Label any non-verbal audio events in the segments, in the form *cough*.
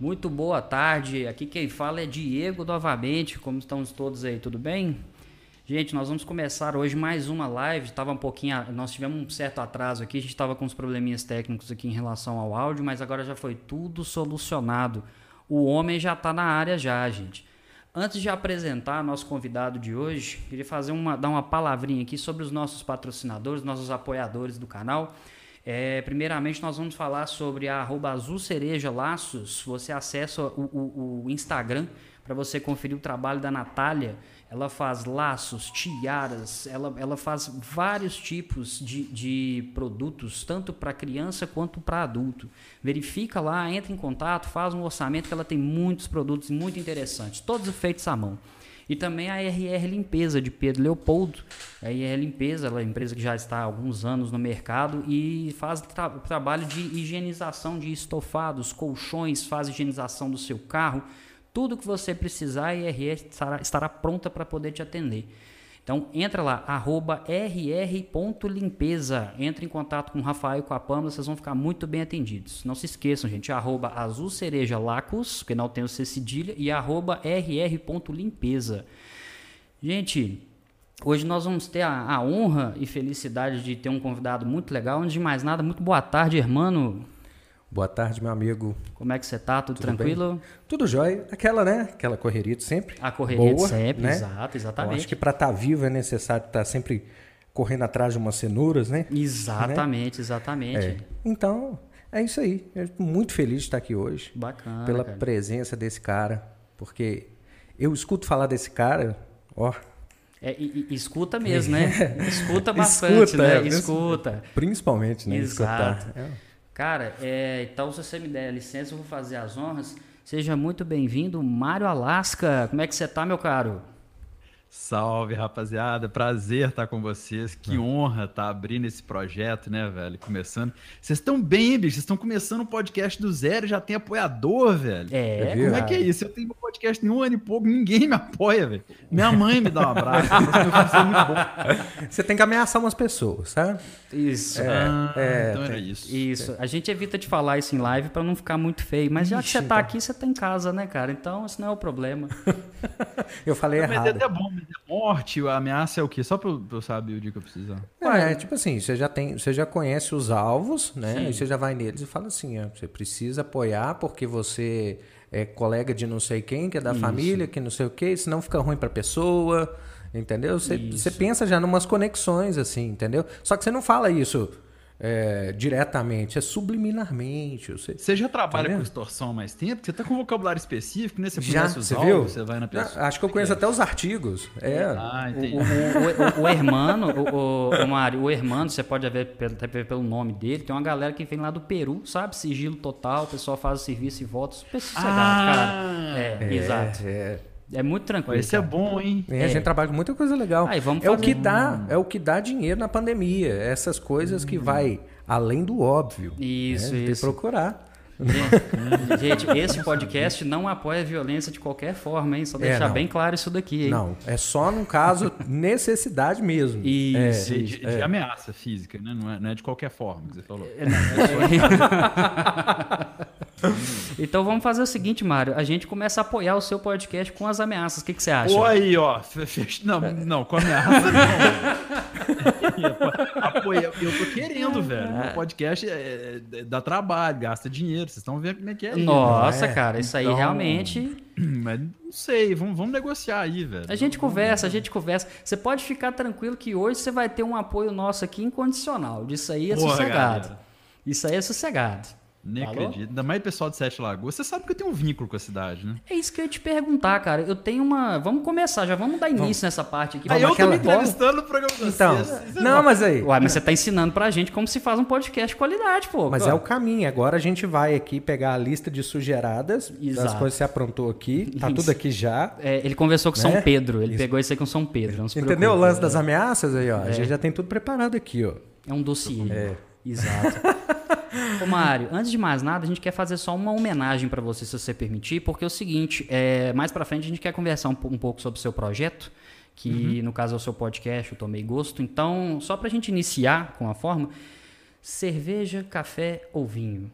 Muito boa tarde. Aqui quem fala é Diego novamente. Como estamos todos aí? Tudo bem? Gente, nós vamos começar hoje mais uma live. Tava um pouquinho, nós tivemos um certo atraso aqui. A gente estava com uns probleminhas técnicos aqui em relação ao áudio, mas agora já foi tudo solucionado. O homem já está na área já, gente. Antes de apresentar nosso convidado de hoje, queria fazer uma, dar uma palavrinha aqui sobre os nossos patrocinadores, nossos apoiadores do canal. É, primeiramente, nós vamos falar sobre a arroba Azul Cereja Laços. Você acessa o, o- o Instagram para você conferir o trabalho da Natália. Ela faz laços, tiaras, ela, ela faz vários tipos de, de produtos, tanto para criança quanto para adulto. Verifica lá, entra em contato, faz um orçamento que ela tem muitos produtos muito interessantes, todos feitos à mão. E também a RR Limpeza de Pedro Leopoldo. A RR Limpeza ela é uma empresa que já está há alguns anos no mercado e faz tra trabalho de higienização de estofados, colchões, faz higienização do seu carro. Tudo que você precisar, a RR estará, estará pronta para poder te atender. Então entra lá, arroba rr.limpeza. Entra em contato com o Rafael e com a Pamela, vocês vão ficar muito bem atendidos. Não se esqueçam, gente, arroba azul cereja lacos, que não tem o C cedilha, e arroba rr.limpeza. Gente, hoje nós vamos ter a, a honra e felicidade de ter um convidado muito legal. Antes de mais nada, muito boa tarde, irmão. Boa tarde, meu amigo. Como é que você tá? Tudo, Tudo tranquilo? bem? Tudo jóia. Aquela, né? Aquela correria de sempre. A correria Boa, de sempre, né? exato, Eu exatamente. acho que para estar vivo é necessário estar sempre correndo atrás de umas cenouras, né? Exatamente, exatamente. Então, é isso aí. Eu tô muito feliz de estar aqui hoje. Bacana. É. pela Ah, cara. presença desse cara. Porque eu escuto falar desse cara, ó, É, e- e- escuta mesmo, *laughs* né? Escuta bastante, Escuta, né? é, mesmo. Escuta. principalmente, né? Exato. Escutar. É. Cara, é, então se você me der licença, eu vou fazer as honras. Seja muito bem-vindo, Mário Alasca. Como é que você tá, meu caro? Salve, rapaziada. Prazer estar com vocês. É. Que honra estar abrindo esse projeto, né, velho? Começando. Vocês estão bem, hein, bicho? Vocês estão começando um podcast do zero e já tem apoiador, velho. É, viu? Como é que é isso? Eu tenho um podcast em um ano e pouco, ninguém me apoia, velho. Minha mãe me dá um abraço. Vocês estão fazendo muito bom. *laughs* É. Você tem que ameaçar umas pessoas, sabe? Isso. É, Ah, É, então era isso. Isso. A gente evita de falar isso em live pra não ficar muito feio. Mas já que Ixi, então. você tá aqui, você tá em casa, né, cara? Então, esse não é o problema. Eu falei Mas é errado. até bom, mas é morte, a ameaça é o quê? Só pra eu, pra eu saber o dia que eu precisar. É, tipo assim, você já tem, você já conhece os alvos, né? Aí você já vai neles e fala assim, ó, você precisa apoiar porque você é colega de não sei quem, que é da família, que não sei o quê, senão fica ruim pra pessoa, entendeu? Você, você pensa já numas conexões, assim, entendeu? Só que você não fala isso é, diretamente, é subliminarmente. Você, Você já trabalha Tá vendo? com extorsão há mais tempo? Você tá com vocabulário específico, né? Você já, conhece os você alvos, viu? Você vai na pessoa. Acho que eu conheço até os artigos. É. Ah, O, entendi. o, o, o, o hermano, o, o, o Mário, o hermano, você pode ver pelo, até ver pelo nome dele, tem uma galera que vem lá do Peru, sabe? Sigilo total, o pessoal faz o serviço e volta. Super sossegado, Ah! cara. É, tá. exato. É. É muito tranquilo. Esse é cara. bom, hein? É, A gente trabalha com muita coisa legal. Ah, e vamos é o fazer que um- dá, é o que dá dinheiro na pandemia. Essas coisas que vai além do óbvio. Isso, né? Tem que isso. procurar. *laughs* Gente, esse podcast não apoia violência de qualquer forma, hein? Só deixar não. bem claro isso daqui, hein? Não, é só *laughs* num caso necessidade mesmo. É, Isso. De, de- de ameaça física, né? Não é, não é de qualquer forma que você falou. *laughs* É, Então vamos fazer o seguinte, Mário. A gente começa a apoiar o seu podcast com as ameaças. O que, que você acha? Ou aí, ó. fe- fe- Não, É. não, com ameaça *laughs* não. *laughs* Apoia, eu tô É. querendo, velho. Meu podcast é- é- é- dá trabalho, gasta dinheiro. Vocês estão vendo como é que é. aí, Nossa, É, cara, isso aí então- realmente. né? *clears throat* Mas não sei, vamos, vamos negociar aí, velho. A gente conversa, a gente conversa. Você pode ficar tranquilo que hoje você vai ter um apoio nosso aqui incondicional. Disso aí é Porra, sossegado. galera. Isso aí é sossegado. Nem Falou? acredito. Ainda mais o pessoal de Sete Lagoas. Você sabe que eu tenho um vínculo com a cidade, né? É isso que eu ia te perguntar, cara. Eu tenho uma. Vamos começar, já vamos dar início nessa parte Ah, aqui. Aí Vamos eu tô aquela- me entrevistando no programa de Então, vocês. Isso é não, mas aí. Uai, mas você tá ensinando pra gente como se faz um podcast de qualidade, pô. Mas Pô. é o caminho. Agora a gente vai aqui pegar a lista de sugeradas das Exato. coisas que você aprontou aqui. Tá Isso. tudo aqui já. É, ele conversou com Né? São Pedro, ele Isso. pegou isso aí com São Pedro. não se Entendeu o preocupe. lance das ameaças aí, ó? A gente já tem tudo preparado aqui, ó. É um dossiê. *laughs* Exato. Ô, Mário, antes de mais nada, a gente quer fazer só uma homenagem pra você, se você permitir, porque é o seguinte, é, mais pra frente a gente quer conversar um, po- um pouco sobre o seu projeto, que Uhum. no caso é o seu podcast, eu tomei gosto. Então, só pra gente iniciar com a forma, cerveja, café ou vinho?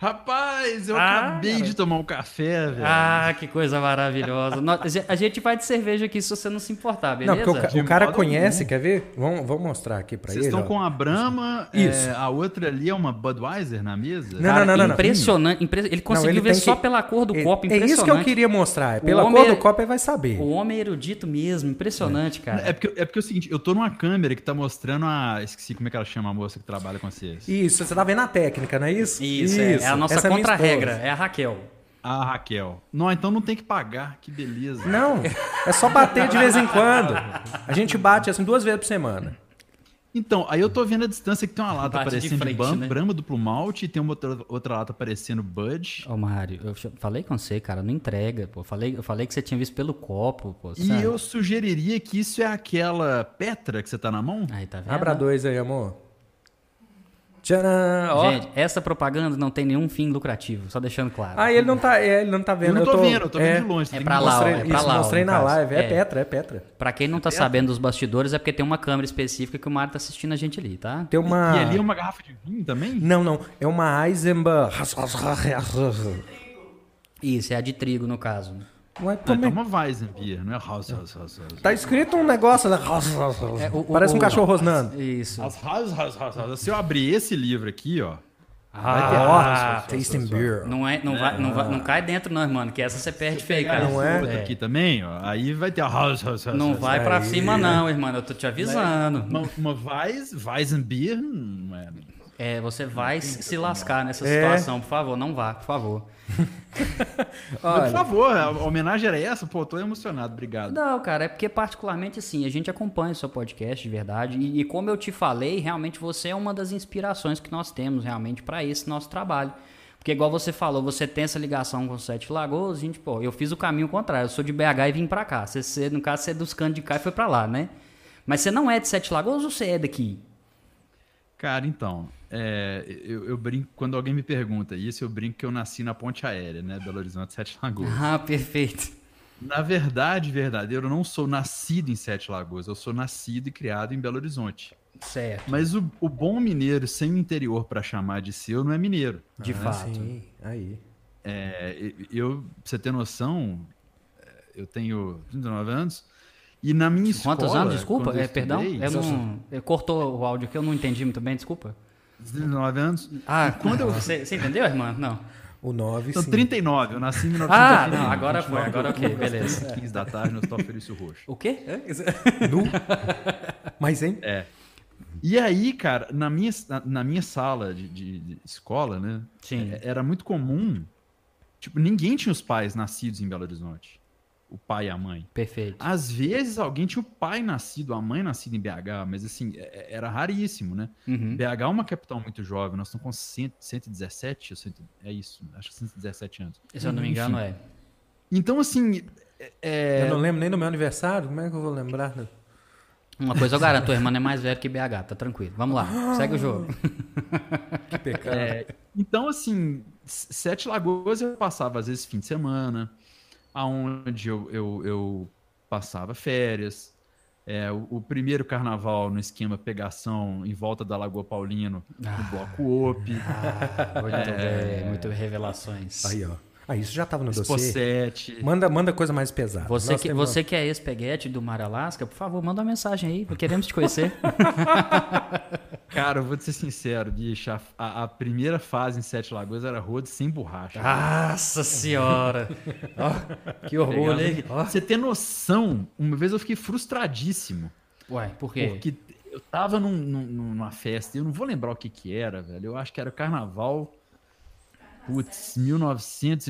Rapaz, eu Ah, acabei cara. de tomar um café, É. velho. Ah, que coisa maravilhosa. Nó- A gente vai de cerveja aqui se você não se importar, Não, beleza? porque o ca- o, De cara modo né? conhece, quer ver? Vamos, vamos mostrar aqui pra Vocês ele. estão ó. com a Brahma, Tá Isso. é, a outra ali é uma Budweiser na mesa? Não, Cara, não, não, não. impressionante. impre- Ele Não, conseguiu ele ver tem só que- pela cor do é, copo. É Impressionante. isso que eu queria mostrar. é Pela homem cor é- do copo ele vai saber. O homem é erudito mesmo. Impressionante, cara. É porque, é porque é o seguinte, eu tô numa câmera que tá mostrando a. Esqueci como é que ela chama a moça que trabalha com vocês. Isso, você tá vendo a técnica, não é isso? Isso, é- é a nossa essa minha contra-regra. esposa. É a Raquel. A Raquel. Não, então não tem que pagar, que beleza. Não, é só bater de vez em quando. A gente bate assim duas vezes por semana. Então, aí eu tô vendo a distância que tem uma lata Bate de aparecendo frente, Bam- né? Brahma duplo malte e tem uma outra, outra lata aparecendo Bud. Ô, Mário, eu ch- falei com você, cara. Não entrega, pô. Falei, eu falei que você tinha visto pelo copo, pô. E sabe? eu sugeriria que isso é aquela Petra que você tá na mão? Aí, tá vendo? Abra dois aí, amor. Tcharam, ó. Gente, essa propaganda não tem nenhum fim lucrativo, só deixando claro. Ah, ele não tá, é, ele não tá vendo. Eu não tô, vendo, eu tô vendo é, de longe. você é tem pra que lá, ó, Mostrei, é pra isso, lá, ó, mostrei no na caso. live. É, É. Petra, é Petra. Pra quem não tá sabendo dos bastidores, é porque tem uma câmera específica que o Mário tá assistindo a gente ali, tá? Tem uma. E ali é uma garrafa de vinho também? Não, não. É uma Eisenbach. Isso, é a de trigo, no caso. Ué, Não, como então é é uma Weizenbier, não é Haus, Haus, Haus, Haus. Tá escrito um negócio. lá. É, o- o- Parece um o- cachorro rosnando. Isso. Haus, Haus, Haus, Haus, Haus. Se eu abrir esse livro aqui, ó. Ah, tasting beer. Não, é, não, vai, não, vai- não cai dentro, não, mano, que essa você perde feio, cara. Não esse é? outro aqui também, ó. Aí vai ter a Haus, Haus, Haus. Não Haus. vai pra Aí. cima, não, irmão. Eu tô te avisando. Uma, uma Weiss, Weizenbier, não é. É, você vai se se lascar nessa É. situação, por favor. Não vá, por favor. Mas, por favor, a homenagem era essa? Pô, tô emocionado, obrigado. Não, cara, é porque particularmente assim, a gente acompanha o seu podcast de verdade e, e como eu te falei, realmente você é uma das inspirações que nós temos realmente para esse nosso trabalho. Porque igual você falou, você tem essa ligação com Sete Lagoas, gente, pô, eu fiz o caminho contrário, eu sou de BH e vim para cá. Você, você, no caso, você é dos cantos de cá e foi para lá, né? Mas você não é de Sete Lagoas ou você é daqui? Cara, então, é, eu, eu brinco, quando alguém me pergunta isso, eu brinco que eu nasci na ponte aérea, né? Belo Horizonte, Sete Lagoas. Ah, perfeito. Na verdade, verdadeiro, eu não sou nascido em Sete Lagoas, eu sou nascido e criado em Belo Horizonte. Certo. Mas o, o bom mineiro sem o interior pra chamar de seu não é assim. mineiro. De fato. Sim, aí. É, e- eu, pra você ter noção, é, eu tenho 39 anos e na minha escola... Quantos anos? Desculpa, quando eu é, perdão. estudei- Eu não, eu cortou o áudio aqui, eu não entendi muito bem, desculpa. 19 anos. Ah, E quando eu- Você, você entendeu, irmã? Não. O 9, Então, São sim. 39, eu nasci em 1939. Ah, não, agora foi, agora ok, beleza. 15 da tarde no Hospital Felício Roxo. O quê? É, *laughs* Nu. Mas, hein? E aí, cara, na minha, na, na minha sala de, de- de escola, né? Sim. é- Era muito comum. Tipo, ninguém tinha os pais nascidos em Belo Horizonte. O pai e a mãe. Perfeito. Às vezes alguém tinha o pai nascido, a mãe nascida em BH, mas assim, é- é- era raríssimo, né? Uhum. BH é uma capital muito jovem, nós estamos com 100, 117, ou 100 é isso, acho que 117 anos. Se eu não me engano, é. Então, assim, Eu não lembro nem do meu aniversário. Como é que eu vou lembrar? Uma coisa eu garanto, tua irmã é mais velha que BH, tá tranquilo. Vamos lá, segue o jogo. Que pecado. É. Então, assim, S- Sete Lagoas eu passava às vezes fim de semana, aonde eu, eu, eu passava férias. É, o, o primeiro carnaval no esquema pegação em volta da Lagoa Paulino, Ah, no Bloco OP, Ah, Muito é, bem, muito revelações. Aí, ó. Ah, isso já tava no Expo dossiê. 7. Manda, manda coisa mais pesada. Você, Nós que, temos- você que é ex-peguete do Mar Alasca, por favor, manda uma mensagem aí, queremos te *laughs* conhecer. Cara, eu vou te ser sincero, bicho, a, a- a primeira fase em Sete Lagoas era rodo sem borracha. Nossa senhora! Ó, que orgulho, hein? Pra Você ter noção, uma vez eu fiquei frustradíssimo. Uai, por quê? Porque eu tava num- num- numa festa, eu não vou lembrar o que que era, velho. Eu acho que era o carnaval. Putz,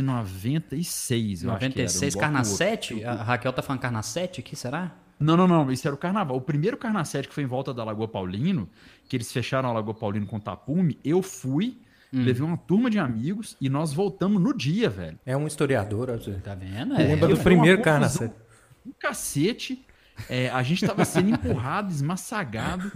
1996, eu acho 96, que era. um bloco Carna outro. 7? A Raquel tá falando Carna 7 aqui, será? Não, não, não, isso era o carnaval. O primeiro carnacete que foi em volta da Lagoa Paulino, que eles fecharam a Lagoa Paulino com tapume, eu fui, Hum. levei uma turma de amigos e nós voltamos no dia, velho. É um historiador. ó, você- Tá vendo? É. Lembra eu do fui primeiro uma cara confusão. um cacete. É, a gente tava sendo empurrado, esmaçagado.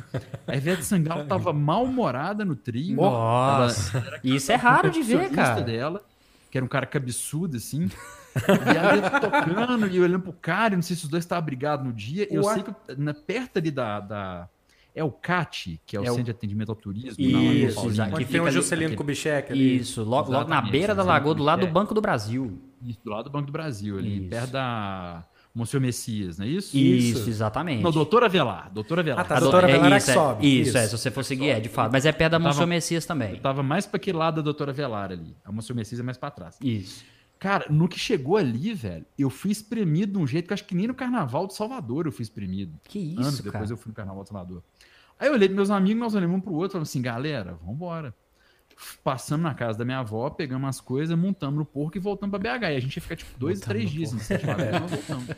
A Ivete Sangalo tava mal-humorada no trio. Nossa! Isso é raro de ver, percussionista cara. dela, que era um cara cabeçudo, assim. E ela ia tocando e eu olhando pro cara, eu não sei se os dois estavam brigados no dia. Eu Ué. sei que eu- na, perto ali da, da É o CAT, que é o É o- Centro de Atendimento ao Turismo. na Lagoa Isso, Paulista. exato. Onde Que tem fica o ali- um Juscelino aquele- Kubitschek ali. Isso, logo, logo na Exatamente, beira da Juscelino lagoa, do lado do Kubitschek. Banco do Brasil. Isso, do lado do Banco do Brasil, ali, Isso. perto da Monsenhor Messias, não é isso? Isso, Isso. exatamente. Não, doutora Velar, doutora Velar. Ah, tá, A Eu do- doutora Velar é que isso, sobe. Isso, Isso. é, se você for seguir, é, de fato. Mas é perto da Eu tava- Monsenhor Messias também. tava mais pra aquele lado da doutora Velar ali. A Monsenhor Messias é mais pra trás. Isso. Cara, no que chegou ali, velho, eu fui espremido de um jeito que eu acho que nem no Carnaval de Salvador eu fui espremido. Que Anos isso, cara. depois eu fui no Carnaval de Salvador. Aí eu olhei pros meus amigos, nós olhamos um pro outro, falamos assim, galera, vambora. Passamos na casa da minha avó, pegamos as coisas, montamos no porco e voltamos pra BH. E a gente ia ficar tipo dois, Montamos três no dias em Sete Lagoas, nós voltamos.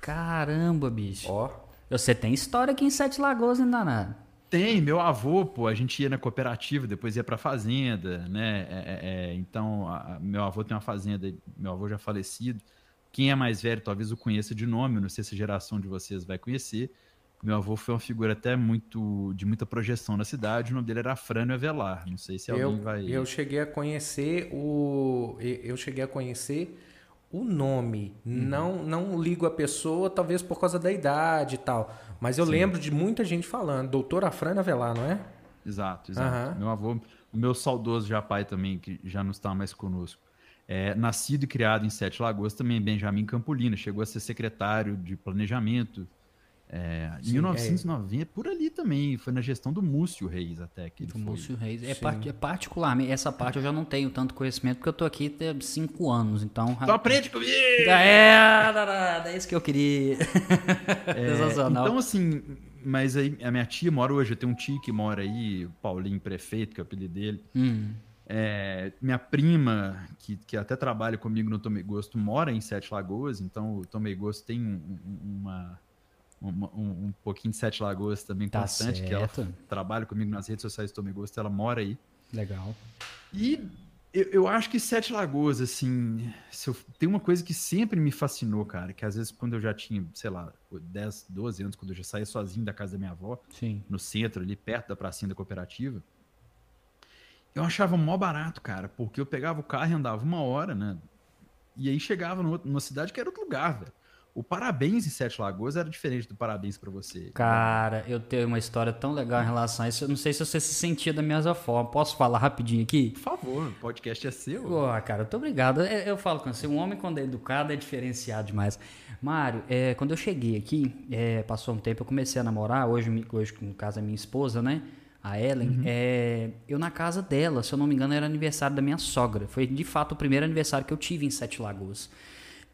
Caramba, bicho. Ó. Você tem história aqui em Sete Lagoas, hein, danado? Tem, meu avô, pô, a gente ia na cooperativa, depois ia pra fazenda, né? É, é, é, então, a- a- meu avô tem uma fazenda, meu avô já falecido. Quem é mais velho talvez o conheça de nome, eu não sei se a geração de vocês vai conhecer. Meu avô foi uma figura até muito de muita projeção na cidade, o nome dele era Frânio Avelar. Não sei se alguém Eu, vai. eu cheguei a conhecer o. e- Eu cheguei a conhecer o nome. Não, não ligo a pessoa, talvez por causa da idade e tal. Mas eu lembro de muita gente falando. Doutora Frana Velar, não é? Exato, exato. Aham. Meu avô, o meu saudoso já pai também, que já não está mais conosco. É, nascido e criado em Sete Lagoas, também Benjamin Campolina, chegou a ser secretário de planejamento. É, em Sim, 1990, por ali também, foi na gestão do Múcio Reis até que ele Do foi. Múcio Reis. É, Sim. part- é particularmente, essa parte eu já não tenho tanto conhecimento, porque eu tô aqui há cinco anos, então... Então aprende comigo! É, danado, é isso que eu queria. É, *laughs* Sensacional. Então, assim, mas aí a minha tia mora hoje, eu tenho um tio que mora aí, o Paulinho Prefeito, que é o apelido dele. Hum, É, minha prima, que, que até trabalha comigo no Tomei Gosto, mora em Sete Lagoas, então o Tomei Gosto tem um, um- uma, uma- um, um pouquinho de Sete Lagoas também Tá constante, que ela certo. trabalha comigo nas redes sociais do Tomei Gosto, ela mora aí. legal. E eu, eu acho que Sete Lagoas, assim, se eu- tem uma coisa que sempre me fascinou, cara, que às vezes quando eu já tinha, sei lá, 10, 12 anos, quando eu já saía sozinho da casa da minha avó, Sim. no centro, ali perto da pracinha da cooperativa. Eu achava mó barato, cara, porque eu pegava o carro e andava uma hora, né? E aí chegava no outro- numa cidade que era outro lugar, velho. O parabéns em Sete Lagoas era diferente do parabéns pra você. Cara, eu tenho uma história tão legal em relação a isso. Eu não sei se você se sentia da mesma forma. Posso falar rapidinho aqui? Por favor, o podcast é seu. Pô, cara, muito obrigado. Eu, eu falo com você, um homem quando é educado é diferenciado demais. Mário, é, quando eu cheguei aqui, é, passou um tempo, eu comecei a namorar, hoje, me- hoje no caso é minha esposa, né? A Ellen, é, eu na casa dela, se eu não me engano, era aniversário da minha sogra. Foi de fato o primeiro aniversário que eu tive em Sete Lagoas.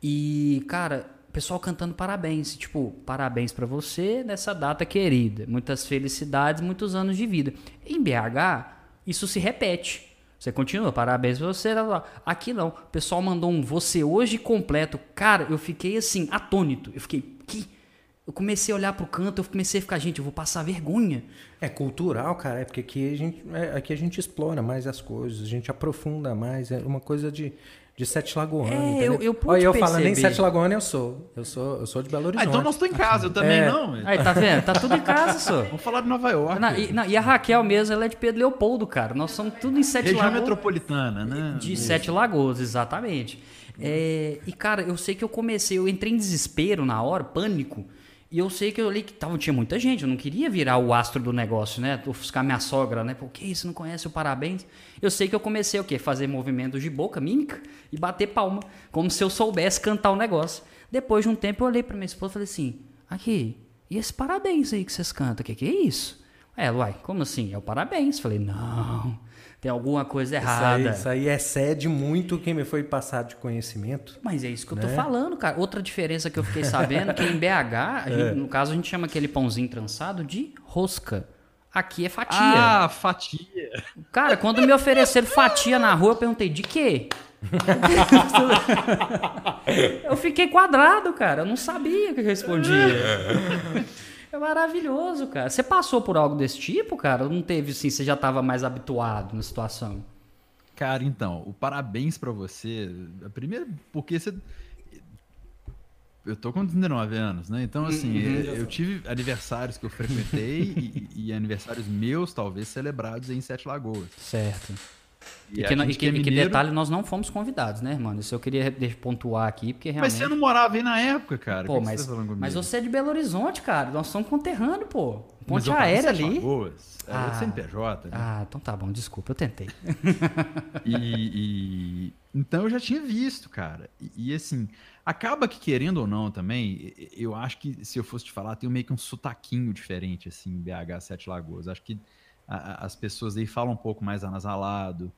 E, cara, o pessoal cantando parabéns, tipo, parabéns pra você nessa data querida. Muitas felicidades, muitos anos de vida. Em BH, isso se repete. Você continua, parabéns pra você. lá, lá, lá. Aqui não. O pessoal mandou um você hoje completo. Cara, eu fiquei assim, atônito. Eu fiquei, que? Eu comecei a olhar pro canto, eu comecei a ficar, gente, eu vou passar vergonha. É cultural, cara, é porque aqui a gente, é, aqui a gente explora mais as coisas, a gente aprofunda mais, é uma coisa de, de Sete Lagoano. É, entendeu? eu- eu pude Olha, eu falando em perceber. Sete Lagoano, eu sou. Eu sou, eu sou de Belo Ah, Horizonte. então nós estamos em casa, eu também não. velho. Aí, tá vendo? Tá tudo em casa, só. *laughs* Vamos falar de Nova York. Na- e, na- e a Raquel mesmo, ela é de Pedro Leopoldo, cara. Nós somos tudo em sete região lagoas. metropolitana, né? De Sete Lagoas, exatamente. É, e, cara, eu sei que eu comecei, eu entrei em desespero na hora, pânico. E eu sei que eu olhei que tava, tinha muita gente, eu não queria virar o astro do negócio, né? Ofuscar minha sogra, né? Pô, que isso, não conhece o parabéns? Eu sei que eu comecei o quê? Fazer movimentos de boca, mímica, e bater palma, como se eu soubesse cantar o negócio. Depois de um tempo, eu olhei pra minha esposa e falei assim: aqui, e esse parabéns aí que vocês cantam, o que, que é isso? Ela, uai, como assim? É o parabéns. Falei, não, tem alguma coisa Isso errada. aí, isso aí excede muito o que me foi passado de conhecimento. Mas é isso que eu tô falando, cara. Outra diferença que eu fiquei sabendo é que em BH, a gente- no caso, a gente chama aquele pãozinho trançado de rosca. Aqui é fatia. Ah, fatia. Cara, quando me ofereceram fatia na rua, eu perguntei, de quê? *laughs* eu fiquei quadrado, cara. Eu não sabia o que eu respondia. É maravilhoso, cara. Você passou por algo desse tipo, cara? Não teve, assim, você já tava mais habituado na situação? Cara, então, o parabéns pra você. A primeira, porque você. Eu tô com 19 anos, né? Então, assim, eu, eu tive aniversários que eu frequentei e, e aniversários meus, talvez, celebrados em Sete Lagoas. Certo. E, que, e que, é que, detalhe, nós não fomos convidados, né, mano? Isso eu queria pontuar aqui, porque realmente. Mas você não morava aí na época, cara. Pô, mas, você tá mas você é de Belo Horizonte, cara. Nós somos conterrâneos, pô. Mas Ponte eu tava em aérea Sete ali. Lagoas, é, era Ah. CNPJ, né? Ah, então tá bom, desculpa, eu tentei. E, e- então eu já tinha visto, cara. E, e, assim, acaba que querendo ou não também, e- eu acho que se eu fosse te falar, tem meio que um sotaquinho diferente assim, em BH Sete Lagoas. Acho que a- a- as pessoas aí falam um pouco mais anasalado,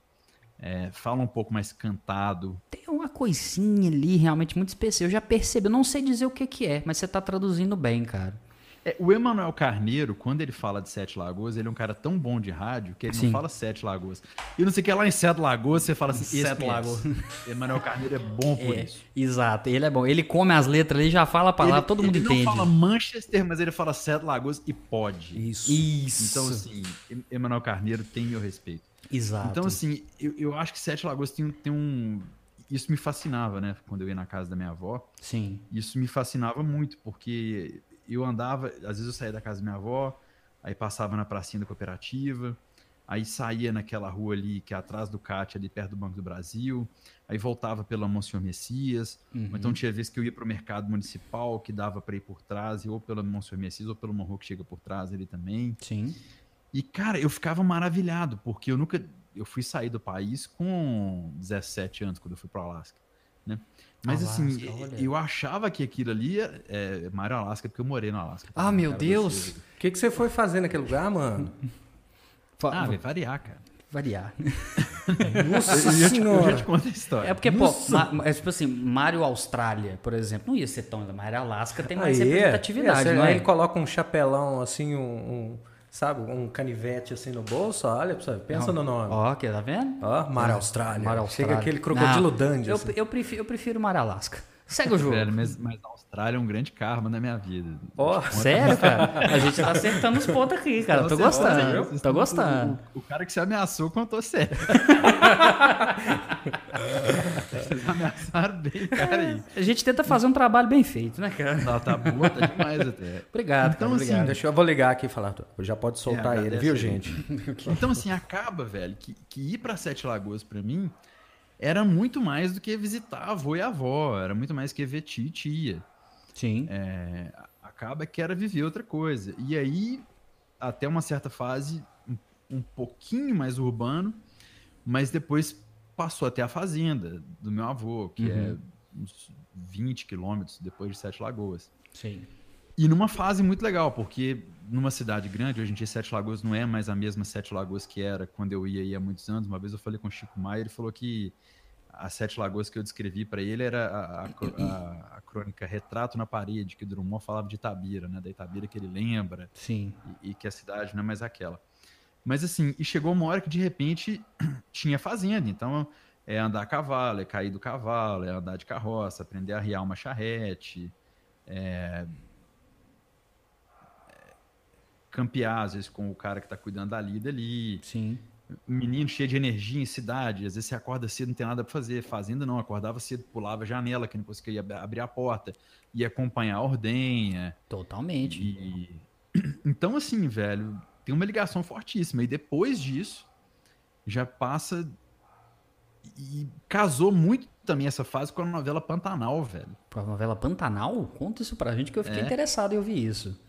é, falam um pouco mais cantado. Tem uma coisinha ali realmente muito específica. Eu já percebi, eu não sei dizer o que, que é, mas você tá traduzindo bem, cara. É, o Emanuel Carneiro, quando ele fala de Sete Lagoas, ele é um cara tão bom de rádio que ele Sim. não fala Sete Lagoas. E não sei o que lá em Sete Lagoas, você fala assim, Sete Sete *laughs* Lagoas. Emanuel Carneiro é bom por É, isso. exato, ele é bom. Ele come as letras ali, já fala a palavra, Ele- todo mundo ele entende. não fala Manchester, mas ele fala Sete Lagoas e pode. Isso. Isso. Então, assim, Em- Emanuel Carneiro tem meu respeito. exato. Então, assim, eu, eu acho que Sete Lagoas tem, um- tem um... Isso me fascinava, né? Quando eu ia na casa da minha avó, Sim. isso me fascinava muito, porque eu andava... Às vezes eu saía da casa da minha avó, aí passava na pracinha da cooperativa, aí saía naquela rua ali, que é atrás do CAT, ali perto do Banco do Brasil, aí voltava pela Monsenhor Messias, ou Então tinha vezes que eu ia para o mercado municipal, que dava para ir por trás, e ou pela Monsenhor Messias, ou pela uma rua que chega por trás ali também. Sim. E, cara, eu ficava maravilhado, porque eu nunca. Eu fui sair do país com 17 anos, quando eu fui para o Alasca. Né? Mas, Alasca, assim, olha. eu achava que aquilo ali é, é Mário Alasca, porque eu morei no Alasca. Ah, meu Cara, Deus! você- O que, que você foi fazer naquele lugar, *laughs* mano? Fa- Ah, vai variar, cara. variar. Nossa Eu já te, eu já te senhora. conto a história. É porque, *laughs* pô, Nossa. ma- ma- é tipo assim, Mario Austrália, por exemplo, não ia ser tão. Mario Alasca tem mais Aí, representatividade, é, não é? aí ele coloca um chapelão, assim, um, um, sabe, um canivete assim no bolso, olha, pra você- pensa no nome. Ó, que tá vendo? Ó, Mar Austrália. Mar Austrália. Chega aquele crocodilo Não, Dundee, Eu, assim. eu prefiro, eu prefiro Mar Alasca. Segue o jogo. Velho, mas, mas a Austrália é um grande karma na minha vida. Ó, Sério, cara? A gente tá acertando os pontos aqui, cara. Tô Vocês- vocês- gostando. Então, vocês Tô estão- gostando. O, o cara que se ameaçou *laughs* contou sério. *laughs* Vocês ameaçaram bem, cara. Aí. A gente tenta fazer um trabalho bem feito, né, cara? Tá, tá boa, tá demais até. Obrigado, Então, cara. assim, É, Obrigado. Deixa eu, eu vou ligar aqui e falar. Já pode soltar ele, agradece viu, aí. gente? Então, assim, acaba, velho, que, que ir pra Sete Lagoas pra mim era muito mais do que visitar avô e avó, era muito mais que ver tia e tia. Sim. Acaba que era viver outra coisa. E aí, até uma certa fase, um, um pouquinho mais urbano, mas depois passou até a fazenda do meu avô, que Uhum. é uns 20 quilômetros depois de Sete Lagoas. Sim. E numa fase muito legal, porque numa cidade grande, hoje em dia Sete Lagoas não é mais a mesma Sete Lagoas que era quando eu ia aí há muitos anos. Uma vez eu falei com o Chico Maia, ele falou que a Sete Lagoas que eu descrevi para ele era a, a cro- a- a crônica Retrato na Parede, que o Drummond falava de Itabira, né? Da Itabira que ele lembra Sim. e, e que a cidade não é mais aquela. Mas assim, e chegou uma hora que de repente *clears throat* tinha fazenda, então é andar a cavalo, é cair do cavalo, é andar de carroça, aprender a riar uma charrete, é- é, campear às vezes com o cara que tá cuidando da lida ali, Sim. um menino cheio de energia em cidade, às vezes você acorda cedo, não tem nada para fazer, fazenda não, acordava cedo, pulava a janela, que não conseguia ab- abrir a porta, ia acompanhar a ordenha, Totalmente. e- Então, assim, velho, tem uma ligação fortíssima. E depois disso, já passa. E casou muito também essa fase com a novela Pantanal, velho. Com a novela Pantanal? Conta isso pra gente que eu fiquei É. interessado em ouvir isso.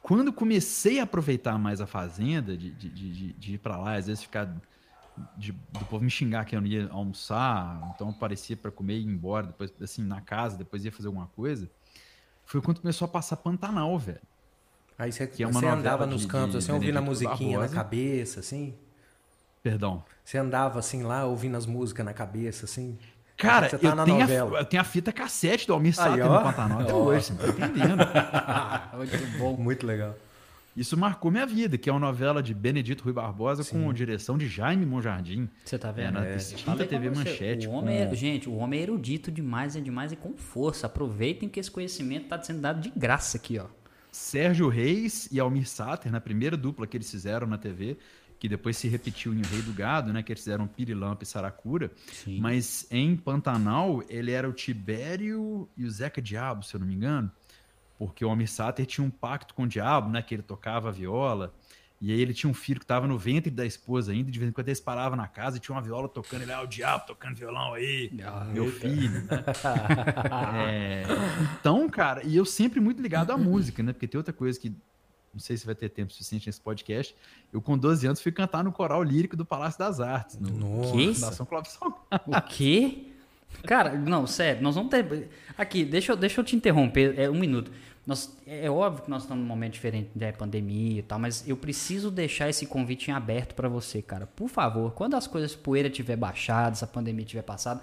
Quando comecei a aproveitar mais a Fazenda, de, de, de- de- de ir pra lá, às vezes ficar. de- do povo me xingar que eu não ia almoçar, então eu aparecia pra comer e ir embora, depois, assim, na casa, depois ia fazer alguma coisa. Foi quando começou a passar Pantanal, velho. Aí você, Que é uma você novela andava de- nos de cantos, assim, ouvindo a Benedito musiquinha Barbosa. na cabeça, assim. Perdão. Você andava assim lá, ouvindo as músicas na cabeça, assim. Cara, Você tá eu, na tenho novela. a, eu tenho a fita cassete do Almir Sater ó. no Pantanal até hoje, você não tá entendendo? *laughs* Muito bom. Muito legal. Isso marcou minha vida, que é uma novela de Benedito Rui Barbosa com direção de Jaime Monjardim. Você tá É, vendo? na Eu extinta falei com TV você, Manchete. tipo, né? O homem é- com- Gente, o homem é erudito demais, é demais e com força. Aproveitem que esse conhecimento tá sendo dado de graça aqui, ó. Sérgio Reis e Almir Sater, na primeira dupla que eles fizeram na TV, que depois se repetiu em O Rei do Gado, né? Que eles fizeram Pirilampa e Saracura. Sim. Mas em Pantanal, ele era o Tibério e o Zeca Diabo, se eu não me engano. Porque o Almir Sater tinha um pacto com o Diabo, né? Que ele tocava a viola. E aí ele tinha um filho que estava no ventre da esposa ainda, de vez em quando eles paravam na casa e tinha uma viola tocando, ele, ah, o diabo tocando violão aí, Ah, meu eita. filho, *laughs* né? É, então, cara, e eu sempre muito ligado à música, né? Porque tem outra coisa que, não sei se vai ter tempo suficiente nesse podcast, eu com 12 anos fui cantar no coral lírico do Palácio das Artes, no Que? Fundação Clóvis Salgado. O quê? Cara, não, sério, nós vamos ter. Aqui, deixa eu, deixa eu te interromper, é um minuto. Nós, é óbvio que nós estamos num momento diferente da pandemia e tal, mas eu preciso deixar esse convite em aberto pra você, cara. Por favor, quando as coisas poeira tiver baixado, essa pandemia tiver passado,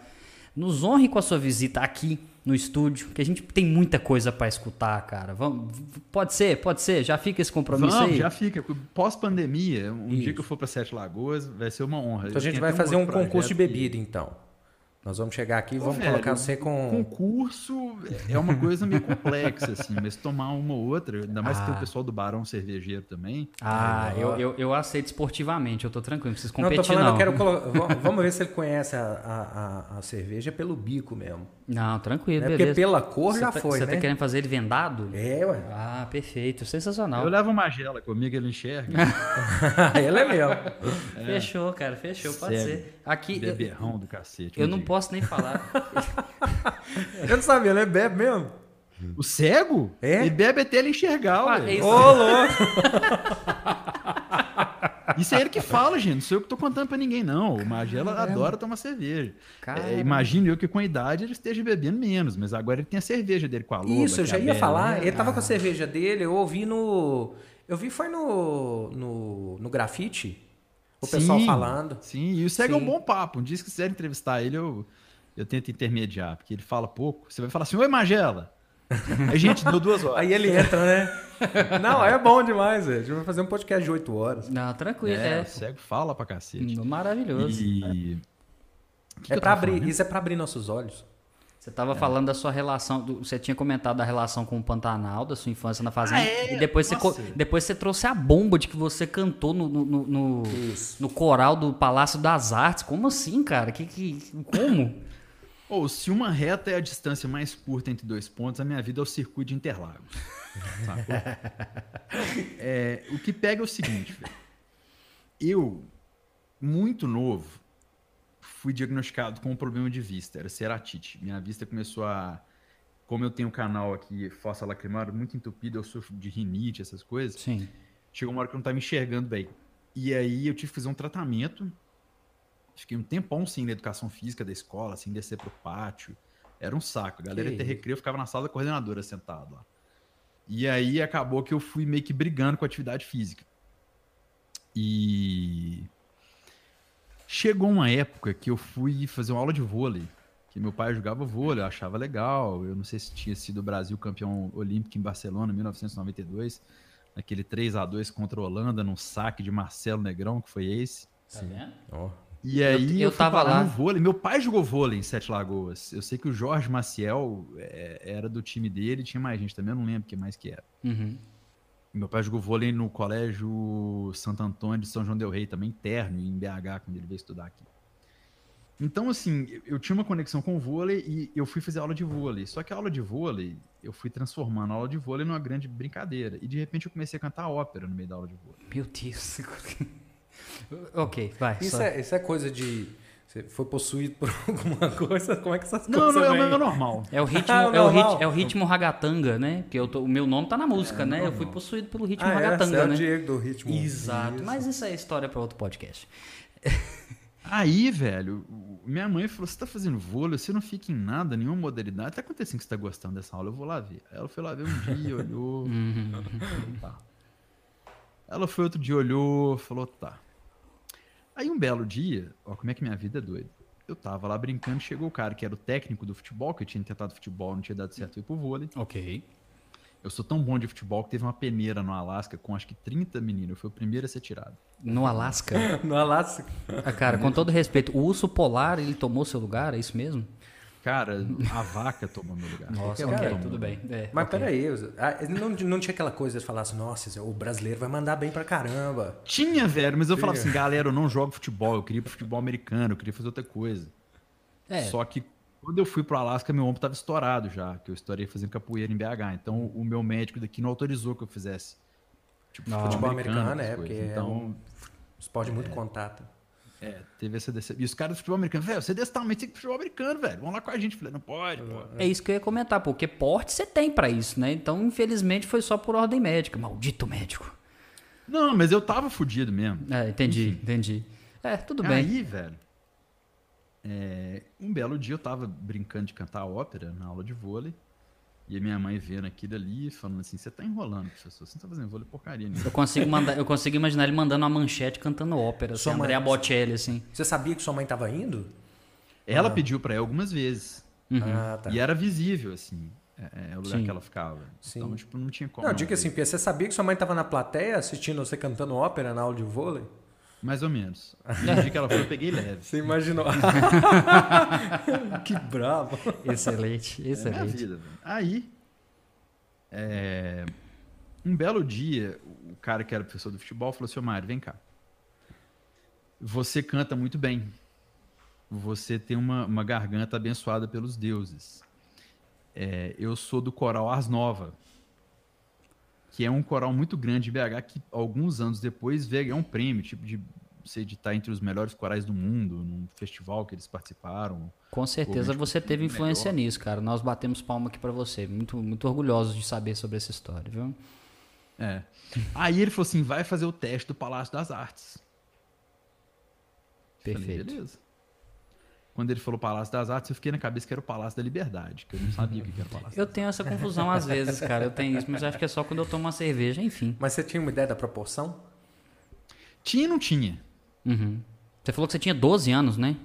nos honre com a sua visita aqui no estúdio, que a gente tem muita coisa pra escutar, cara. Vamos, pode ser, pode ser, já fica esse compromisso Vamos, aí. já fica. Pós-pandemia, um Isso. dia que eu for para Sete Lagoas, vai ser uma honra. Então a gente Tem vai até fazer um outro concurso de projeto que- bebida, então. Nós vamos chegar aqui e Ô, vamos velho, colocar você com. Concurso é uma coisa meio complexa, assim, mas tomar uma ou outra, ainda mais que Ah. tem o pessoal do Barão Cervejeiro também. Ah, eu, eu, eu aceito esportivamente, eu tô tranquilo, não preciso Não, eu competir. tô Não, falando, eu quero colo- *laughs* Vam- Vamos ver se ele conhece a, a- a- a cerveja pelo bico mesmo. Não, tranquilo, Né? Porque beleza. pela cor já tá, foi, Você né? tá querendo fazer ele vendado? É, ué. *laughs* Ah, perfeito. Sensacional. Eu levo uma magela comigo, ele Ah, enxerga. Ela é mesmo. Fechou, cara. Fechou. Pode Sério. ser. Aqui, eu, Beberrão do cacete. eu me não diga. posso nem *laughs* falar. Eu não sabia, ela é bebe mesmo. O cego? É? Ele bebe até ele enxergar, Ah, ué. é Isso. Ô, louco! Isso é ele que fala, gente. Não sou eu que tô contando pra ninguém, não. O Magela adora tomar cerveja. Cara. É, imagino eu que com a idade ele esteja bebendo menos, mas agora ele tem a cerveja dele com a Lola. Isso, eu que já é a ia Bela, falar. né? Ele tava com a cerveja dele, eu ouvi no. Eu vi foi no. no, no grafite. O pessoal Sim, falando. Sim, e o Cego é Sim. um bom papo. Um dia se quiser entrevistar ele, eu, eu tento intermediar, porque ele fala pouco. Você vai falar assim, oi, Magela. Aí, gente, deu duas *laughs* horas. Aí ele entra, né? Não, é bom demais, velho. A gente vai fazer um podcast de 8 horas. Não, tranquilo. É, É, o Cego fala pra cacete. maravilhoso. E... o que que é eu para tava abrir, falando? isso é pra abrir nossos olhos. Você É. tava falando da sua relação. do- você tinha comentado da relação com o Pantanal, da sua infância na fazenda. Ah, é? E depois você, co- Nossa. depois você trouxe a bomba de que você cantou no, no, no, no- Isso. no coral do Palácio das Artes. Como assim, cara? Que, que, como? Ou se uma reta é a distância mais curta entre dois pontos, a minha vida é o circuito de Interlagos. *laughs* Sacou? É, o que pega é o seguinte, velho. Eu, muito novo, fui diagnosticado com um problema de vista, era ceratite. Minha vista começou a. Como eu tenho um canal aqui, fossa lacrimal, muito entupido, eu sofro de rinite, essas coisas. Sim. Chegou uma hora que eu não tava me enxergando bem. E aí eu tive que fazer um tratamento. Fiquei um tempão sem na educação física da escola, sem descer pro pátio. Era um saco. A galera Que ia ter isso. recreio, eu ficava na sala da coordenadora sentado lá. E aí acabou que eu fui meio que brigando com a atividade física. E chegou uma época que eu fui fazer uma aula de vôlei. Que meu pai jogava vôlei, eu achava legal. Eu não sei se tinha sido o Brasil campeão olímpico em Barcelona em 1992 naquele 3 a 2 contra a Holanda, num saque de Marcelo Negrão, que foi esse. Tá vendo? E aí eu fui tava parar lá. no vôlei. Meu pai jogou vôlei em Sete Lagoas. Eu sei que o Jorge Maciel é, era do time dele, tinha mais gente também, eu não lembro quem mais que era. Uhum. E Meu pai jogou vôlei no Colégio Santo Antônio de São João del Rei, também interno, em BH, quando ele veio estudar aqui. Então, assim, eu- eu tinha uma conexão com o vôlei e eu fui fazer aula de vôlei. Só que a aula de vôlei, eu fui transformando a aula de vôlei numa grande brincadeira. E de repente eu comecei a cantar ópera no meio da aula de vôlei. Meu Deus. *laughs* ok, vai. Isso só. é, isso é coisa de. Você foi possuído por *laughs* alguma coisa? Como é que essas Não, coisas. não, é o vêm? meu normal. É o ritmo, Ah, o é, o normal. rit, é o ritmo ragatanga, né? Porque eu tô- o meu nome tá na música, né? Eu fui possuído pelo ritmo Ah, é, você ragatanga, é o né? Diego do ritmo. Exato. Isso. Mas isso é história pra outro podcast. Aí, velho, o- minha mãe falou: você tá fazendo vôlei, você não fica em nada, nenhuma modalidade. Tá acontecendo que você tá gostando dessa aula, eu vou lá ver. Aí Ela foi lá ver um dia, olhou. tá. Ela foi outro dia, olhou, falou, tá. Aí um belo dia, ó, como é que minha vida é doida. Eu tava lá brincando, chegou o cara que era o técnico do futebol, que eu tinha tentado futebol, não tinha dado certo eu ir pro vôlei. Ok. Eu sou tão bom de futebol que teve uma peneira no Alasca com acho que 30 meninos. Eu fui o primeiro a ser tirado. No Alasca. *laughs* No Alasca. Ah, cara, com todo respeito, o urso polar, ele tomou seu lugar? É isso mesmo? Cara, a vaca tomou meu lugar. Nossa, Qualquer um ok, tomou. tudo bem. É, Mas ok. peraí, os- ah, não, não tinha aquela coisa de falar assim, nossa, o brasileiro vai mandar bem pra caramba. Tinha, velho, mas eu falava assim, galera, eu não jogo futebol, eu queria ir pro futebol americano, eu queria fazer outra coisa. É, Só que quando eu fui pro Alasca, meu ombro tava estourado já, que eu estourei fazendo capoeira em BH. Então o meu médico daqui não autorizou que eu fizesse Tipo, Não, Futebol americano, americano, é, essas porque coisas. é Então, um esporte de muito contato. é, teve essa decepção. E os caras do futebol americano, velho, você é desse tamanho, tem que ir pro futebol americano, velho. Vão lá com a gente. Falei, não pode, pô. Uhum. É isso que eu ia comentar, porque porte você tem pra isso, né? Então, infelizmente, foi só por ordem médica. Maldito médico. Não, mas eu tava fudido mesmo. É, entendi, entendi. É, tudo bem. Aí, velho, é, um belo dia eu tava brincando de cantar ópera na aula de vôlei. E minha mãe vendo aquilo ali, falando assim: você tá enrolando, professor, você não tá fazendo vôlei porcaria nenhuma. Eu consigo, mandar, eu consigo imaginar ele mandando uma manchete cantando ópera, assim, Sua mãe- Andrea Bocelli, assim. Você sabia que sua mãe estava indo? Ela pediu pra ir algumas vezes. Ah, tá. Uhum. E é era visível, assim, é, é o lugar Sim. que ela ficava. Então, Sim. tipo, não tinha como. Não, diga ver. assim, Pia, você sabia que sua mãe estava na plateia assistindo você cantando ópera na aula de vôlei? Mais ou *laughs* menos. No dia que ela foi, eu peguei leve. Você *laughs* imaginou. que bravo. Excelente, É minha excelente. vida, velho. Aí, é, um belo dia, o cara que era professor do futebol falou assim, "Ô, Mário, vem cá. Você canta muito bem. Você tem uma, uma garganta abençoada pelos deuses. É, eu sou do coral Ars Nova, que é um coral muito grande de BH que alguns anos depois veio ganhar um prêmio, tipo de ser de estar entre os melhores corais do mundo, num festival que eles participaram, Com certeza Realmente você teve melhor. influência nisso, cara. Nós batemos palma aqui pra você. Muito, muito orgulhosos de saber sobre essa história, viu? É. Aí ele falou assim: vai fazer o teste do Palácio das Artes. Eu falei, Perfeito. Beleza. Quando ele falou Palácio das Artes, eu fiquei na cabeça que era o Palácio da Liberdade, que eu não sabia o que que era *laughs* o Palácio. Eu tenho essa confusão às vezes, cara. Eu tenho isso, mas acho que é só quando eu tomo uma cerveja, enfim. Mas você tinha uma ideia da proporção? Tinha e não tinha. Uhum. Você falou que você tinha 12 anos, né?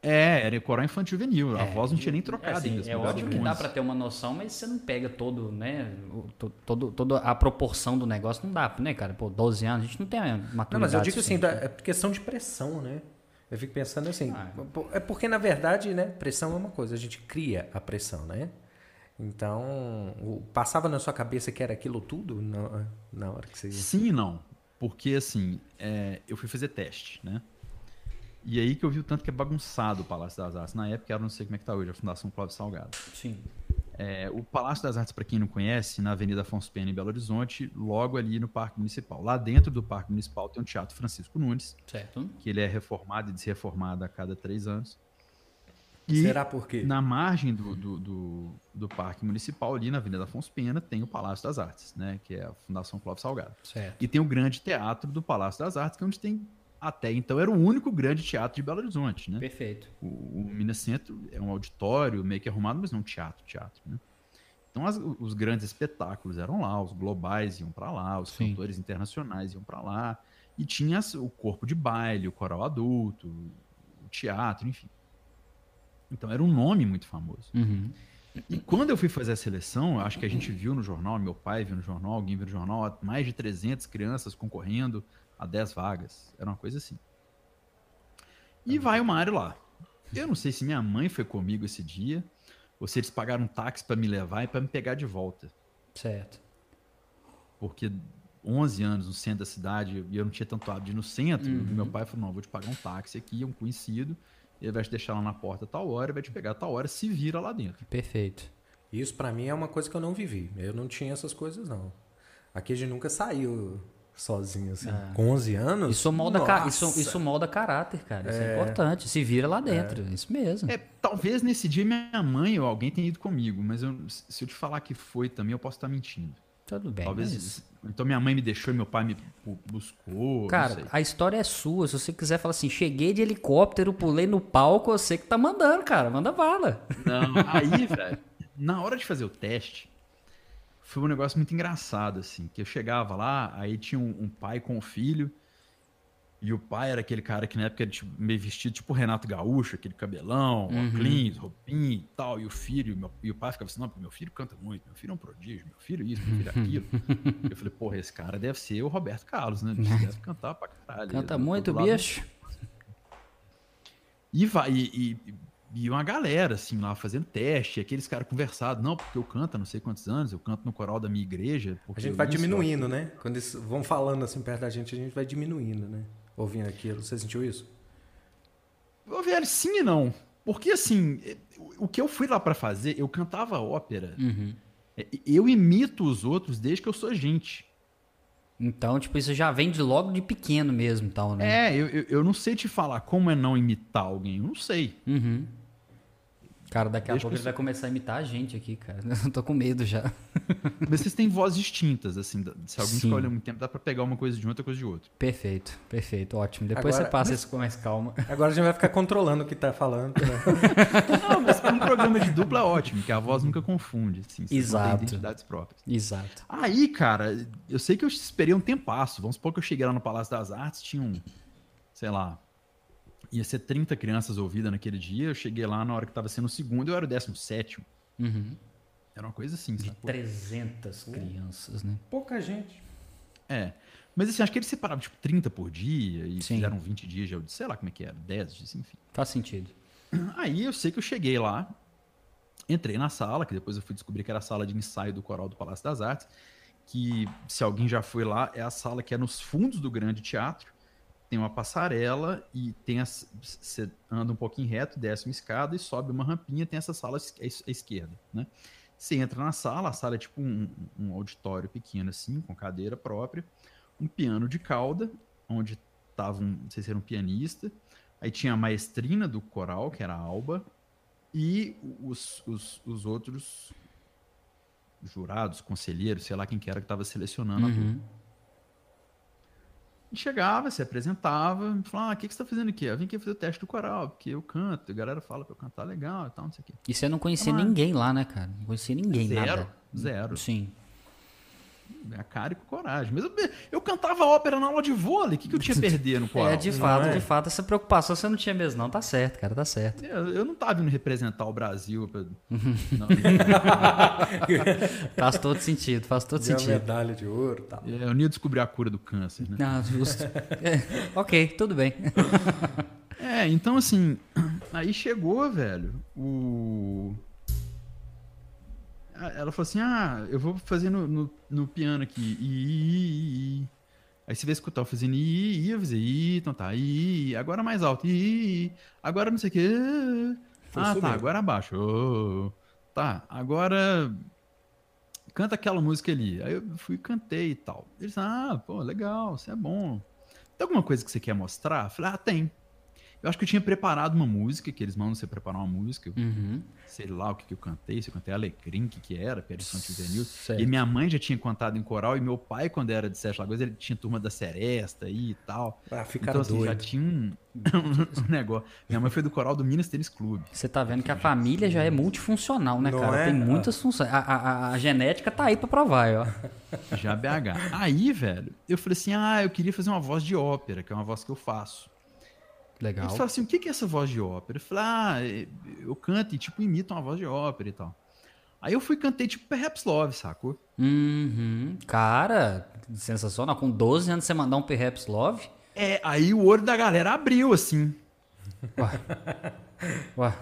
É, era coral infantil juvenil. A voz não tinha nem trocado assim, ainda. eles é mudaram óbvio que dá muito. pra ter uma noção, mas você não pega todo, né? o- to- todo, toda a proporção do negócio não dá, né, cara? Pô, 12 anos, a gente não tem maturidade. Não, mas eu digo assim, suficiente. da, é questão de pressão, né? Eu fico pensando assim, Ah. po- é porque na verdade, né, pressão é uma coisa, a gente cria a pressão, né? Então, o- passava na sua cabeça que era aquilo tudo na, na hora que você... Sim e não. Porque, assim, é, eu fui fazer teste, né? E aí que eu vi o tanto que é bagunçado o Palácio das Artes. Na época, era não sei como é que tá hoje, a Fundação Cláudio Salgado. Sim. É, o Palácio das Artes, para quem não conhece, na Avenida Afonso Pena, em Belo Horizonte, logo ali no Parque Municipal. Lá dentro do Parque Municipal tem o Teatro Francisco Nunes, Certo? que ele é reformado e desreformado a cada três anos. E Será por quê? na margem do, do, do- do Parque Municipal, ali na Avenida Afonso Pena, tem o Palácio das Artes, né, que é a Fundação Clóvis Salgado. Certo. E tem o grande teatro do Palácio das Artes, que é onde tem, até então, era o único grande teatro de Belo Horizonte, né? Perfeito. O, o Minas Centro é um auditório meio que arrumado, mas não teatro, teatro, né? Então as- os grandes espetáculos eram lá, os globais iam pra lá, os Sim. cantores internacionais iam pra lá, e tinha as- o corpo de baile, o coral adulto, o teatro, enfim. Então era um nome muito famoso. Uhum. E quando eu fui fazer a seleção, acho que a gente viu no jornal, meu pai viu no jornal, alguém viu no jornal, mais de 300 crianças concorrendo a 10 vagas. Era uma coisa assim. E vai o Mário lá. Eu não sei se minha mãe foi comigo esse dia, ou se eles pagaram um táxi pra me levar e pra me pegar de volta. Certo. Porque 11 anos no centro da cidade, e eu não tinha tanto hábito de ir no centro, e meu pai falou, não, vou te pagar um táxi aqui, é um conhecido, ele vai te deixar lá na porta a tal hora, vai te pegar a tal hora, se vira lá dentro. Perfeito. Isso pra mim é uma coisa que eu não vivi. Eu não tinha essas coisas, não. Aqui a gente nunca saiu sozinho, assim. Com 11 anos? Isso molda, ca- Nossa! isso, isso molda caráter, cara. Isso é, importante. Se vira lá dentro. Isso mesmo. É, talvez nesse dia minha mãe ou alguém tenha ido comigo, mas eu- se eu te falar que foi também, eu posso estar mentindo. Tudo bem. talvez. É, mas- Então minha mãe me deixou e meu pai me bu- buscou. não Cara, sei. a história é sua. Se você quiser falar assim, cheguei de helicóptero, pulei no palco, eu sei que tá mandando, cara. Manda bala. Não, aí, velho, na hora de fazer o teste, foi um negócio muito engraçado, assim, que eu chegava lá, aí tinha um, um pai com um filho, e o pai era aquele cara que na época era tipo, meio vestido tipo o Renato Gaúcho, aquele cabelão, Uhum. óculos, roupinha e tal, e o filho, meu- e o pai ficava assim, não, porque meu filho canta muito, meu filho é um prodígio, meu filho isso, meu filho é *laughs* aquilo. eu falei, porra, esse cara deve ser o Roberto Carlos, né? Ele deve cantar pra caralho. Canta Do- do muito, lado- bicho. e vai e, e- e uma galera assim lá fazendo teste, aqueles caras conversados, não, porque eu canto há não sei quantos anos, eu canto no coral da minha igreja, A porque gente eu vai isso, diminuindo, né? Quando eles vão falando assim perto da gente, a gente vai diminuindo, né? Ouvindo aquilo. Você sentiu isso? Ô, velho, sim e não. Porque assim, eh, o- o que eu fui lá pra fazer, eu Uhum. É, cantava ópera. Eh, Eu imito os outros desde que eu sou gente. Então, tipo, isso já vem de logo de pequeno mesmo, tal, né? É, eu, eu, eu não sei te falar como é não imitar alguém. Eu não *laughs* sei. Uhum. Cara, daqui a Deixa pouco eu ele vai começar a imitar a gente aqui, cara. *laughs* Eu tô com medo já. Mas vocês têm vozes distintas, assim. da- Se alguém Sim. ficar olhando muito tempo, dá pra pegar uma coisa de uma e outra coisa de outra. Perfeito, perfeito, ótimo. Depois Agora- você passa isso com mais calma. Agora a gente vai ficar controlando o que tá falando. *laughs* né? Não, mas pra um programa de dupla é ótimo, que a voz nunca confunde, assim. vocês mantêm Exato. identidades próprias. Exato. Aí, cara, eu sei que eu esperei um tempasso. Vamos supor que eu cheguei lá no Palácio das Artes, tinha um, sei lá, ia ser 30 crianças ouvidas naquele dia. Eu cheguei lá na hora que tava sendo o segundo, eu era o décimo sétimo. Uhum. Era uma coisa assim, De sabe? 300 crianças, né? Pouca gente. É. Mas assim, acho que eles separavam tipo 30 por dia e Sim. fizeram 20 dias, de audi- sei lá como é que era, 10 dias, enfim. Faz sentido. Aí eu sei que eu cheguei lá, entrei na sala, que depois eu fui descobrir que era a sala de ensaio do Coral do Palácio das Artes, que se alguém já foi lá, é a sala que é nos fundos do grande teatro, tem uma passarela e tem as, você anda um pouquinho reto, desce uma escada e sobe uma rampinha, tem essa sala es- à es- à esquerda, né? Você entra na sala, a sala é tipo um, um auditório pequeno assim, com cadeira própria, um piano de cauda, onde tava um, não sei se era um pianista, Aí tinha a maestrina do coral, que era a Alba, e os, os, os outros jurados, conselheiros, sei lá quem que era que estava selecionando. a turma. Uhum. E Chegava, se apresentava, falava, ah, o que, que você está fazendo aqui? Eu vim aqui fazer o teste do coral, porque eu canto, a galera fala pra eu cantar legal e tal, não sei o quê. E você não conhecia Vamos lá. ninguém lá, né, cara? Não conhecia ninguém, Zero, nada. zero. É Sim. A cara e com coragem. Mas eu, eu cantava ópera na aula de vôlei, o que, que eu tinha a perder no coral? *laughs* É, de fato, é? de fato, essa preocupação você não tinha mesmo, não. Tá certo, cara, tá certo. Eu eu não tava indo representar o *laughs* Brasil. pra- Não, Faz todo sentido, faz *laughs* todo Deu uma sentido. medalha de ouro e tal. É, eu não ia descobrir a cura do câncer, né? Ah, justo. É, ok, tudo bem. É, então assim, aí chegou, velho, o. Ah, Ela falou assim: ah, eu vou fazer no, no, no piano aqui. I, I, I, I. Aí você vai escutar eu fazendo I, I, I, eu fazer I, então tá, I, I, I. agora mais alto, I, I, I. agora não sei o que. Foi Ah, isso tá, mesmo. agora abaixo. Oh. Tá, agora canta aquela música ali. Aí eu fui e cantei e tal. Eles, ah, pô, legal, você é bom. Tem alguma coisa que você quer mostrar? Eu falei, ah, tem. Eu acho que eu tinha preparado uma música, que eles mandam você preparar uma música. Uhum. Sei lá o que, que eu cantei, se eu cantei Alecrim, o que, que era, que era infantil juvenil. Certo. E minha mãe já tinha cantado em coral, e meu pai, quando era de Sete Lagoas, ele tinha turma da Seresta aí e tal. Ah, então, ficaram assim, já doidos. tinha um, *laughs* um negócio. Minha mãe foi do coral do Minas Tênis Clube. Você tá vendo que a família já é multifuncional, né, Não cara? é? Tem muitas funções. A, a- a- a genética tá aí pra provar, ó. Já BH. Aí, velho, eu falei assim: ah, eu queria fazer uma voz de ópera, que é uma voz que eu faço. Legal. Eles falaram assim: o que que é essa voz de ópera? Eu falei: ah, eh, eu canto e, tipo, imito uma voz de ópera e tal. Aí eu fui e cantei, tipo, Perhaps Love, sacou? Uhum. Cara, sensacional. Com 12 anos você mandar um Perhaps Love? É, aí o olho da galera abriu, assim. Ué,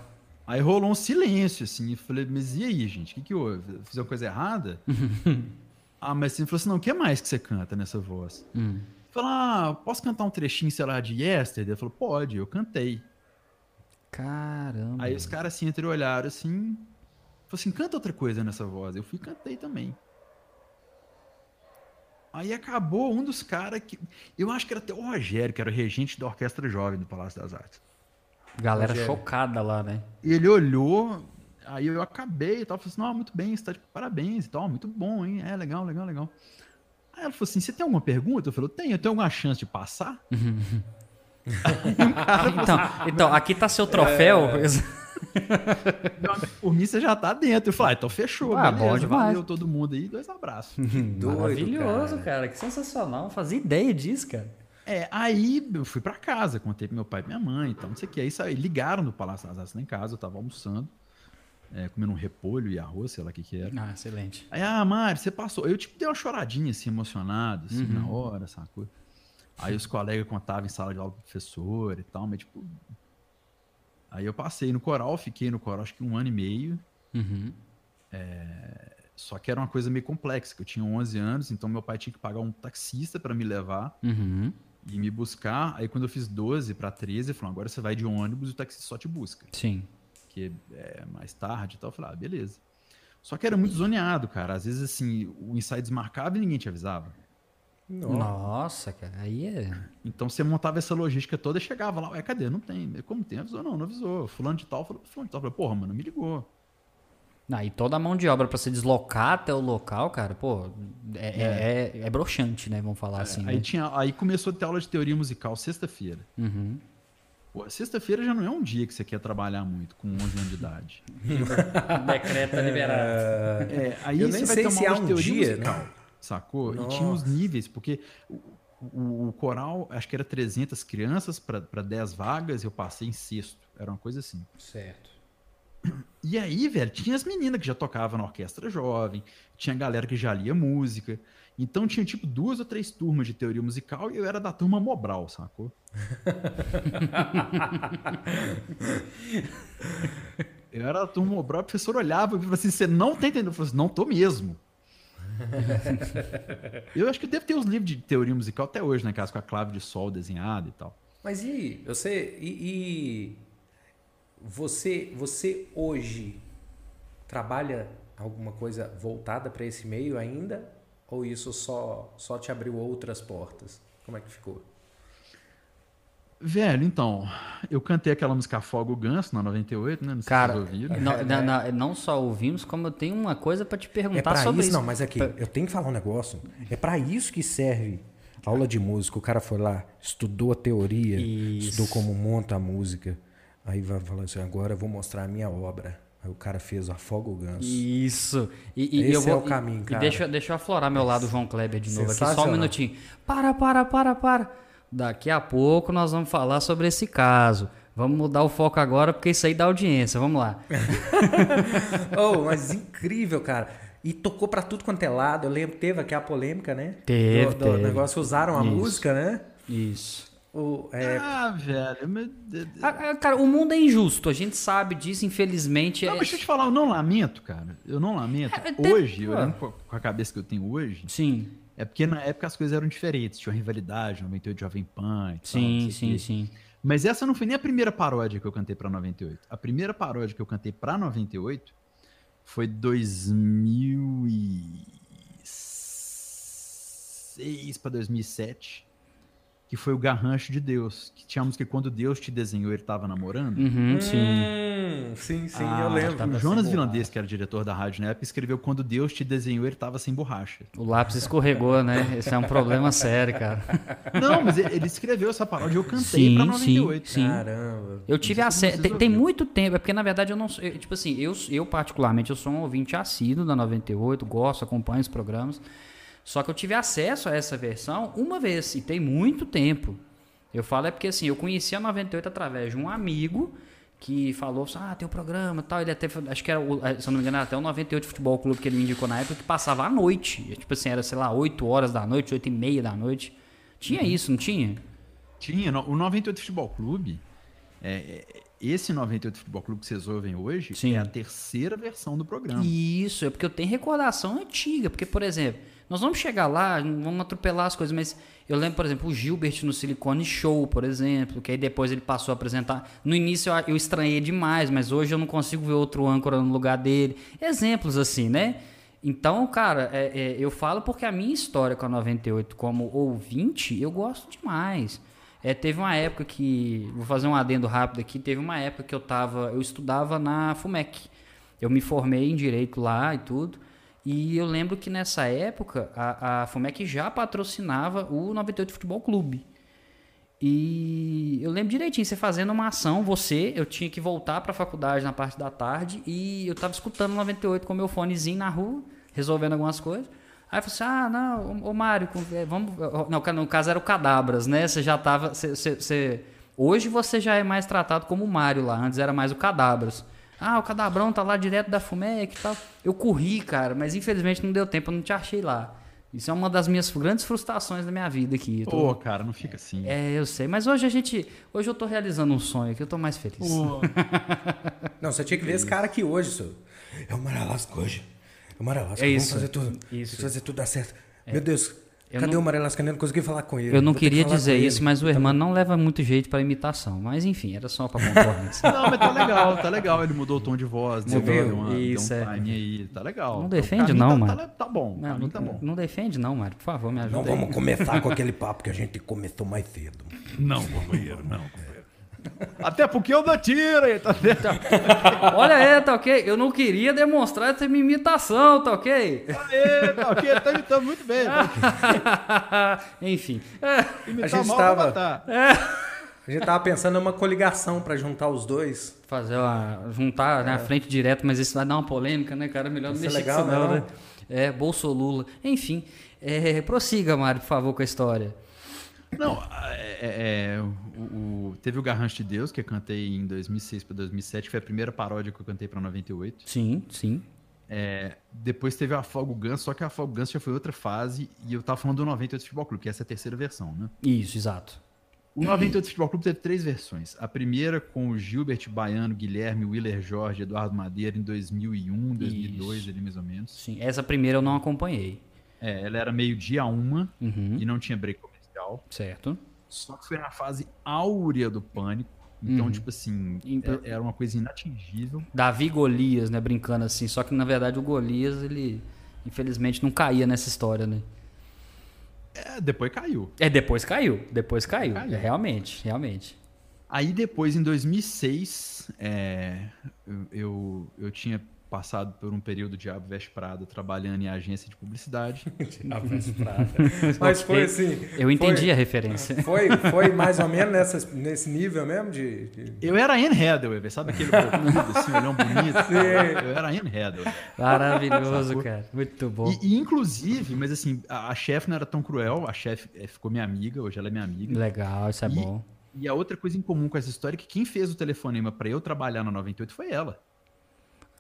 Aí rolou um silêncio, assim. Eu falei, mas e aí, gente? O que, que houve? Fiz uma *laughs* coisa errada? ah, mas você falou assim: não, o que mais que você canta nessa voz? Hum. Falei, ah, posso cantar um trechinho, sei lá, de Yesterday? Ele falou, pode, eu cantei. caramba. Aí os caras assim entreolharam assim. Falou assim, canta outra coisa nessa voz. Eu fui e cantei também. Aí acabou um dos caras que. Eu acho que era até o Rogério, que era o regente da Orquestra Jovem do Palácio das Artes. Galera Rogério. chocada lá, né? Ele olhou, aí eu acabei e tal. Falei assim, não, muito bem, você tá de parabéns e tal, muito bom, hein? É, legal, legal, legal. Aí ela falou assim: você tem alguma pergunta? Eu falei, tenho, eu tenho alguma chance de passar? Então, então aqui tá seu troféu. Então, Por mim, você já tá dentro. Eu falei, ah, então fechou. Ah, beleza, bom demais. Valeu todo mundo aí, dois abraços. doido, Maravilhoso, cara. Que sensacional. Não fazia ideia disso, cara. É, aí eu fui pra casa, contei pro meu pai e minha mãe, então não sei o que. Aí saí, ligaram no Palácio das Artes lá em casa, eu tava almoçando, é, comendo um repolho e arroz, sei lá o que que era. Ah, excelente. Aí, ah, Mário, você passou. Eu, tipo, dei uma choradinha, assim, emocionado, assim, na hora, sacou? Aí os colegas contavam em sala de aula do professor e tal, mas, tipo... Aí eu passei no coral, fiquei no coral acho que um ano e meio, Uhum. só que era uma coisa meio complexa, que eu tinha 11 anos, então meu pai tinha que pagar um taxista pra me levar, Uhum. e me buscar. Aí quando eu fiz 12 pra 13, ele falou: agora você vai de ônibus e o táxi só te busca. Sim. Porque é mais tarde e tal. Eu falei: ah, beleza. Só que era muito zoneado, cara. Às vezes, assim, o ensaio desmarcava e ninguém te avisava. Nossa, cara, aí é. Então você montava essa logística toda e chegava lá, ué, cadê? Não tem. é Como tem? Avisou? Não, não avisou. Fulano de tal falou, fulano de tal. Falei, porra, mano, me ligou. Não, Ah, e toda a mão de obra pra se deslocar até o local, cara, pô, é, é. é- é broxante, né? Vamos falar assim. É, aí, né? tinha, aí começou a ter aula de teoria musical sexta-feira. Uhum. Pô, Sexta-feira já não é um dia que você quer trabalhar muito com 11 anos de idade. *laughs* Decreto liberado. *laughs* É, aí Eu você nem vai sei ter uma se aula há de um teoria dia, musical, né? sacou? E tinha os Nossa. níveis, porque o, o- o coral, acho que era 300 crianças para 10 vagas, eu passei em sexto. Era uma coisa assim. Certo. E aí, velho, tinha as meninas que já tocavam na orquestra jovem, tinha a galera que já lia música. Então tinha tipo duas ou três turmas de teoria musical e eu era da turma Mobral, sacou? eu era da turma Mobral, o professor olhava e falava assim: você não tá entendendo? Eu falei assim, não tô mesmo. eu acho que eu devo ter os livros de teoria musical até hoje, na casa, com a clave de sol desenhada e tal. Mas e você e, e você você hoje trabalha alguma coisa voltada para esse meio ainda ou isso só só te abriu outras portas? Como é que ficou? Velho, então, eu cantei aquela música Fogo Ganso na 98, né? Não sei Cara, se vocês ouviram. Não, não, não- não só ouvimos, como eu tenho uma coisa pra te É perguntar pra sobre isso, isso. não, mas aqui, eu tenho que falar um negócio. É pra isso que serve a aula de música. O cara foi lá, estudou a teoria, Isso. estudou como monta a música. Aí vai falar assim: agora eu vou mostrar a minha obra. Aí o cara fez Afoga o Ganso. Isso. E, e Esse eu vou, é o caminho, e- e cara. deixa, deixa eu aflorar meu lado João Kleber de novo aqui, só um Sensacional. minutinho. Para, para, para, para. Daqui a pouco nós vamos falar sobre esse caso. Vamos mudar o foco agora, porque isso aí dá audiência. Vamos lá. *laughs* Oh, mas incrível, cara. E tocou pra tudo quanto é lado. Eu lembro, teve aqui a polêmica, né? Teve, do, do teve. negócio, usaram a Isso. música, né? Isso. O, é, Ah, velho, mas... Ah, ah, Cara, o mundo é injusto. A gente sabe disso, infelizmente. Não, é- mas deixa eu te falar, eu não lamento, cara. Eu não lamento. É, tem- Hoje, pô. olhando com a- com a cabeça que eu tenho hoje, Sim, é porque na época as coisas eram diferentes. Tinha uma rivalidade, 98 Jovem Pan e tal, sim, não sei o sim, quê. sim. Mas essa não foi nem a primeira paródia que eu cantei pra 98. A primeira paródia que eu cantei pra 98 foi 2006 pra 2007, que foi o Garrancho de Deus, que tinha a música Quando Deus Te Desenhou, Ele Tava Namorando. Uhum, sim. Hum, sim, sim, Ah, eu lembro. tá, o Jonas Vilandês, que era diretor da rádio na época, escreveu Quando Deus te desenhou, ele tava sem borracha. O lápis escorregou, né? Esse é um problema sério, cara. Não, mas ele ele escreveu essa paródia, eu cantei Sim, pra 98. sim, sim. Caramba. Eu tive Isso acesso. vocês Tem, tem ouviram. muito tempo, é porque na verdade eu não. sou- eu, tipo assim, eu, eu particularmente eu sou um ouvinte assíduo da 98, gosto, acompanho os programas. Só que eu tive acesso a essa versão uma vez, e tem muito tempo. Eu falo é porque assim, eu conheci a 98 através de um amigo que falou assim: ah, tem um programa e tal. Ele até, fa- acho que era, o- eh, se eu não me engano, era até o 98 Futebol Clube que ele me indicou na época, que passava à noite. E, Tipo assim, era, sei lá, 8 horas da noite, 8 e meia da noite. Tinha isso, não tinha? Tinha, no- o 98 Futebol Clube, é, é, esse 98 Futebol Clube que vocês ouvem hoje, Sim. é a terceira versão do programa. Isso, é porque eu tenho recordação antiga. Porque, por exemplo, nós vamos chegar lá, não vamos atropelar as coisas, mas eu lembro, por exemplo, o Gilbert no Silicone Show, por exemplo, que aí depois ele passou a apresentar. No início eu, eu estranhei demais, mas hoje eu não consigo ver outro âncora no lugar dele. Exemplos assim, né? Então, cara, é- é, eu falo porque a minha história com a 98 como ouvinte, eu gosto demais. É, teve uma época que. Vou fazer um adendo rápido aqui. Teve uma época que eu tava. Eu estudava na FUMEC. Eu me formei em direito lá e tudo. E eu lembro que nessa época a, a FUMEC já patrocinava o 98 Futebol Clube. E eu lembro direitinho, você fazendo uma ação, você, eu tinha que voltar pra faculdade na parte da tarde e eu tava escutando 98 com meu fonezinho na rua, resolvendo algumas coisas. Aí eu falei assim: ah, não, ô, ô Mário, com- é, vamos. ó, Não, ca- no caso era o Cadabras, né? Você já tava. você- você- você- Hoje você já é mais tratado como o Mário lá, antes era mais o Cadabras. Ah, o Cadabrão tá lá direto da Fumec e tal. Eu corri, cara, mas infelizmente não deu tempo, eu não te achei lá. Isso é uma das minhas grandes frustrações da minha vida aqui. Eu tô- Ô, cara, não fica assim. então- é, eu sei, mas hoje a gente. Hoje eu tô realizando um sonho que eu tô mais feliz. Ô, Não, você tinha que ver esse cara aqui hoje, senhor. É o Maralasco hoje. É o Maralasco. É Vamos isso. fazer tudo. Isso. É. Vamos fazer tudo dar certo. Meu Deus. Eu Cadê não- o Marelas Canelo? Não consegui falar com ele. Eu não Vou ter que queria falar dizer com isso, ele. tá mas o irmão não leva muito jeito para imitação. Mas enfim, era só para concordância. Não, mas *laughs* tá legal, tá legal. Ele mudou o tom de voz, né? Mudou. Deu, uma, Isso, deu um é. time aí, tá legal. Não Então, o defende caminho não, tá, mano. Tá, tá bom, o Não, caminho não, tá bom. não defende não, Mário. Por favor, me ajuda. Não aí. vamos começar com aquele papo que a gente começou mais cedo. Não, companheiro, não. companheiro. Até porque eu dou tiro, aí, tá vendo? Olha aí, tá ok? Eu não queria demonstrar essa minha imitação, tá ok? Aê, tá ok, ele tá imitando muito bem. né? Enfim. Imitar A gente mal tava- pra matar. A gente tava pensando numa coligação pra juntar os dois. fazer uma, juntar na frente direto, mas isso vai dar uma polêmica, né, cara? Melhor não É. Isso é mexer com legal, isso não, né? não. É, Bolsolula. Enfim, é, prossiga, Mário, por favor, com a história. Não, é, é, o- o- teve o Garrancho de Deus, que eu cantei em 2006 pra 2007, que foi a primeira paródia que eu cantei pra 98. Sim, sim. É, depois teve o Afogo Ganso, só que o Afogo Ganso já foi outra fase, e eu tava falando do 98 Futebol Clube, que essa é a terceira versão, né? Isso, exato. O 98 Futebol Clube teve três versões. A primeira com o Gilbert Baiano, Guilherme, Willer Jorge, Eduardo Madeira em 2001, 2002, Isso. ali mais ou menos. Sim, essa primeira eu não acompanhei. É, ela era meio-dia a uma Uhum, e não tinha break comercial. certo. Só que foi na fase áurea do pânico. Então, tipo assim, Impre- é- era uma coisa inatingível. Davi e Golias, né, brincando assim, só que na verdade o Golias, ele infelizmente não caía nessa história, né? É, depois caiu. É, depois caiu, depois caiu. Caiu. É, realmente, realmente. Aí depois, em 2006, é, eu- eu, eu tinha passado por um período de Diabo Veste Prada trabalhando em agência de publicidade. *laughs* Mas foi assim. Eu entendi a *laughs* referência. Foi, foi mais ou menos nessa- nesse nível mesmo de. de- Eu era Anne Hathaway, velho. sabe aquele bocudo, assim, olhão bonito? Eu era Anne Hathaway. Maravilhoso, cara. Muito bom. E, e, inclusive, mas assim, a, a chefe não era tão cruel, a chefe eh, ficou minha amiga, hoje ela é minha amiga. Legal, isso é E- bom. E a outra coisa em comum com essa história é que quem fez o telefonema pra eu trabalhar na 98 foi ela.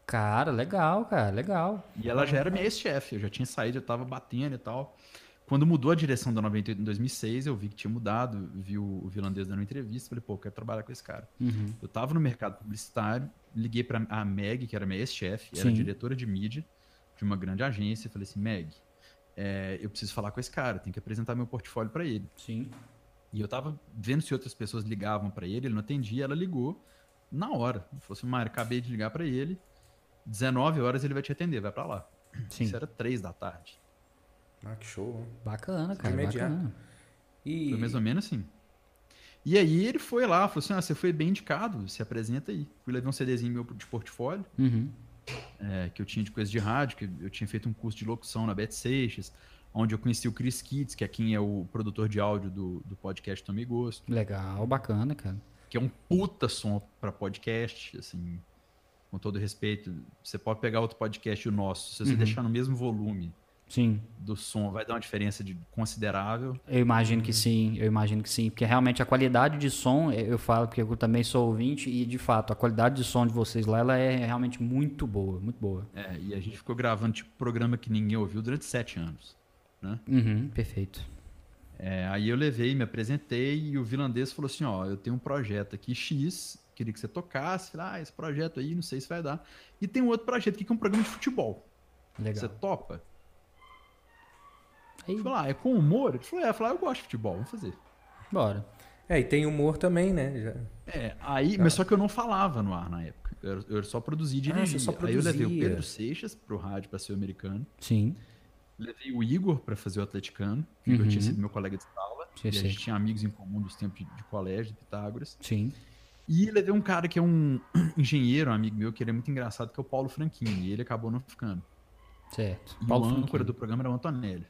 Cara, legal, cara, legal. E ela já era minha ex-chefe, eu já tinha saído, eu tava batendo e tal. Quando mudou a direção da 98 em 2006, eu vi que tinha mudado, vi o, o Vilandês dando uma entrevista, falei, pô, eu quero trabalhar com esse cara. Uhum. Eu tava no mercado publicitário, liguei pra a Meg, que era minha ex-chefe, era Sim. diretora de mídia de uma grande agência, e falei assim, Meg, é, eu preciso falar com esse cara, tenho que apresentar meu portfólio pra ele. Sim. E eu tava vendo se outras pessoas ligavam pra ele, ele não atendia, ela ligou na hora. Ela Falou assim, Mário, acabei de ligar pra ele, 19 horas ele vai te atender, vai pra lá. Sim. Isso era 3 da tarde. Ah, que show. Bacana, cara. imediato. Bacana. E, Foi mais ou menos assim. E aí ele foi lá, falou assim, ah, você foi bem indicado, se apresenta aí. Fui levar um CDzinho meu de portfólio, Uhum. é, que eu tinha de coisa de rádio, que eu tinha feito um curso de locução na Bet Seixas, onde eu conheci o Chris Kitts, que é quem é o produtor de áudio do, do podcast Tomei Gosto. Legal, bacana, cara. que é um puta som pra podcast, assim, com todo respeito, você pode pegar outro podcast e o nosso, Uhum. se você deixar no mesmo volume Sim. do som, vai dar uma diferença de- considerável. Eu imagino que sim, eu imagino que sim, porque realmente a qualidade de som, eh, eu falo porque eu também sou ouvinte e de fato a qualidade de som de vocês lá ela é realmente muito boa, muito boa. É, e a gente ficou gravando tipo programa que ninguém ouviu durante sete anos. Né? Uhum, perfeito. É, aí eu levei, me apresentei e o vilandês falou assim: ó, eu tenho um projeto aqui X, queria que você tocasse. Falei, ah, esse projeto aí, não sei se vai dar. E tem um outro projeto aqui que é um programa de futebol. Você Legal. topa? Aí, Eu falei, ah, é com humor? Ele falou, é, eu, falei, ah, eu gosto de futebol, vamos fazer. bora. É, e tem humor também, né? Já- É, aí, mas só que eu não falava no ar na época. Eu, era- eu só produzia e Ah, você dirigia. só Aí eu levei o produzia. Pedro Seixas pro rádio pra ser o americano. Sim. Levei o Igor pra fazer o atleticano, que Uhum. eu tinha sido meu colega de sala. Sim, e a sim. gente tinha amigos em comum dos tempos de, de colégio, de Pitágoras. Sim. E levei um cara que é um *clears throat* engenheiro, um amigo meu, que ele é muito engraçado, que é o Paulo Franquini. E ele acabou não ficando. Certo. E Paulo o âncora Franquinho. do programa era o Antonelli.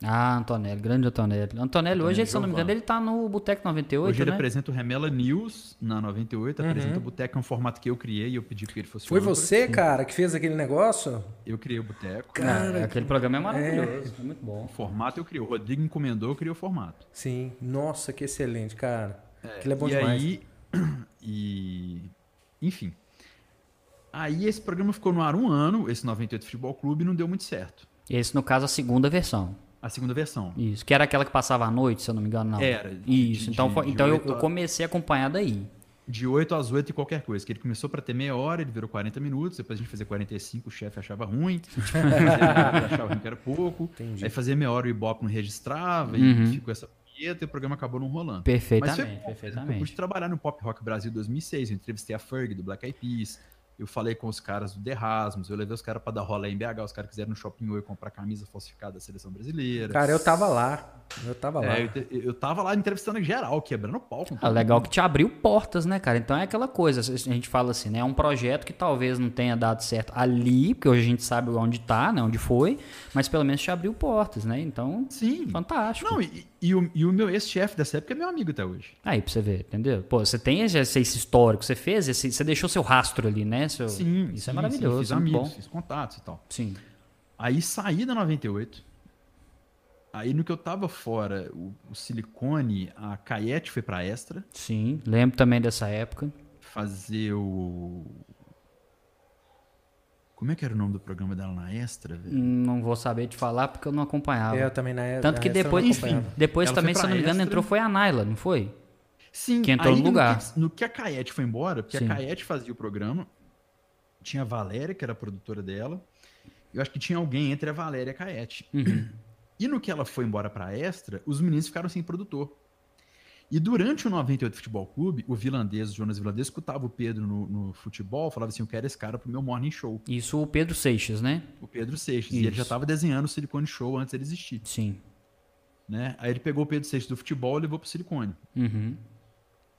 Ah, Antonelli, grande Antonelli. Antonelli hoje, Antonelli se eu não me engano, Giovanni. ele tá no Boteco 98, Hoje ele é né? apresenta o Remela News na 98, apresenta o Boteco, é um formato que eu criei e eu pedi que ele fosse o Foi âncora. você, cara, que fez aquele negócio? Eu criei o Boteco. É, aquele programa é maravilhoso, é muito bom. O formato eu criei. O Rodrigo encomendou, eu criei o formato. Sim. Nossa, que excelente, cara. Aquilo é bom e demais. aí, *clears throat* e enfim. Aí esse programa ficou no ar um ano, esse 98 Futebol Clube, e não deu muito certo. Esse, no caso, a segunda versão. A segunda versão. Isso, que era aquela que passava à noite, se eu não me engano, não. Era, de- Isso, de- então, de- foi- de então eu, oito eu a- comecei a acompanhar daí. de 8 às 8 e qualquer coisa. Que ele começou para ter meia hora, ele virou 40 minutos, depois a gente fazia 45, o chefe achava ruim, *laughs* achava que era pouco. Entendi. Aí fazia meia hora o Ibope não registrava Uhum. e ficou essa punheta e o programa acabou não rolando. Perfeitamente, Mas foi bom, Eu pude perfeitamente. trabalhar no Pop Rock Brasil 2006, eu entrevistei a Ferg do Black Eyed Peas, eu falei com os caras do Derrasmos, eu levei os caras pra dar rolê em BH, os caras quiseram no Shopping Oi comprar camisa falsificada da seleção brasileira. Cara, eu tava lá. Eu tava lá. É, eu, te- eu tava lá entrevistando geral, quebrando o palco. Ah, legal que te abriu portas, né, cara? Então é aquela coisa, a gente fala assim, né? É um projeto que talvez não tenha dado certo ali, porque hoje a gente sabe onde tá, né? Onde foi, mas pelo menos te abriu portas, né? Então, Sim. fantástico. Não, e, e o, e o meu ex-chefe dessa época é meu amigo até hoje. Aí pra você ver, entendeu? Pô, você tem esse, esse histórico, você fez, esse- você deixou seu rastro ali, né? Seu- isso é maravilhoso, fiz é muito amigos, bom. fiz contatos e tal. Sim. Aí saí da 98. Aí no que eu tava fora, o, o silicone, a Caiete foi pra Extra Sim, lembro também dessa época. fazer o. Como é que era o nome do programa dela na Extra, velho? Não vou saber te falar porque eu não acompanhava. É, Eu também né? É, na época. Tanto que depois, Enfim. depois Ela também, foi se eu pra não me engano, Extra. entrou foi a Naila, não foi? Sim, Que entrou aí no lugar. que- no que a Caiete foi embora, porque Sim. a Caiete fazia o programa, tinha a Valéria, que era a produtora dela, eu acho que tinha alguém entre a Valéria e a Caiete. Uhum. E no que ela foi embora pra Extra, os meninos ficaram sem produtor. E durante o 98 Futebol Clube, o Vilandês, o Jonas Vilandês, escutava o Pedro no, no futebol, falava assim, eu quero esse cara pro meu morning show, Isso o Pedro Seixas, né? o Pedro Seixas. E Isso. ele já tava desenhando o Silicone Show antes dele existir, Sim. né? Aí ele pegou o Pedro Seixas do futebol e levou pro Silicone. Uhum.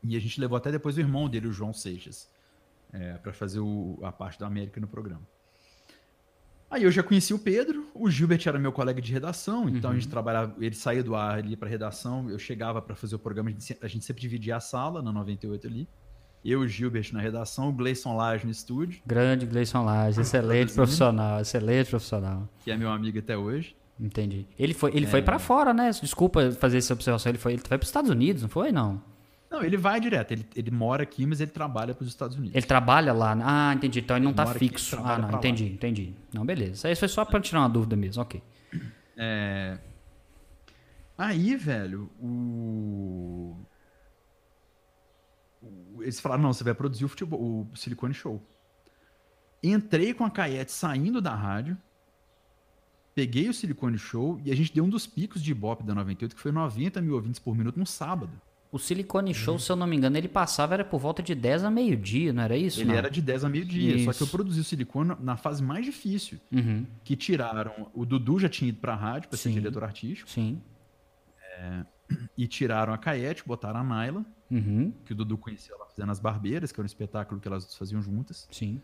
E a gente levou até depois o irmão dele, o João Seixas, é, para fazer o- a parte da América no programa. Aí eu já conheci o Pedro, o Gilbert era meu colega de redação, então a gente trabalhava, ele saía do ar ali para redação, eu chegava para fazer o programa, a gente, se- a gente sempre dividia a sala na 98 ali. Eu, o Gilbert na redação, o Gleison Lage no estúdio, Grande Gleison Ah, Lage, excelente profissional, excelente profissional. que é meu amigo até hoje. Entendi. Ele foi, ele É. foi para fora, né? Desculpa fazer essa observação. Ele foi, ele foi para os Estados Unidos, não foi? Não. Não, ele vai direto, ele, ele mora aqui, mas ele trabalha para os Estados Unidos. Ele trabalha lá. né? Ah, entendi. Então ele não tá mora aqui, ele fixo. trabalha Ah, não, pra lá. entendi, entendi. Não, beleza. Isso foi só para tirar uma dúvida mesmo. OK. Aí, velho, o... o- Eles falaram, não, você vai produzir o futebol, o Silicone Show. Entrei com a Caiete saindo da rádio, peguei o Silicone Show e a gente deu um dos picos de Ibope da 98, que foi 90 mil ouvintes por minuto num sábado. O Uhum. Silicone Show, se eu não me engano, ele passava era por volta de 10 a meio-dia, não era isso? Ele não? era de 10 a meio-dia, só Isso. que eu produzi o Silicone na fase mais difícil, Uhum. que tiraram... O Dudu já tinha ido pra rádio pra ser Sim. diretor artístico, Sim. e tiraram a Caiete, botaram a Naila, Uhum. que o Dudu conheceu ela fazendo as Barbeiras, que era um espetáculo que elas faziam juntas. Sim.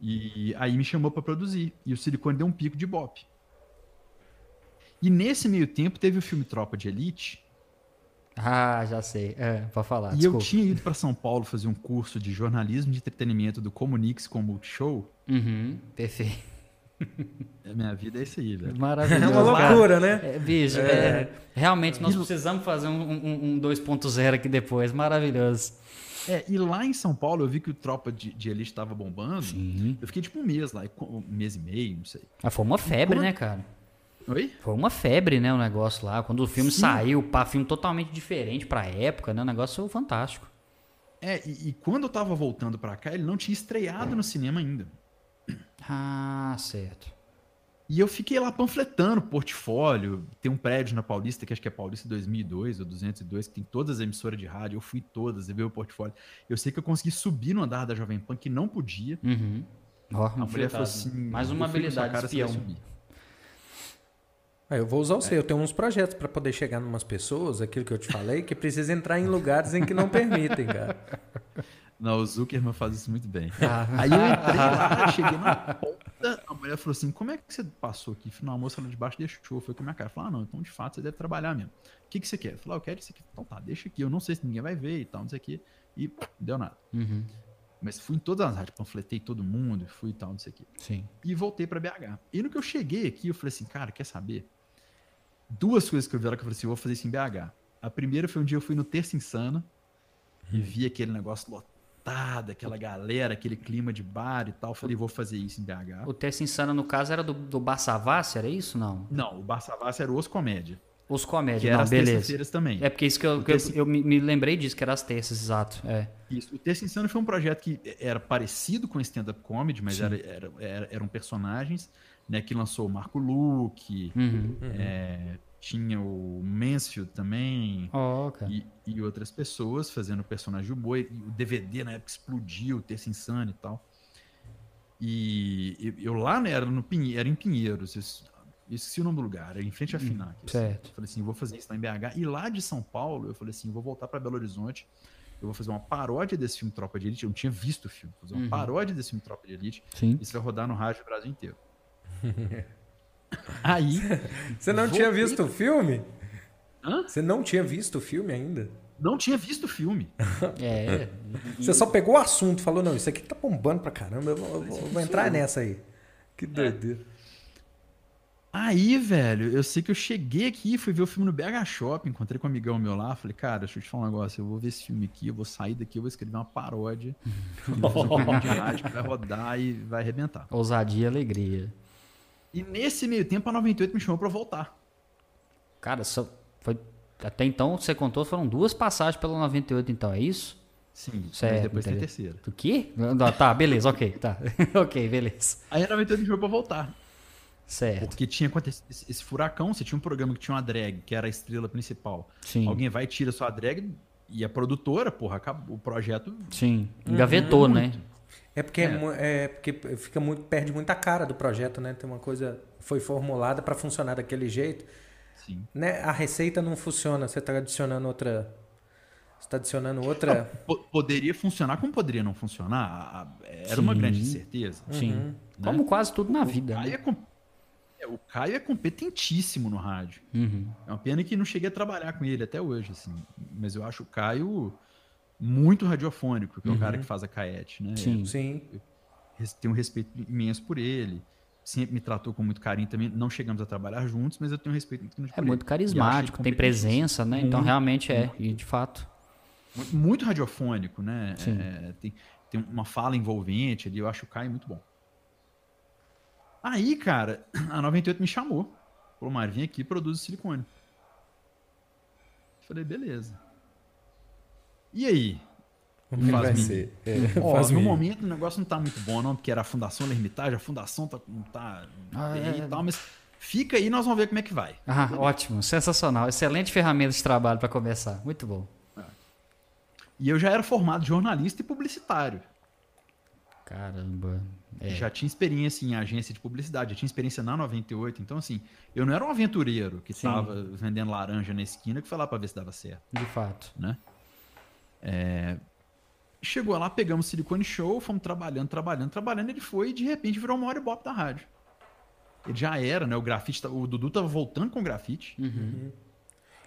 E aí me chamou pra produzir. E o Silicone deu um pico de bop. E nesse meio tempo teve o filme Tropa de Elite. Ah, já sei. É, pra falar, e eu desculpa. tinha ido pra São Paulo fazer um curso de jornalismo de entretenimento do Comunix com o Multishow. Uhum. *laughs* Perfeito. A minha vida é isso aí, velho. Maravilhoso. É uma cara. loucura, né? É, bicho, é, realmente nós precisamos fazer um, um, um 2.0 aqui depois. Maravilhoso. É, e lá em São Paulo eu vi que o Tropa de, de Elite tava bombando. Sim. Eu fiquei tipo um mês lá, um mês e meio, não sei. Ah, foi uma febre, Quando- né, cara? Oi? Foi uma febre, né, o negócio lá. Quando o filme Sim. saiu, pá, filme totalmente diferente pra época, né? Um negócio fantástico. É, e, e quando eu tava voltando pra cá, ele não tinha estreado no cinema ainda. Ah, certo. E eu fiquei lá panfletando portfólio. Tem um prédio na Paulista, que acho que é Paulista 2002 ou 202, que tem todas as emissoras de rádio. Eu fui em todas, eu vi o portfólio. Eu sei que eu consegui subir no andar da Jovem Pan, que não podia. Uhum. Ó, A mulher infiltrado. falou assim: Mais uma "Eu fui com sua habilidade de cara, você vai *laughs* espião. subir." Ah, eu vou usar o seu. Eu tenho uns projetos pra poder chegar em umas pessoas, aquilo que eu te falei, que precisa entrar em lugares em que não permitem, cara. Não, o Zuckerman faz isso muito bem. Ah. Aí eu entrei lá, *laughs* cheguei na porta, a mulher falou assim: como é que você passou aqui? Falei, não, a moça lá de baixo deixou, foi com a minha cara. Eu Falei, ah, não, então de fato você deve trabalhar mesmo. O que, que você quer? Eu Falei, ah, eu quero isso aqui. Então tá, deixa aqui, eu não sei se ninguém vai ver e tal, não sei o quê. E deu nada. Uhum. Mas fui em todas as rádios, panfletei todo mundo, fui e tal, não sei o quê. Sim. E voltei pra BH. E no que eu cheguei aqui, eu falei assim, cara, quer saber? Duas coisas que eu vi lá que eu falei assim, eu vou fazer isso em BH. A primeira foi um dia eu fui no Terça Insana Hum. e vi aquele negócio lotado, aquela galera, aquele clima de bar e tal. Eu Falei, vou fazer isso em BH. O Tessa Insana, no caso, era do, do Bar Savassi, era isso? Não. Não, o Bar Savassi era o Os Comédia. Os comédias, Que era não, às beleza. terças-feiras também. É porque isso que eu, que eu, eu me, me lembrei disso, que era as terças, exato. É. Isso. O Terça Insano foi um projeto que era parecido com stand-up comedy, mas era, era- era- eram personagens, né? Que lançou o Marco Luque, Uhum. é, tinha o Mansfield também, Ó, cara. e, e outras pessoas fazendo o personagem do boi. E o DVD na época explodiu, o Terça Insano e tal. E eu, eu lá, né, era, no Pinhe- era em Pinheiros, eu es- eu esqueci o nome do lugar, era em frente à FINAC. assim. Hum, certo. Eu falei assim, vou fazer isso lá em BH. E lá de São Paulo, eu falei assim, vou voltar para Belo Horizonte, eu vou fazer uma paródia desse filme Tropa de Elite. Eu não tinha visto o filme, vou fazer uma Uhum. paródia desse filme Tropa de Elite. Sim. Isso vai rodar no rádio do *laughs* Brasil inteiro. Aí, Você não Vou tinha ter- visto o filme? Hã? Você não tinha visto o filme ainda? não tinha visto o filme. É. Você só pegou o assunto, falou, não, isso aqui tá bombando pra caramba, eu vou, eu vou- eu vou entrar nessa aí. Que doideira. Aí, velho, eu sei que eu cheguei aqui, fui ver o filme no BH Shopping, encontrei com um amigão meu lá, falei, cara, deixa eu te falar um negócio, eu vou ver esse filme aqui, eu vou sair daqui, eu vou escrever uma paródia, e vou fazer um *laughs* filme de rádio que vai rodar e vai arrebentar. Ousadia e alegria. E nesse meio tempo, a 98 me chamou pra eu voltar. Cara, só- foi, até então você contou, foram duas passagens pela 98, então, é isso? Sim, Certo, mas depois tem a entendi. terceira. Do quê? Não, tá, beleza, ok, tá. *laughs* ok, beleza. Aí a 98 me chamou pra eu voltar, Certo. porque tinha acontecido esse esse furacão, você tinha um programa que tinha uma drag, que era a estrela principal. Sim. Alguém vai e tira sua drag, e a produtora, porra, acabou, o projeto Sim. Engavetou, né? É porque, é. mu- é porque fica muito, perde muita cara do projeto, né? Tem uma coisa foi formulada pra funcionar daquele jeito, Sim. né? A receita não funciona, você tá adicionando outra você tá adicionando outra Po- Poderia funcionar, como poderia não funcionar? A- a- Era uma Sim. grande incerteza. Sim. Como quase tudo na Uhum. vida, Caio né? é com- é, o Caio é competentíssimo no rádio. Uhum. É uma pena que não cheguei a trabalhar com ele até hoje, assim. Mas eu acho o Caio muito radiofônico, que é o cara que faz a Caete, né? Uhum. Sim. Sim. Eu tenho um respeito imenso por ele. Sempre me tratou com muito carinho também. Não chegamos a trabalhar juntos, mas eu tenho um respeito muito grande É por ele. muito E acho ele carismático, tem competentíssimo. presença, né? Então Muito, realmente é, e de fato. Mu- Muito radiofônico, né? Sim. É, tem, tem uma fala envolvente ali, eu acho o Caio muito bom. Aí, cara, a 98 me chamou. Falou, Mário, vem aqui e produz o silicone. Falei, beleza. E *laughs* aí? Como que Faz vai mim. ser? É, Ó, faz no mim. momento o negócio não tá muito bom, não, porque era a Fundação Lermitage, a Fundação tá, não tá Ah, bem é. e tal, mas fica aí nós vamos ver como é que vai. Ah, ótimo, sensacional. Excelente ferramenta de trabalho para começar. Muito bom. E eu já era formado jornalista e publicitário. Caramba. É. Já tinha experiência em agência de publicidade, já tinha experiência na 98. Então, assim, eu não era um aventureiro que Sim. estava vendendo laranja na esquina que foi lá para ver se dava certo. né? É, De fato. Chegou lá, pegamos Silicone Show, fomos trabalhando, trabalhando, trabalhando. Ele foi e de repente virou uma hora e bop da rádio. Ele já era, né? O grafite, tá- o Dudu tava voltando com o grafite. Uhum.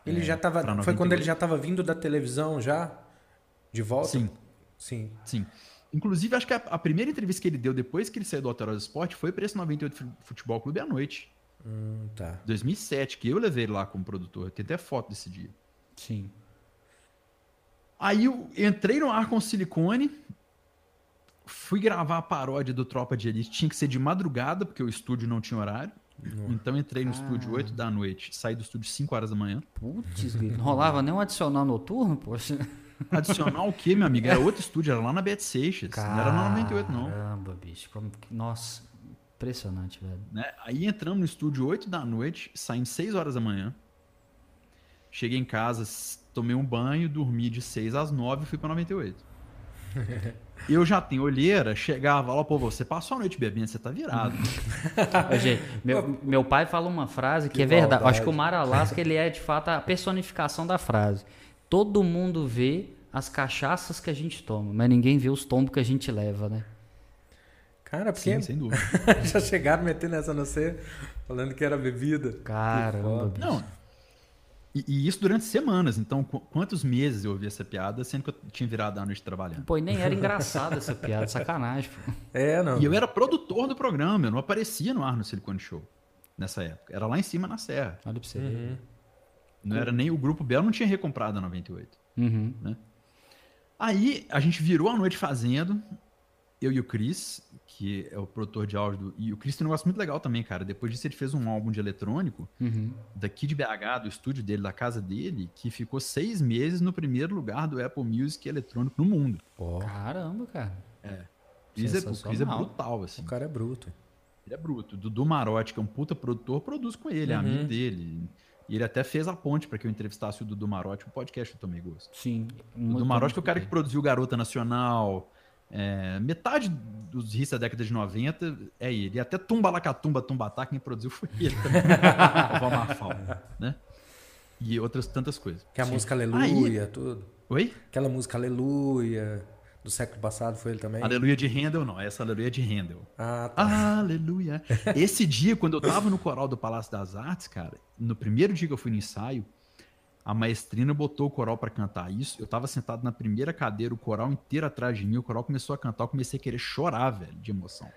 Ele já tava É, pra foi quando 98. ele já tava vindo da televisão já de volta? Sim. Sim. Sim. Inclusive, acho que a, a primeira entrevista que ele deu depois que ele saiu do Alterosa Esporte foi para esse 98 Fu- Futebol Clube à noite, Hum, tá. 2007, que eu levei ele lá como produtor. Tem até foto desse dia. Sim. Aí eu entrei no ar com silicone, fui gravar a paródia do Tropa de Elite. Tinha que ser de madrugada, porque o estúdio não tinha horário. Então entrei no estúdio 8 da noite, saí do estúdio 5 horas da manhã. Putz, grilo, não rolava nem um adicional noturno, poxa. Adicional o quê, meu amigo? Era outro estúdio, era lá na Bet Seixas. Não era na 98, não. Caramba, bicho. como que- Nossa, impressionante, velho. né? Aí entramos no estúdio 8 da noite, saímos 6 horas da manhã. Cheguei em casa, s- tomei um banho, dormi de 6 às 9 e fui pra 98. Eu já tenho olheira, chegava lá, pô, você passou a noite bebendo, você tá virado. Ô, gente, meu, meu pai fala uma frase que, Que é verdade. maldade. Acho que o Maralasca ele é de fato a personificação da frase. Todo mundo vê as cachaças que a gente toma, mas ninguém vê os tombos que a gente leva, né? Cara, porque Sim, *laughs* sem dúvida. já chegaram metendo essa no você falando que era bebida. Caramba, bicho. Não. E, e isso durante semanas, então qu- quantos meses eu ouvi essa piada, sendo que eu tinha virado a noite trabalhando. Pô, e nem era engraçada essa piada, sacanagem, pô. É, não. E eu era produtor do programa, eu não aparecia no ar no Silicone Show nessa época. Era lá em cima na Serra. Olha pra você ver. Não era nem o Grupo Belo, não tinha recomprado a 98. Uhum. Aí a gente virou a noite fazendo. eu e o Chris, que é o produtor de áudio. Do... E o Chris tem um negócio muito legal também, cara. Depois disso, ele fez um álbum de eletrônico Uhum. daqui de BH, do estúdio dele, da casa dele, que ficou seis meses no primeiro lugar do Apple Music eletrônico no mundo. Ó, Caramba, cara. O Chris é, o Chris é Sensacional. brutal, assim. o cara é bruto. Ele é bruto. Dudu Marotti, que é um puta produtor, produz com ele, é amigo dele. E ele até fez a ponte pra que eu entrevistasse o Dudu Marotti, o podcast do Tomei Gosto. Sim. O muito Dudu Marotti que é o cara que bom. produziu Garota Nacional. é, metade dos hits da década de 90 é ele. E até Tumba Lacatumba, Tumbatá, quem produziu foi ele *laughs* também. o Vamafal, né? E outras tantas coisas. Que a música Aleluia, tudo. Oi? Aquela música Aleluia do século passado foi ele também? Aleluia de Handel, não. Essa é Aleluia de Handel. Ah, tá. Aleluia. Esse dia, quando eu tava no coral do Palácio das Artes, cara, no primeiro dia que eu fui no ensaio, a maestrina botou o coral pra cantar isso. Eu tava sentado na primeira cadeira, o coral inteiro atrás de mim, o coral começou a cantar, eu comecei a querer chorar, velho, de emoção.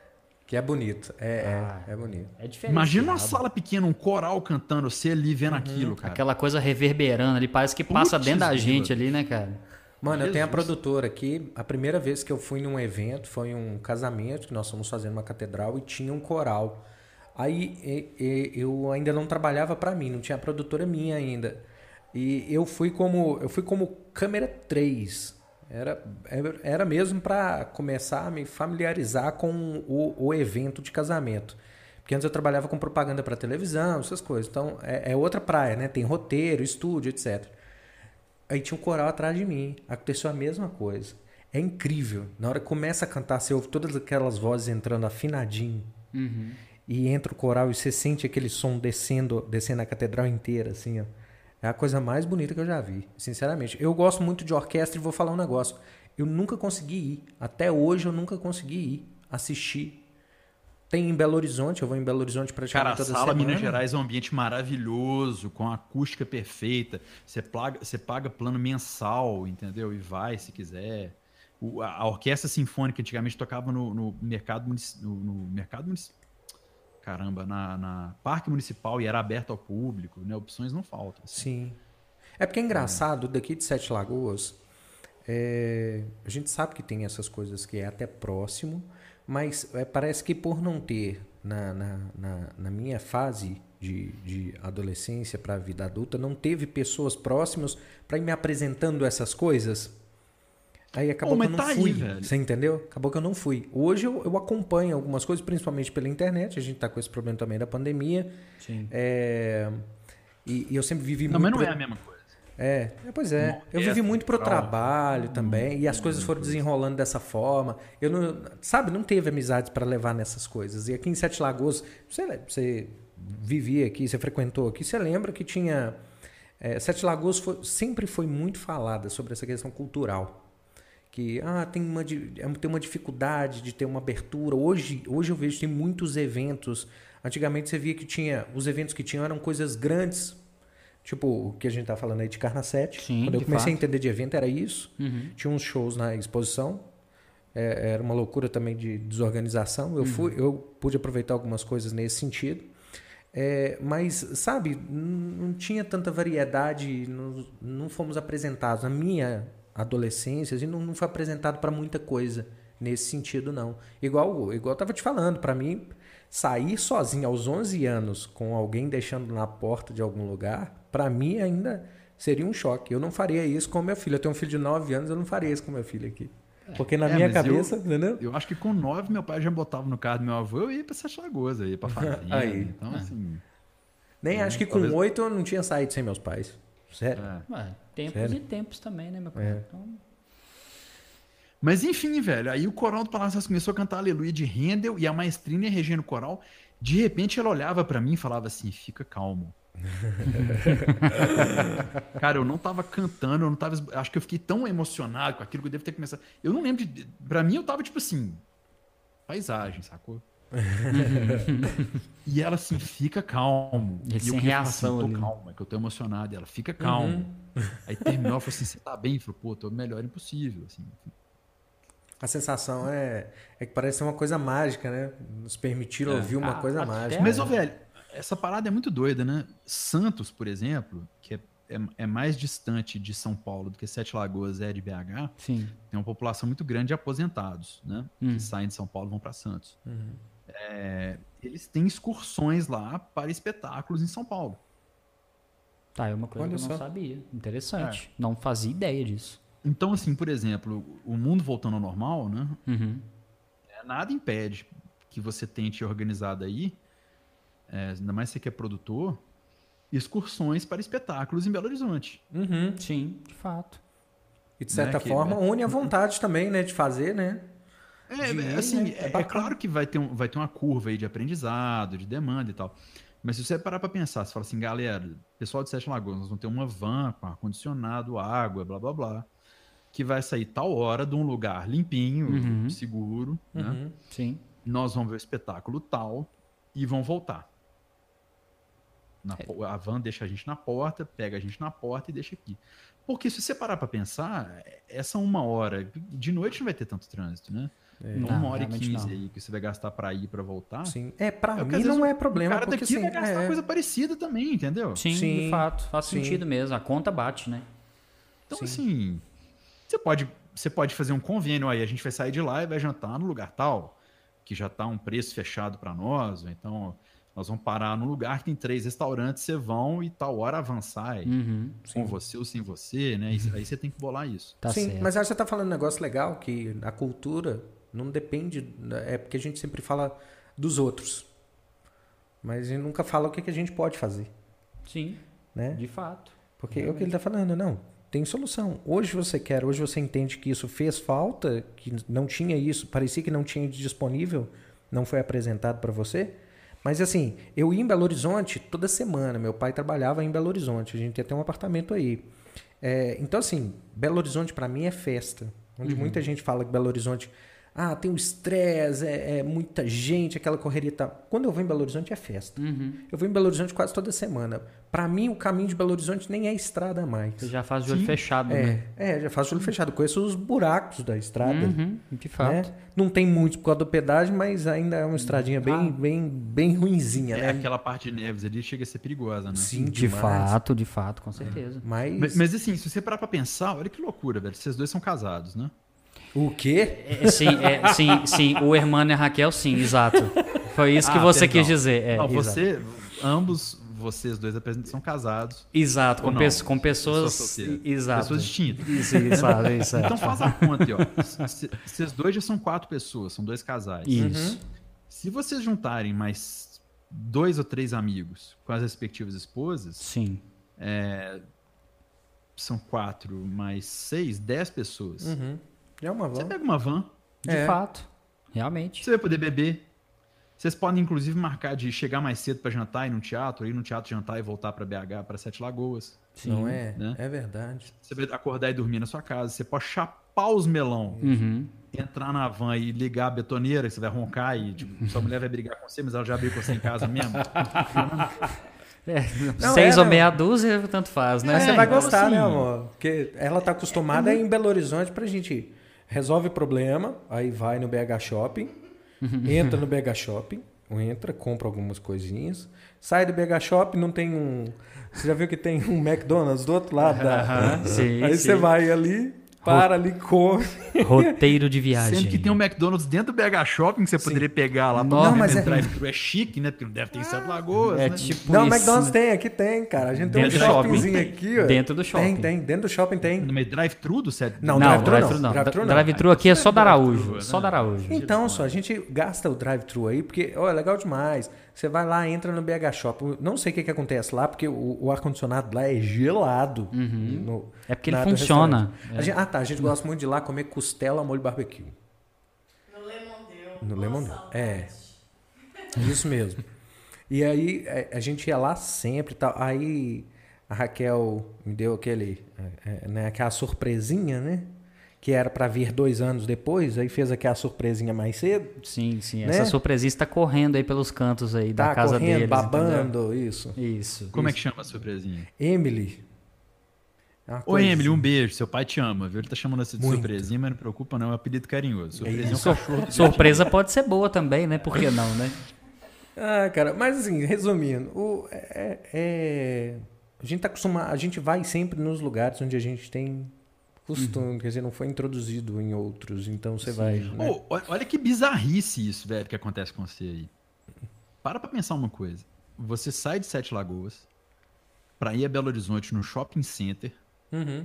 Que é bonito. É, é, Ah. é bonito. É diferente. Imagina uma cara. sala pequena, um coral cantando, você ali vendo aquilo, cara. Aquela coisa reverberando ali, parece que passa Putz, dentro da grila. gente ali, né, cara? Mano, eu tenho a Jesus. produtora aqui. A primeira vez que eu fui num evento foi um casamento que nós fomos fazendo uma catedral e tinha um coral. Aí e- e- eu ainda não trabalhava pra mim, não tinha produtora minha ainda. E eu fui como eu fui como câmera 3. Era, era- era mesmo pra começar a me familiarizar com o, o evento de casamento. Porque antes eu trabalhava com propaganda pra televisão, essas coisas. Então é- é outra praia, né? Tem roteiro, estúdio, etc. Aí tinha um coral atrás de mim. Aconteceu a mesma coisa. É incrível. Na hora que começa a cantar, você ouve todas aquelas vozes entrando afinadinho. Uhum. E entra o coral e você sente aquele som descendo, descendo a catedral inteira, assim, ó. É a coisa mais bonita que eu já vi, sinceramente. Eu gosto muito de orquestra e vou falar um negócio. Eu nunca consegui ir. Até hoje eu nunca consegui ir assistir. Tem em Belo Horizonte, eu vou em Belo Horizonte Cara, a praticamente toda sala semana. Minas Gerais é um ambiente maravilhoso, com a acústica perfeita. Você paga, você paga plano mensal, entendeu? E vai se quiser. O- a, a orquestra sinfônica antigamente tocava no, no mercado municipal. No, no mercado munici- Caramba, na, na parque municipal e era aberto ao público, né? Opções não faltam. assim. Sim. É porque é engraçado, daqui de Sete Lagoas, é, a gente sabe que tem essas coisas que é até próximo, mas é, parece que por não ter na, na, na, na minha fase de, de adolescência para a vida adulta, não teve pessoas próximas para ir me apresentando essas coisas. Aí acabou Pô, que mas eu não tá aí, fui. velho. Você entendeu? Acabou que eu não fui. Hoje eu, eu acompanho algumas coisas, principalmente pela internet. A gente tá com esse problema também da pandemia. Sim. É, E, e eu sempre vivi Não, mas muito. não é pro- a mesma coisa. é, é, pois é. Uma eu vivi orquestra, muito pro coral. trabalho também, e as Hum, coisas foram é. desenrolando dessa forma. Eu não, sabe, não teve amizades para levar nessas coisas. E aqui em Sete Lagoas, você, le- você vivia aqui, você frequentou aqui, você lembra que tinha é, Sete Lagoas foi- sempre foi muito falada sobre essa questão cultural. Que ah, tem, uma, di- é, tem uma dificuldade de ter uma abertura. Hoje, hoje eu vejo que tem muitos eventos. Antigamente você via que tinha. Os eventos que tinham eram coisas grandes. Tipo, o que a gente tá falando aí de Carnacete. Sim, Quando eu de comecei a fato. Uhum. entender de evento, era isso. Tinha uns shows na exposição. É, era uma loucura também de desorganização. Eu, fui, eu pude aproveitar algumas coisas nesse sentido. É, mas, sabe, n- não tinha tanta variedade, não, não fomos apresentados. Na minha adolescência, a gente não, não foi apresentado para muita coisa nesse sentido, não. Igual, igual eu tava te falando, para mim, sair sozinho aos 11 anos com alguém deixando na porta de algum lugar, para mim ainda seria um choque. Eu não faria isso com meu filho. Eu tenho um filho de 9 anos, eu não faria isso com meu filho aqui. Porque na É, minha mas eu- cabeça, entendeu? Eu acho que com nove, meu pai já botava no carro do meu avô, eu ia pra Sete Lagoas, eu *laughs* ia pra fazenda. Aí. Então, assim. Nem acho que com Uhum. talvez- oito eu não tinha saído sem meus pais. Sério. é. Ué, tempos Sério? e tempos também, né, meu cara? É. Então, Mas enfim, velho, aí o coral do Palácio das Artes começou a cantar Aleluia de Handel e a maestrina ia regendo o coral. De repente ela olhava pra mim e falava assim: fica calmo. Cara, eu não tava cantando, eu não tava. esbo- Acho que eu fiquei tão emocionado com aquilo que eu devo ter começado. Eu não lembro de. Pra mim eu tava tipo assim: paisagem, sacou? e ela assim, fica calmo. E sem eu queria falar assim, reação tô ali. calma, que eu tô emocionado. E ela, fica calmo. Aí terminou, ela falou assim: você tá bem? Eu falei, pô, tô melhor impossível. Assim, A sensação é, é que parece ser uma coisa mágica, né? Nos permitiram É. ouvir uma Ah, coisa até- mágica. Mas, né? ô, velho, essa parada é muito doida, né? Santos, por exemplo, que é, é, é mais distante de São Paulo do que Sete Lagoas é de BH, Sim. tem uma população muito grande de aposentados, né? Hum. Que saem de São Paulo e vão para Santos. É, eles têm excursões lá para espetáculos em São Paulo. Tá, é uma coisa Olha que eu não só. sabia. Interessante. Não fazia ideia disso. Então, assim, por exemplo, o mundo voltando ao normal, né? Uhum. É, nada impede que você tente organizar daí, é, ainda mais você que é produtor, excursões para espetáculos em Belo Horizonte. Uhum. Sim, de fato. E de certa Né, que- forma, une a vontade também, né? De fazer, né? É, De ir, é, assim, né? É é, é bacana. claro que vai ter, um- vai ter uma curva aí de aprendizado, de demanda e tal. Mas se você parar para pensar, você fala assim, galera, pessoal de Sete Lagoas, nós vamos ter uma van com ar-condicionado, água, blá, blá, blá, que vai sair tal hora de um lugar limpinho, Uhum. seguro, né? Uhum. Sim. nós vamos ver o espetáculo tal e vão voltar. Na É. po- A van deixa a gente na porta, pega a gente na porta e deixa aqui. Porque se você parar pra pensar, essa uma hora, de noite não vai ter tanto trânsito, né? É. Então, Não, uma hora e realmente quinze não. aí que você vai gastar pra ir pra voltar. Sim. É, pra É porque mim às vezes não o é O problema, cara porque daqui assim, vai gastar é, coisa parecida também, entendeu? Sim, de Sim, fato. Faz sim. sentido mesmo. A conta bate, né? Então, Sim. assim, você pode, você pode fazer um convênio aí, a gente vai sair de lá e vai jantar no lugar tal, que já tá um preço fechado para nós, ou então nós vamos parar num lugar que tem três restaurantes, você vão e tal hora avançar aí, Uhum. com você ou sem você, né? E aí você tem que bolar isso. Tá Sim, certo. mas aí você está falando um negócio legal, que a cultura não depende. É porque a gente sempre fala dos outros. Mas a gente nunca fala o que, que a gente pode fazer. Sim, Né? de fato. Porque é o que ele está falando, não. Tem solução. Hoje você quer, hoje você entende que isso fez falta, que não tinha isso, parecia que não tinha disponível, não foi apresentado para você. Mas assim, eu ia em Belo Horizonte toda semana. Meu pai trabalhava em Belo Horizonte, a gente ia ter um apartamento aí. É, então assim, Belo Horizonte para mim é festa. Onde muita gente fala que Belo Horizonte, ah, tem o estresse, é, é muita gente, aquela correria e tal. Quando eu vou em Belo Horizonte é festa. Uhum. Eu vou em Belo Horizonte quase toda semana. Pra mim, o caminho de Belo Horizonte nem é estrada mais. Você já faz de olho fechado, né? É, é, já faço olho fechado. Conheço os buracos da estrada. Uhum, de fato. né? Não tem muito por causa do pedágio, mas ainda é uma estradinha bem, Ah. bem, bem ruinzinha, É né? aquela parte de Neves ali chega a ser perigosa, né? Sim, De demais. fato, de fato, com certeza. Mas... Mas, mas, assim, se você parar pra pensar, olha que loucura, velho. Vocês dois são casados, né? O quê? É, sim, é, sim, sim, o Hermano e a Raquel, sim, exato. Foi isso que Ah, você perdão. quis dizer. é, Não, exato. você, ambos, vocês dois apresentam- são casados. Exato, Ou com, não, pe- com pessoas. pessoas solteiras, exato. Pessoas distintas. Isso, é. exato, exato. Então faz a conta aí, ó. Vocês dois já são quatro pessoas, são dois casais. Isso. Se vocês juntarem mais dois ou três amigos com as respectivas esposas, Sim. são quatro mais seis, dez pessoas. Já é uma Você van. pega uma van, De É. fato. Realmente. você vai poder beber. Vocês podem, inclusive, marcar de chegar mais cedo pra jantar, ir num teatro, ir num teatro jantar e voltar pra BH, pra Sete Lagoas. Sim. Não é? né? É verdade. Você vai acordar e dormir na sua casa. Você pode chapar os melão, Uhum. entrar na van e ligar a betoneira, que você vai roncar e tipo, sua mulher vai brigar com você, mas ela já briga com você em casa *laughs* mesmo. É, Não, seis é, ou não. meia dúzia, tanto faz, né? Mas você vai então, gostar, assim, né, amor? Porque ela tá acostumada a ir em Belo Horizonte pra gente resolve o problema, aí vai no BH *laughs* Shopping, entra no BH Shopping, entra, compra algumas coisinhas, sai do BH Shopping, não tem um... Você já viu que tem um McDonald's do outro lado? *laughs* da- Aham, sim, aí sim. você vai ali, para ali, come... Roteiro de viagem. Sendo que tem um McDonald's dentro do BH Shopping que você poderia pegar lá pra Não, não, mas mas é- drive-thru. É chique, né? Porque não deve ter em Sete Lagoas, É né? tipo Não, isso, McDonald's né? tem, aqui tem, cara. A gente tem Dentro um do shopping? shoppingzinho Tem. aqui, ó. Dentro do shopping. Tem, tem. Dentro do shopping tem. No meio drive-thru do Sete... Não, Não, drive-thru drive-thru não, não. drive-thru Drive-thru não. aqui é só da Drive-thru, Araújo. né? Só da Araújo. Então, só, a gente gasta o drive-thru aí, porque ó, é legal demais. Você vai lá, entra no BH Shop. Não sei o que, que acontece lá, porque o, o ar-condicionado lá é gelado. no- É porque ele na área do funciona. É. restaurante. A gente- ah, tá. A gente gosta muito de ir lá comer costela ao molho barbecue. No Lemondeu. No Uma Lemondeu, saudade. é. Isso mesmo. E aí é, a, a gente ia lá sempre e tal. Aí a Raquel me deu aquele, eh, eh, né, aquela surpresinha, né? Que era pra vir dois anos depois, aí fez aquela surpresinha mais cedo. Sim, sim. Né? Essa surpresinha está correndo aí pelos cantos aí da tá casa correndo, deles. entendeu? babando, isso. Isso. Como é que chama a surpresinha? Emily. É uma Ô, coisa- Emily, um beijo. Seu pai te ama, viu? Ele tá chamando você de Muito. surpresinha, mas não preocupa, não. É um apelido carinhoso. Surpresinha é um Sur- cachorro. do Surpresa pode ser boa também, né? Por que não, né? Ah, cara, mas assim, resumindo, o, é, é- A gente tá acostumado, a gente vai sempre nos lugares onde a gente tem Uhum. costume, quer dizer, não foi introduzido em outros, então você vai. né? Ô, o- olha que bizarrice isso, velho, que acontece com você aí. Para pra pensar uma coisa. Você sai de Sete Lagoas pra ir a Belo Horizonte no shopping center, Uhum.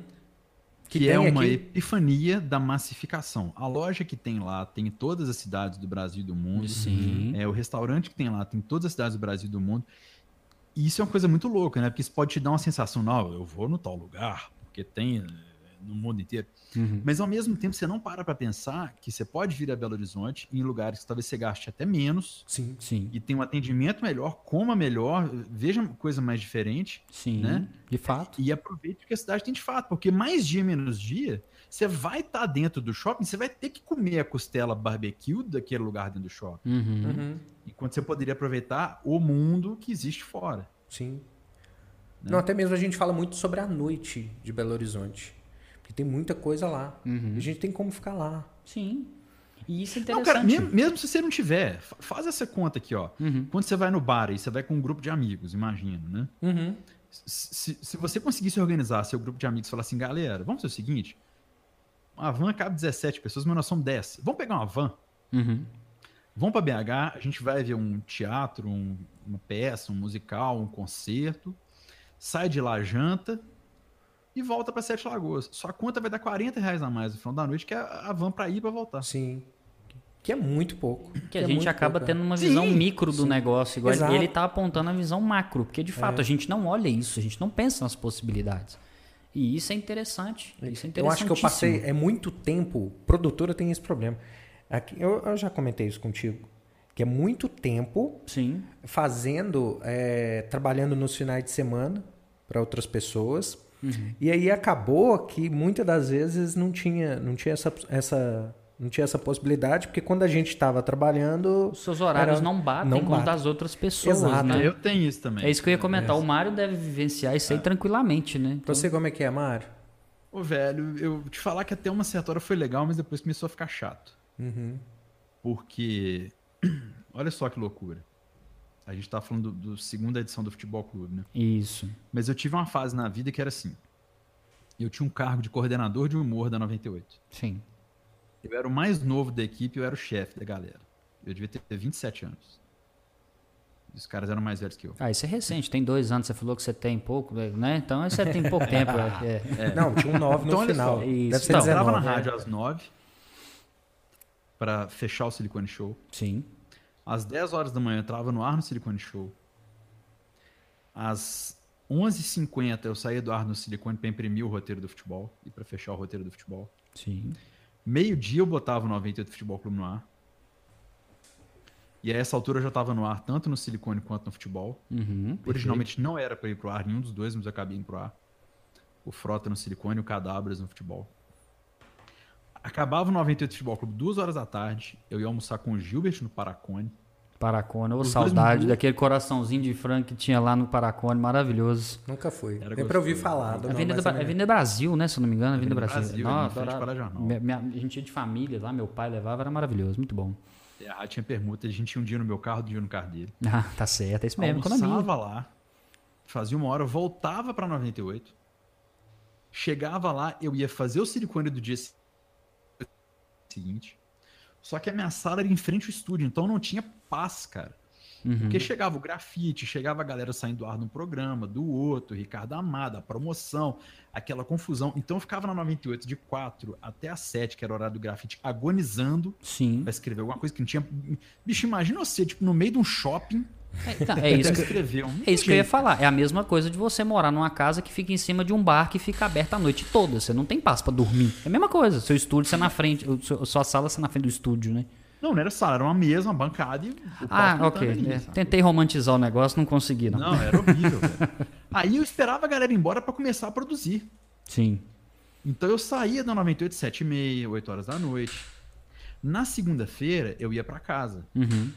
que, tem é uma aqui- epifania da massificação. A loja que tem lá tem em todas as cidades do Brasil e do mundo. Sim. É, o restaurante que tem lá tem em todas as cidades do Brasil e do mundo. E isso é uma coisa muito louca, né? Porque isso pode te dar uma sensação, não, eu vou no tal lugar, porque tem eh, no mundo inteiro. Uhum. Mas ao mesmo tempo você não para pra pensar que você pode vir a Belo Horizonte em lugares que talvez você gaste até menos Sim. Sim, e tem um atendimento melhor, coma melhor, veja coisa mais diferente sim. Né? De fato. e aproveite o que a cidade tem de fato, porque mais dia menos dia, você vai estar dentro do shopping, você vai ter que comer a costela barbecue daquele lugar dentro do shopping, Uhum. Uhum. enquanto você poderia aproveitar o mundo que existe fora. Sim. Né? Não, até mesmo a gente fala muito sobre a noite de Belo Horizonte. Porque tem muita coisa lá. Uhum. E A gente tem como ficar lá. Sim. E isso é Não, interessante. cara, me- mesmo, se você não tiver, fa- faz essa conta aqui, ó. Uhum. Quando você vai no bar e você vai com um grupo de amigos, imagino, né? Uhum. se, se você conseguir se organizar, seu grupo de amigos, falar assim, galera, vamos fazer o seguinte, a van cabe 17 pessoas, mas nós somos 10. Vamos pegar uma van, Uhum. vamos pra BH, a gente vai ver um teatro, um- uma peça, um musical, um concerto, sai de lá, janta e volta pra Sete Lagoas. Sua conta vai dar 40 reais a mais no final da noite, que é a a van pra ir e pra voltar. Sim. Que é muito pouco. Que a é gente muito acaba pouco, né? tendo uma visão Sim, micro do negócio, igual Exato. ele- ele tá apontando a visão macro, porque de fato a gente não olha isso, a gente não pensa nas possibilidades. E isso é interessante. Isso é Eu acho que eu passei interessantíssimo. é muito tempo. Produtora tem esse problema. Aqui, eu, eu já comentei isso contigo. Que é muito tempo Sim. fazendo, é, trabalhando nos finais de semana para outras pessoas. Uhum. E aí acabou que muitas das vezes não tinha, não tinha essa, essa, não tinha essa possibilidade, porque quando a gente estava trabalhando, Os seus horários Era- não batem não com os batem. das outras pessoas, Exato. né? Eu tenho isso também. É isso que eu ia comentar. O Mário deve vivenciar isso aí tranquilamente, né? Então, É. você como é que é, Mário? Ô, velho, eu te falar que até uma certa hora foi legal, mas depois começou a ficar chato. Porque, *clears throat* olha só que loucura. A gente tá falando do, do segunda edição do Futebol Clube, né? Isso. Mas eu tive uma fase na vida que era assim. Eu tinha um cargo de coordenador de humor da 98. Sim. Eu era o mais novo da equipe, eu era o chefe da galera. Eu devia ter 27 anos. E os caras eram mais velhos que eu. Ah, isso é recente, tem dois anos, você falou que você tem pouco, né? Então você tem pouco *laughs* tempo. é. Não, tinha um 9 no Então, olha final. só, isso. Deve Eu ser Não, 19. entrava na né? rádio às 9 pra fechar o Silicone Show. Sim. Às 10 horas da manhã eu entrava no ar no Silicone Show. Às 11h50 eu saía do ar no Silicone pra imprimir o roteiro do futebol e pra fechar o roteiro do futebol. Sim. Meio-dia eu botava o 98 Futebol Clube no ar. E a essa altura eu já tava no ar tanto no silicone quanto no futebol. Uhum. Originalmente não era pra ir pro ar nenhum dos dois, mas eu acabei indo pro ar. O Frota no silicone e o Cadabras no futebol. Acabava o 98 Futebol Clube duas horas da tarde. Eu ia almoçar com o Gilbert no Paracone. Paracone, ô Os dois saudade muito- daquele coraçãozinho de frango que tinha lá no Paracone, maravilhoso. Nunca foi. Era É pra ouvir gostoso. falar. do Avenida, Bra- nome, mas é melhor. Avenida Brasil, né? Se eu não me engano, Avenida Avenida Brasil. Brasil, Não, ali em frente adorava. para Jornal. Minha- minha- a gente ia de família lá, meu pai levava, era maravilhoso, muito bom. *laughs* E A rádio tinha permuta. A gente tinha um dia no meu carro, outro dia no carro dele. Ah, tá certo, é isso mesmo, economia. almoçava lá, fazia uma hora, eu voltava pra 98, chegava lá, eu ia fazer o silicone do dia seguinte, só que a minha sala era em frente ao estúdio, então não tinha paz, cara. Porque chegava o grafite, chegava a galera saindo do ar de um programa, do outro, Ricardo Amada, a promoção, aquela confusão. Então eu ficava na 98 de 4 até às 7, que era o horário do grafite, agonizando Sim. pra escrever alguma coisa que não tinha. Bicho, imagina você, tipo, no meio de um shopping, É, tá, é isso que, escrever um. é isso que eu ia falar. É a mesma coisa de você morar numa casa que fica em cima de um bar que fica aberto a noite toda. Você não tem paz pra dormir. É a mesma coisa. Seu estúdio, você é na frente. o seu- Sua sala, você é na frente do estúdio, né? Não, não era sala, era uma mesa, uma bancada e. o palco Ah, cantando ok. ali, é, sabe? tentei romantizar o negócio, não consegui, não. Não, era horrível, velho. Aí eu esperava a galera ir embora pra começar a produzir. Sim. Então eu saía da 98, 7 e meia, 8 horas da noite. Na segunda-feira, eu ia pra casa. Uhum.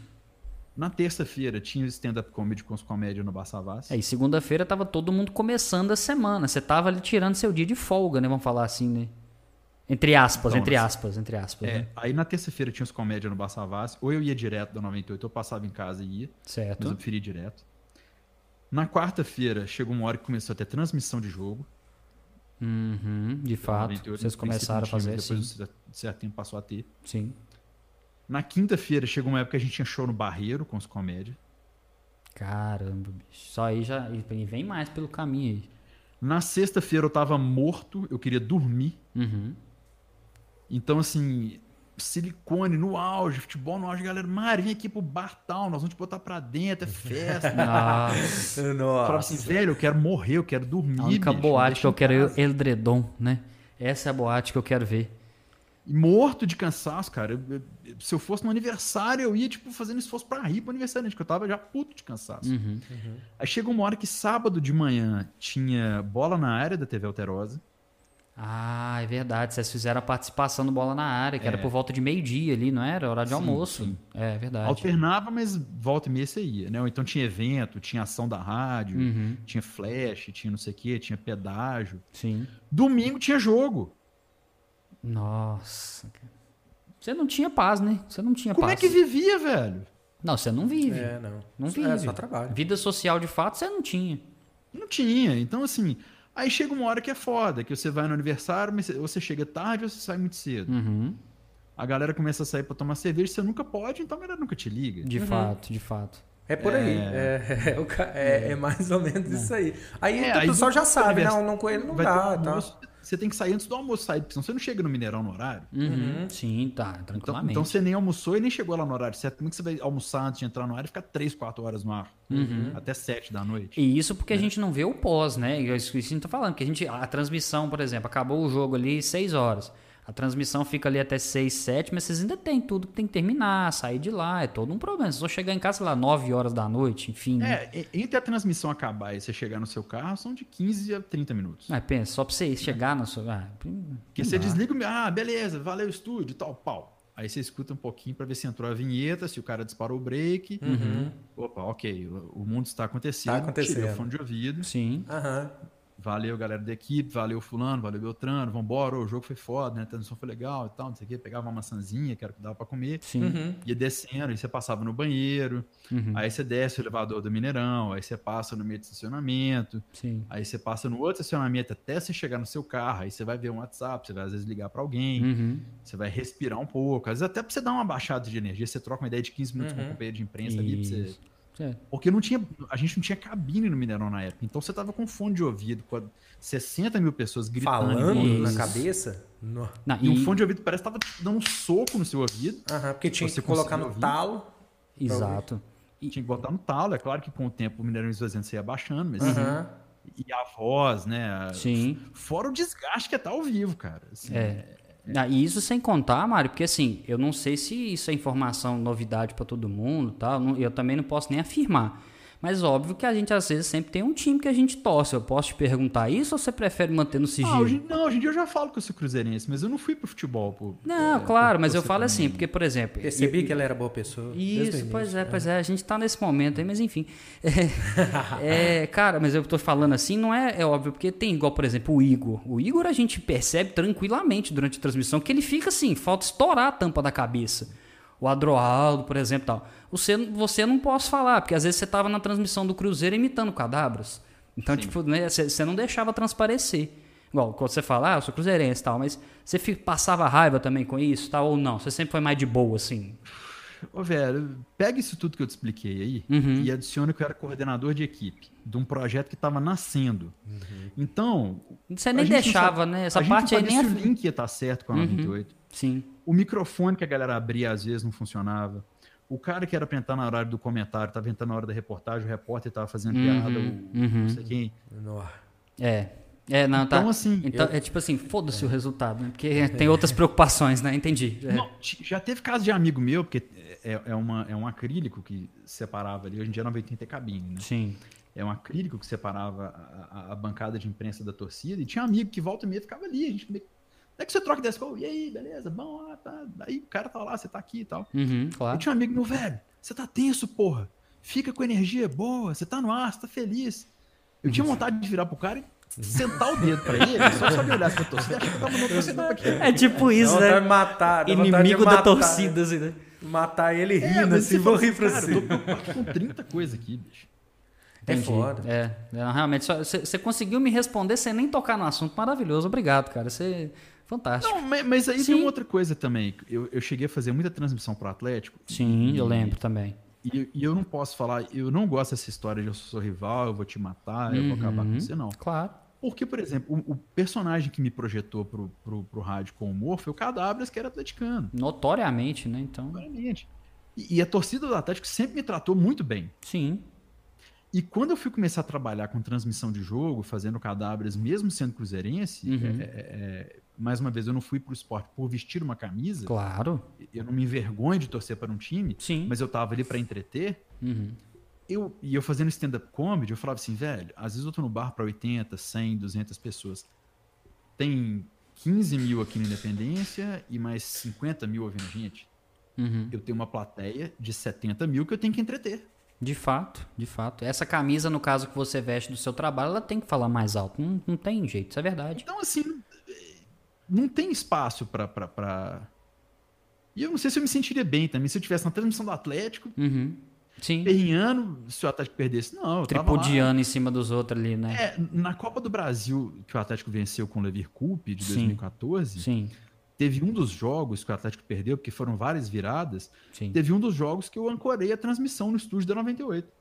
Na terça-feira, tinha o stand-up comedy com os comédia no Bassavas. É, e segunda-feira tava todo mundo começando a semana. Você tava ali tirando seu dia de folga, né? Vamos falar assim, né? Entre aspas, Então, entre né? aspas, entre aspas. É, né? aí na terça-feira tinha os comédia no Bassavas. Ou eu ia direto da 98, ou passava em casa e ia. Mas eu Certo. preferi ir direto. Na quarta-feira chegou uma hora que começou a ter transmissão de jogo. Uhum, de fato. Aventura, Vocês no princípio, começaram a não tinha, fazer, assim. Depois sim. de um certo- certo tempo passou a ter. Sim. Na quinta-feira chegou uma época que a gente tinha show no Barreiro com os comédia. Caramba, bicho. Só aí já. E vem mais pelo caminho aí. Na sexta-feira eu tava morto, eu queria dormir. Uhum. Então, assim, silicone no auge, futebol no auge, galera. Mari, vem aqui pro bar tal, nós vamos te botar pra dentro, é *laughs* festa. Eu Nossa. Falava assim, velho, eu quero morrer, eu quero dormir. A única bicho, boate me que eu deixa em quero casa. é o Eldredom, né? Essa é a boate que eu quero ver. E Morto de cansaço, cara. Eu- eu- eu- se eu fosse no aniversário, eu ia, tipo, fazendo esforço pra rir pro aniversário, né? porque eu tava já puto de cansaço. Uhum. Aí chegou uma hora que sábado de manhã tinha bola na área da TV Alterosa. Ah, é verdade. Vocês fizeram a participação do Bola na Área, que era É. por volta de meio-dia ali, não era? Hora de Sim, almoço. sim. É, é verdade. Alternava, mas volta e meia você ia, né? Ou então tinha evento, tinha ação da rádio, Uhum. tinha flash, tinha não sei o quê, tinha pedágio. Sim. Domingo tinha jogo. Nossa. cara. Você não tinha paz, né? Você não tinha Como paz. é que vivia, velho? Não, você não vive. É, não. Não vive. É, só trabalho. Vida social de fato você não tinha. Não tinha. Então, assim, aí chega uma hora que é foda, que você vai no aniversário, mas você chega tarde ou você sai muito cedo. Uhum. A galera começa a sair pra tomar cerveja, você nunca pode, então a galera nunca te liga. De fato, de fato. É por aí. É, é o ca- é- é mais ou menos isso aí. Aí então É, o aí pessoal já sabe, conversa. não, não com ele não Vai dá. ter um Tá. almoço, Você tem que sair antes do almoço sair, porque senão você não chega no Mineirão no horário. Uhum. Sim, tá, Então, tranquilamente. então você nem almoçou e nem chegou lá no horário certo. Como é que você vai almoçar antes de entrar no ar e ficar 3, 4 horas no ar? Até 7 da noite. Uhum. E isso porque a gente não vê o pós, né? E Isso isso a gente tá falando, que a gente. A transmissão, por exemplo, acabou o jogo ali 6 horas. A transmissão fica ali até 6, 7, mas vocês ainda tem tudo que tem que terminar, sair de lá, é todo um problema. Vocês vão chegar em casa, sei lá, 9 horas da noite, enfim. né? É, e- entre a transmissão acabar e você chegar no seu carro, são de 15 a 30 minutos. Mas pensa, só pra você chegar na sua. Ah, Porque você desliga, o- ah, beleza, valeu estúdio, tal, pau. Aí você escuta um pouquinho pra ver se entrou a vinheta, se o cara disparou o break. Uhum. Opa, ok, o o mundo está acontecendo. Tá acontecendo. Tirei o fone de ouvido. Sim. Aham. Valeu, galera da equipe, valeu fulano, valeu Beltrano, vambora, ô, o jogo foi foda, né? A transmissão foi legal e tal, não sei o quê. Pegava uma maçãzinha que era o que dava pra comer, Sim. ia descendo, aí você passava no banheiro, Uhum. aí você desce o elevador do Mineirão, aí você passa no meio de estacionamento, Sim. aí você passa no outro estacionamento até você chegar no seu carro, aí você vai ver um WhatsApp, você vai às vezes ligar pra alguém, Uhum. você vai respirar um pouco, às vezes até pra você dar uma baixada de energia, você troca uma ideia de 15 minutos com um companheiro de imprensa ali, pra você Isso. É. porque não tinha, a gente não tinha cabine no Mineirão na época. Então você tava com fone de ouvido, com a- 60 mil pessoas gritando. Falando Isso. na cabeça? No... Não, E um fone de ouvido parece que tava dando um soco no seu ouvido. Aham, porque tinha Tipo, Você que colocar conseguiu no ouvir? talo. Exato. Tinha que botar no talo. É claro que com o tempo o Mineirão esvaziando você ia baixando, mas. Aham. E a voz, né? a- Sim. Fora o desgaste que é tá ao vivo, cara. assim. É. Ah, e isso sem contar, Mário, porque assim, eu não sei se isso é informação, novidade pra todo mundo, tá? Eu não- Eu também não posso nem afirmar. Mas óbvio que a gente às vezes sempre tem um time que a gente torce. Eu posso te perguntar isso ou você prefere manter no sigilo? Ah, hoje, não, hoje em dia eu já falo que eu sou cruzeirense, mas eu não fui pro futebol. Por, Não, é, claro, por- mas por eu ser falo também. assim, porque por exemplo, Percebi que ela era boa pessoa. desde Isso, o pois início. né? é, pois é. A gente tá nesse momento aí, mas enfim. É, é, cara, mas eu tô falando assim, não é, é óbvio, porque tem igual, por exemplo, o Igor. O Igor a gente percebe tranquilamente durante a transmissão que ele fica assim, falta estourar a tampa da cabeça. O Adroaldo, por exemplo, tal. Você, você não posso falar, porque às vezes você tava na transmissão do Cruzeiro imitando cadabras. Então, tipo, né, você você não deixava transparecer. Igual, quando você fala, ah, eu sou cruzeirense e tal, mas você fi- passava raiva também com isso, tal, ou não? Você sempre foi mais de boa, assim? Ô, velho, pega isso tudo que eu te expliquei aí Uhum. e adiciona que eu era coordenador de equipe de um projeto que estava nascendo. Então. Você a nem gente não deixava, sabe- né? Essa a parte aí gente nem não é. Uhum. sabia se o link ia estar certo com a 98. Sim. O microfone que a galera abria às vezes não funcionava. O cara que era pra entrar na hora do comentário estava entrando na hora da reportagem, o repórter estava fazendo piada, o, não sei quem. No- É. É, não, tá. Então, assim, Então, é tipo assim, foda-se o resultado, né? Porque tem *laughs* outras preocupações, né? Entendi. É. Não, t- já teve caso de amigo meu, porque é, é, uma, é um acrílico que separava ali. Hoje em dia é não vai ter cabine, né? Sim. é um acrílico que separava a, a- a bancada de imprensa da torcida, e tinha um amigo que volta e meia ficava ali, a gente meio que- Não é que você troca 10 gols, e aí, beleza, bom, ah, tá. Aí o cara tá lá, você tá aqui e tal. Uhum, E claro. tinha um amigo meu, velho, você tá tenso, porra. Fica com energia boa, você tá no ar, você tá feliz. Eu tinha vontade de virar pro cara e sentar o dedo pra ele, só só de olhar essa torcida, achava que eu tava no torcida tava aqui. É tipo isso, Dá vontade de né? matar. dá vontade de Inimigo da matar. torcida, assim, né? Matar ele É, rindo, mas você assim, fala vou assim, rir pra cara, eu tô você. preocupado com 30 coisas aqui, bicho. Entendi. foda. É, não, realmente. Você conseguiu me responder sem nem tocar no assunto. Maravilhoso, obrigado, cara. Você fantástico. Não, ma- mas aí Sim. tem uma outra coisa também. Eu, eu cheguei a fazer muita transmissão pro Atlético. Sim, E- eu lembro também. E, e eu não posso falar, eu não gosto dessa história de eu sou seu rival, eu vou te matar, eu vou acabar com Uhum. você, não. Claro. Porque, por exemplo, o, o personagem que me projetou pro, pro, pro rádio com humor foi o Cadabras, que era atleticano. Notoriamente, né? Então, Claramente. E, e a torcida do Atlético sempre me tratou muito bem. sim. E quando eu fui começar a trabalhar com transmissão de jogo, fazendo Cadabras, mesmo sendo cruzeirense, Uhum. é- é- é, mais uma vez, eu não fui pro esporte por vestir uma camisa, Claro. eu não me envergonho de torcer para um time, Sim. mas eu tava ali para entreter. Uhum. eu, e eu fazendo stand-up comedy, eu falava assim, velho, às vezes eu tô no bar pra 80, 100, 200 pessoas. Tem 15 mil aqui na Independência e mais 50 mil ouvindo a gente. Uhum. Eu tenho uma plateia de 70 mil que eu tenho que entreter. De fato, de fato. Essa camisa, no caso que você veste do seu trabalho, ela tem que falar mais alto. Não, não tem jeito, isso é verdade. Então, assim, não tem espaço pra, pra, pra... E eu não sei se eu me sentiria bem também, se eu tivesse na transmissão do Atlético, Uhum. Sim. perrinhando, se o Atlético perdesse. Não, eu tava lá. Tripudiano em cima dos outros ali, né? É, na Copa do Brasil, que o Atlético venceu com o Levir Coupe de Sim. 2014, Sim, teve um dos jogos que o Atlético perdeu, porque foram várias viradas, sim. teve um dos jogos que eu ancorei a transmissão no estúdio da 98.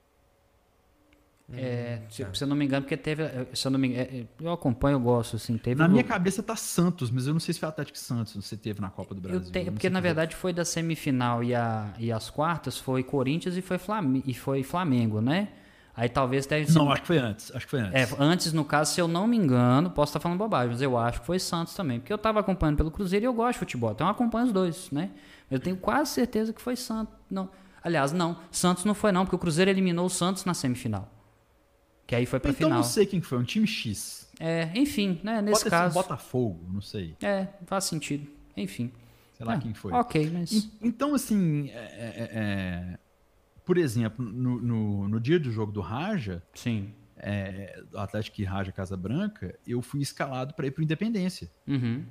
É, Tá. se, se eu não me engano, porque teve. Se eu não me engano, é, é, eu acompanho, eu gosto, assim. Teve Na um- minha cabeça tá Santos, mas eu não sei se foi Atlético e Santos que você teve na Copa do Brasil. Eu tenho- eu não porque sei é na dizer. verdade foi da semifinal e, a, e as quartas foi Corinthians e foi, Flam, e foi Flamengo, né? Aí talvez deve ser. Não, acho que foi antes, acho que foi É, antes. antes, no caso, se eu não me engano, posso estar falando bobagem, mas eu acho que foi Santos também. Porque eu estava acompanhando pelo Cruzeiro e eu gosto de futebol, então eu acompanho os dois, né? Eu tenho quase certeza que foi Santos. Não. Aliás, não, Santos não foi, não, porque o Cruzeiro eliminou o Santos na semifinal. Que aí foi pra então final. não sei quem que foi, um time X. É, enfim, né? Nesse Pode ter sido caso. Botafogo, não sei, É, faz sentido. Enfim. sei lá Ah, quem foi. Ok, mas. En- Então, assim, é- é- é- por exemplo, no, no- no dia do jogo do Raja, Sim. é, do Atlético e Raja Casa Branca, eu fui escalado para ir pro Independência. Uhum.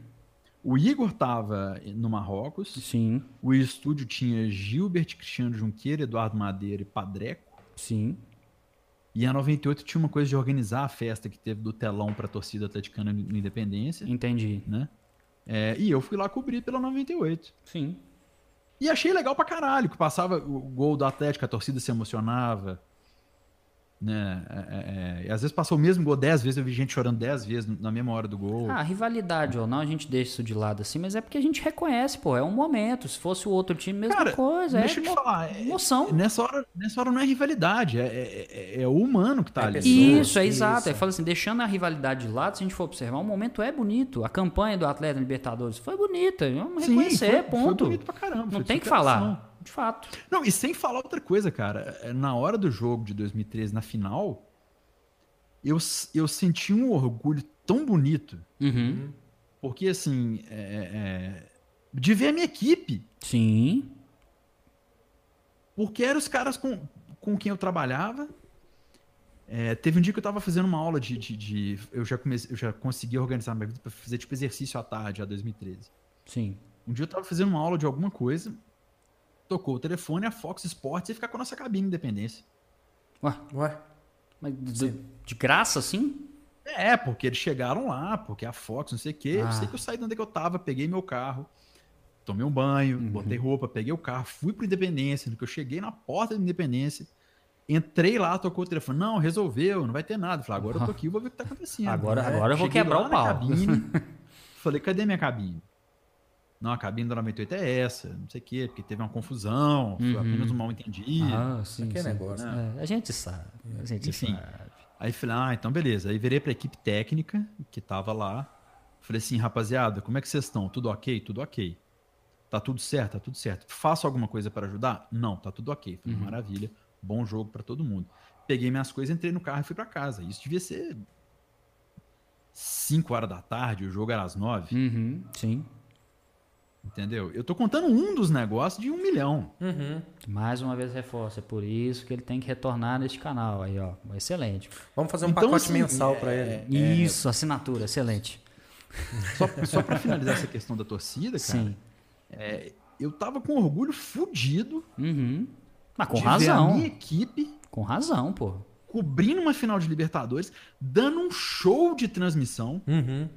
O Igor tava no Marrocos, Sim, o estúdio tinha Gilbert, Cristiano Junqueira, Eduardo Madeira e Padreco. sim. E a 98 tinha uma coisa de organizar a festa que teve do telão pra torcida atleticana no Independência, Entendi. né? É, e eu fui lá cobrir pela 98. Sim. E achei legal pra caralho, que passava o gol do Atlético, a torcida se emocionava. Né? É, é, é, e às vezes passou o mesmo gol 10 vezes, eu vi gente chorando 10 vezes na mesma hora do gol. Ah, rivalidade ou não, a gente deixa isso de lado assim, mas é porque a gente reconhece, pô, é um momento. Se fosse o outro time, mesma Cara, coisa. é deixa eu te mo- falar, é- Emoção. Nessa hora, nessa hora não é rivalidade, é, é- é- é o humano que tá É ali. pessoa. pessoas, Isso, é isso. exato. É fala assim, deixando a rivalidade de lado, se a gente for observar, o momento é bonito. A campanha do Atleta Libertadores foi bonita. Vamos Sim, reconhecer, foi- foi ponto. bonito pra caramba, foi não de tem que superação. falar. De fato. Não, e sem falar outra coisa, cara. é, Na hora do jogo de 2013, na final, eu, s- eu senti um orgulho tão bonito. Uhum. Porque, assim, é- é- de ver a minha equipe. Sim. Porque eram os caras com, com quem eu trabalhava. É, teve um dia que eu tava fazendo uma aula de. de- de- eu, já comecei, eu já consegui organizar minha vida pra fazer tipo exercício à tarde, já 2013. Sim. Um dia eu tava fazendo uma aula de alguma coisa, tocou o telefone, a Fox Sports ia ficar com a nossa cabine de independência. Ué? Mas de, de graça, sim? É, porque eles chegaram lá, porque a Fox, não sei o quê. Ah. Eu sei que eu saí de onde é que eu tava, peguei meu carro, tomei um banho, Uhum. botei roupa, peguei o carro, fui pro Independência. No que eu cheguei na porta da Independência, entrei lá, tocou o telefone. Não, resolveu, não vai ter nada. Eu Falei, agora eu tô aqui, eu vou ver o que tá acontecendo. Agora- Né? agora eu vou Cheguei quebrar lá o na pau. *laughs* cabine, falei, cadê minha cabine? Não, a cabine da 98 é essa, não sei o quê, porque teve uma confusão, foi Uhum. apenas um mal entendido. Ah, sim. Que sim. negócio. É, a gente sabe. A gente né? Enfim. sabe. Aí falei, ah, então beleza. Aí virei pra equipe técnica que tava lá. Falei assim, rapaziada, como é que vocês estão? Tudo ok? Tudo ok. Tá tudo certo? Tá tudo certo. Faço alguma coisa para ajudar? Não, tá tudo ok. Uhum. Falei, maravilha. Bom jogo pra todo mundo. Peguei minhas coisas, entrei no carro e fui pra casa. Isso devia ser 5 horas da tarde, o jogo era às 9, Uhum, sim. Hum. entendeu? Eu tô contando um dos negócios de um milhão. Mais uma vez reforça, é por isso que ele tem que retornar neste canal aí, ó. Excelente. Vamos fazer um Então, pacote assim, mensal é- pra ele. Isso, assinatura, excelente. Só, só pra finalizar essa questão da torcida, cara, Sim. eu tava com orgulho fudido Uhum. Mas com de ver a razão. minha equipe Com razão, pô. cobrindo uma final de Libertadores, dando um show de transmissão. Uhum.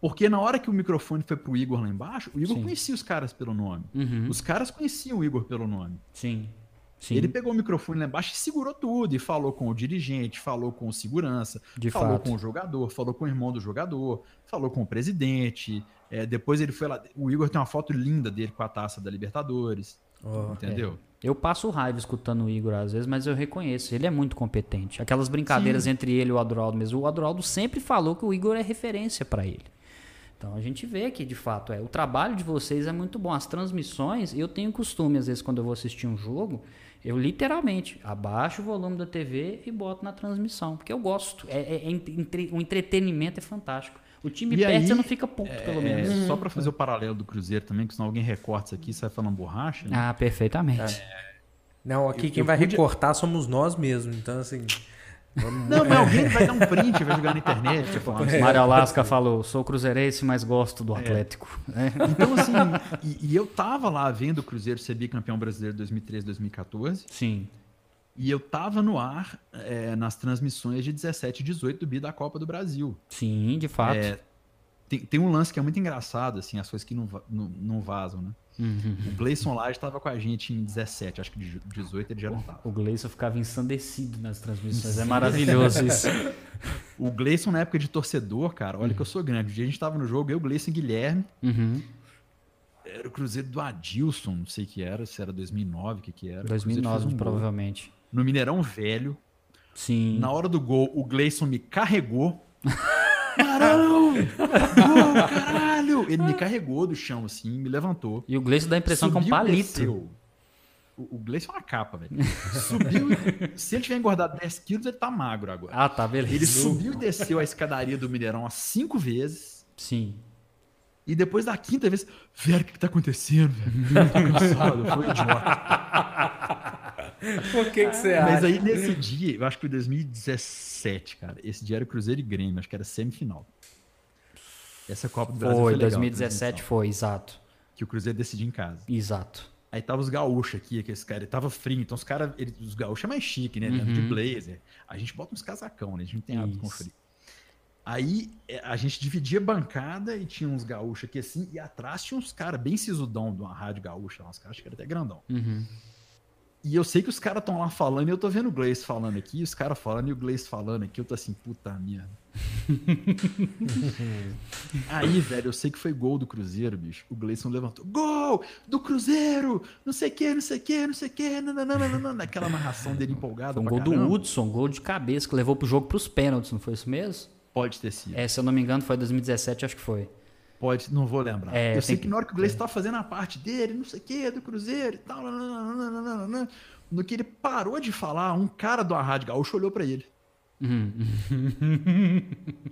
Porque na hora que o microfone foi pro Igor lá embaixo, o Igor Sim. conhecia os caras pelo nome. Uhum. Os caras conheciam o Igor pelo nome. Sim. Sim. Ele pegou o microfone lá embaixo e segurou tudo. E falou com o dirigente, falou com o segurança, De falou fato. com o jogador, falou com o irmão do jogador, falou com o presidente. É, depois ele foi lá. O Igor tem uma foto linda dele com a taça da Libertadores. Ó, entendeu? Eu passo raiva escutando o Igor às vezes, mas eu reconheço, ele é muito competente. Aquelas brincadeiras entre ele e o Adroaldo mesmo. O Adroaldo sempre falou que o Igor é referência para ele. Então a gente vê que de fato é. O trabalho de vocês é muito bom. As transmissões, eu tenho costume, às vezes, quando eu vou assistir um jogo, eu literalmente abaixo o volume da TV e boto na transmissão. Porque eu gosto. É, é- é entre- o entretenimento é fantástico. O time E perde, aí, você não fica puto, pelo É, menos. Só pra fazer o paralelo do Cruzeiro também, que senão alguém recorta isso aqui e sai falando borracha. né? Ah, perfeitamente. Não, aqui Eu- quem eu vai pude- recortar somos nós mesmos. Então, assim. vamos- Não, mas alguém vai dar um print, vai jogar na internet. *laughs* vai falar, "Mas Mário Alasca falou: sou cruzeirense, mas gosto do Atlético. É. Então, assim, e, e eu tava lá vendo o Cruzeiro ser bicampeão brasileiro 2013, 2014, Sim. e eu tava no ar é, nas transmissões de 17 e 18 do Bi da Copa do Brasil. Sim, de fato. É, tem, tem um lance que é muito engraçado, assim, as coisas que não, va- não, não vazam, né? Uhum. O Gleison Lage tava com a gente em 17, acho que de 18 ele já não tava. O Gleison ficava ensandecido nas transmissões. É *laughs* maravilhoso isso. O Gleison, na época de torcedor, cara, olha que eu sou grande. Um dia a gente tava no jogo, eu, Gleison e Guilherme, Uhum. era o Cruzeiro do Adilson, não sei o que era, se era 2009, o que que era. O Cruzeiro fez 2009, um gol provavelmente. No Mineirão Velho, Sim. Na hora do gol, o Gleison me carregou. *laughs* Marão! Gol, caralho! Ele me carregou do chão, assim, me levantou. E o Gleison dá a impressão que é um Subiu, palito. desceu. O, o Gleison é uma capa, velho. Subiu. *laughs* se ele tiver engordado 10 quilos, ele tá magro agora. Ah, tá, beleza. Ele subiu e desceu a escadaria do Mineirão umas cinco vezes. Sim. E depois da quinta vez, velho, o que, que tá acontecendo, velho? Eu tô cansado, foi idiota. Por que, que você Mas aí nesse dia, eu acho que foi 2017, cara. Esse dia era Cruzeiro e Grêmio, acho que era semifinal. Essa Copa do Brasil foi, Foi, legal, 2017 transmissão, foi, exato. que o Cruzeiro decidiu em casa. Exato. Aí tava os gaúchos aqui, que esse cara, tava frio, então os caras, eles- os gaúchos é mais chique, né? Dentro De blazer. A gente bota uns casacão, né? A gente não tem hábito com Isso. frio. Aí é, a gente dividia a bancada e tinha uns gaúchos aqui assim, e atrás tinha uns caras bem sisudão de uma rádio gaúcha, lá, uns caras acho que era até grandão. Uhum. E eu sei que os caras estão lá falando, e eu tô vendo o Gleice falando aqui, os caras falando, e o Gleice falando aqui, eu tô assim, puta merda. Aí, velho, eu sei que foi gol do Cruzeiro, bicho. O Gleison levantou. Gol do Cruzeiro! Não sei o que, não sei o que, não sei o que, nananana, naquela narração dele empolgada. Foi um pra gol do caramba. Hudson, gol de cabeça, que levou pro jogo pros pênaltis, não foi isso mesmo? Pode ter sido. É, se eu não me engano, foi 2017, acho que foi. Pode, não vou lembrar. É, eu tem sei que, que- na hora que o Gleice tava fazendo a parte dele, não sei o que, do Cruzeiro e tal, nananana, no que ele parou de falar, um cara do Rádio Gaúcho olhou pra ele. Uhum.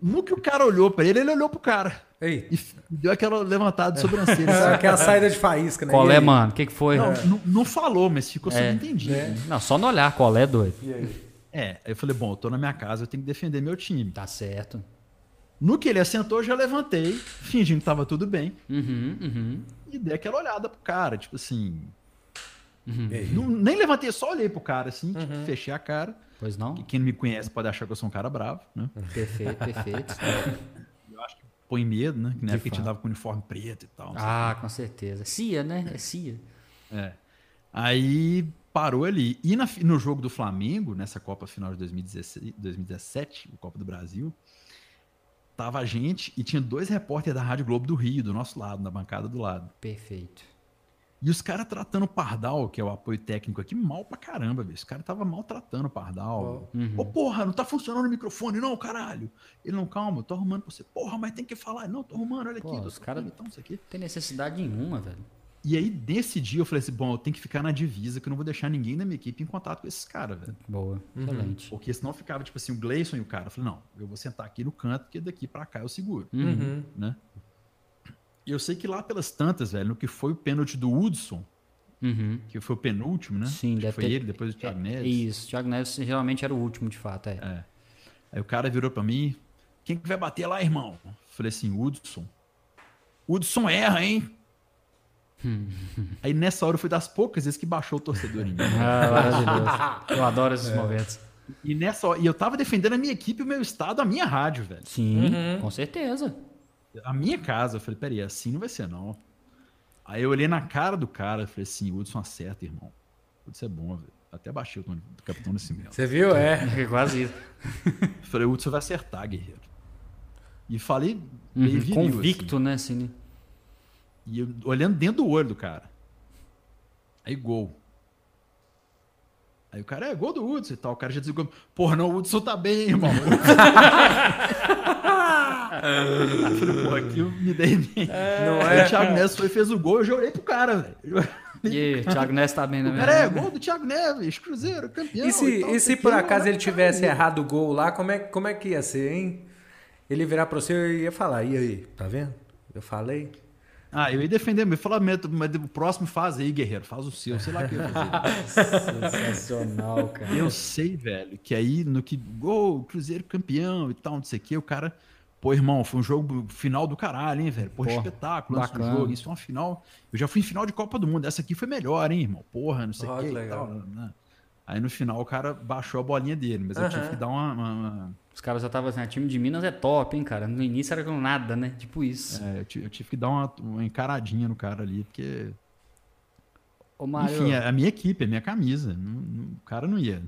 No que o cara olhou pra ele, ele olhou pro cara. Ei, E f- deu aquela levantada de sobrancelha. só sabe? aquela saída de faísca, né? Qual E *laughs* é, É. aí? mano? O que, que foi? Não, não, não falou, mas ficou subentendido. né? Não, só no olhar, qual é, doido? É, aí eu falei, bom, eu tô na minha casa, eu tenho que defender meu time. Tá certo. No que ele assentou, eu já levantei, fingindo que tava tudo bem, Uhum, uhum. e dei aquela olhada pro cara, tipo assim... Ei. não- nem levantei, só olhei pro cara, assim, tipo, Uhum. fechei a cara. Pois não? E quem não me conhece pode achar que eu sou um cara bravo, né? Uhum. Perfeito, perfeito. Põe medo, né? Que na De época a gente fato. andava com uniforme preto e tal. não sei *laughs* ah, com certeza. Cia, né? É Cia. É. Aí parou ali. E na fi- no jogo do Flamengo, nessa Copa final de 2016, 2017, o Copa do Brasil, tava a gente e tinha dois repórteres da Rádio Globo do Rio, do nosso lado, na bancada do lado. Perfeito. E os caras tratando o Pardal, que é o apoio técnico aqui, mal pra caramba, velho. Os caras tava maltratando o Pardal. Ô, porra, não tá funcionando o microfone, não, caralho. Ele não, calma, eu tô arrumando pra você. Porra, mas tem que falar. Não, tô arrumando, olha Pô, aqui. tô os caras- tocando, então, isso aqui. Não tem necessidade nenhuma, velho. E aí, nesse dia, eu falei assim: bom, eu tenho que ficar na divisa, que eu não vou deixar ninguém da minha equipe em contato com esses caras, velho. Boa. Uhum. Excelente. Porque senão ficava, tipo assim, o Gleison e o cara. Eu falei, não, eu vou sentar aqui no canto, porque daqui pra cá eu seguro, Uhum. né? E eu sei que lá pelas tantas, velho, no que foi o pênalti do Hudson, Uhum. que foi o penúltimo, né? Sim, Acho que deve foi ter- é, ele, depois o Thiago Neves. Isso, Thiago Neves geralmente era o último, de fato. É. Aí o cara virou pra mim, quem que vai bater lá, irmão? Eu falei assim, Hudson. Hudson erra, hein? Hum. Aí *laughs* É. nessa hora eu fui das poucas vezes que baixou o torcedor em mim. Ah, maravilhoso. Eu adoro esses momentos. E nessa hora- e eu tava defendendo a minha equipe, o meu estado, a minha rádio, velho. Sim, Uhum. com certeza. A minha casa. Eu falei, peraí, assim não vai ser, não. Aí eu olhei na cara do cara e falei assim, o Hudson acerta, irmão. O Hudson é bom, velho. Até baixei o tom do Capitão Nascimento. Você viu? É. É quase isso. Eu Falei, o Hudson vai acertar, guerreiro. E falei, Uhum, meio viril, Convicto, assim. né, Cine? E eu olhando dentro do olho do cara. Aí gol. Aí o cara, é gol do Hudson e tal. O cara já desligou. Porra, não, o Hudson tá bem, irmão. eu falei, pô, aqui eu me dei bem. Não Aí é? o Thiago Neves foi e fez o gol, eu já olhei pro cara, velho. E aí, Thiago Neves tá bem, né? O cara é gol do Thiago Neves, Cruzeiro, campeão. E se, tal, não e se sei o por quê, acaso né? ele tivesse errado o gol lá, como é, como é que ia ser, hein? Ele ia virar pra você e ia falar, e aí, tá vendo? Eu falei. Ah, eu ia defender, mas falar, mas o próximo faz aí, guerreiro, faz o seu, sei lá o que eu ia fazer. Sensacional, cara. Eu sei, velho, que aí no que gol, Cruzeiro campeão e tal, não sei o que, o cara, pô, irmão, foi um jogo final do caralho, hein, velho? Porra, Porra, espetáculo, lance do bacana. jogo, isso é uma final. Eu já fui em final de Copa do Mundo, essa aqui foi melhor, hein, irmão? Porra, não sei o Ó, que que e legal. tal, né? Aí no final o cara baixou a bolinha dele, mas eu tive Aham. que dar uma. uma- uma- Os caras já estavam assim, ah, time de Minas é top, hein, cara. No início era com nada, né? Tipo isso. é, eu ti- eu tive que dar uma, uma encaradinha no cara ali, porque. Ô, Mário. Enfim, é a minha equipe, é a minha camisa. não- não- o cara não ia.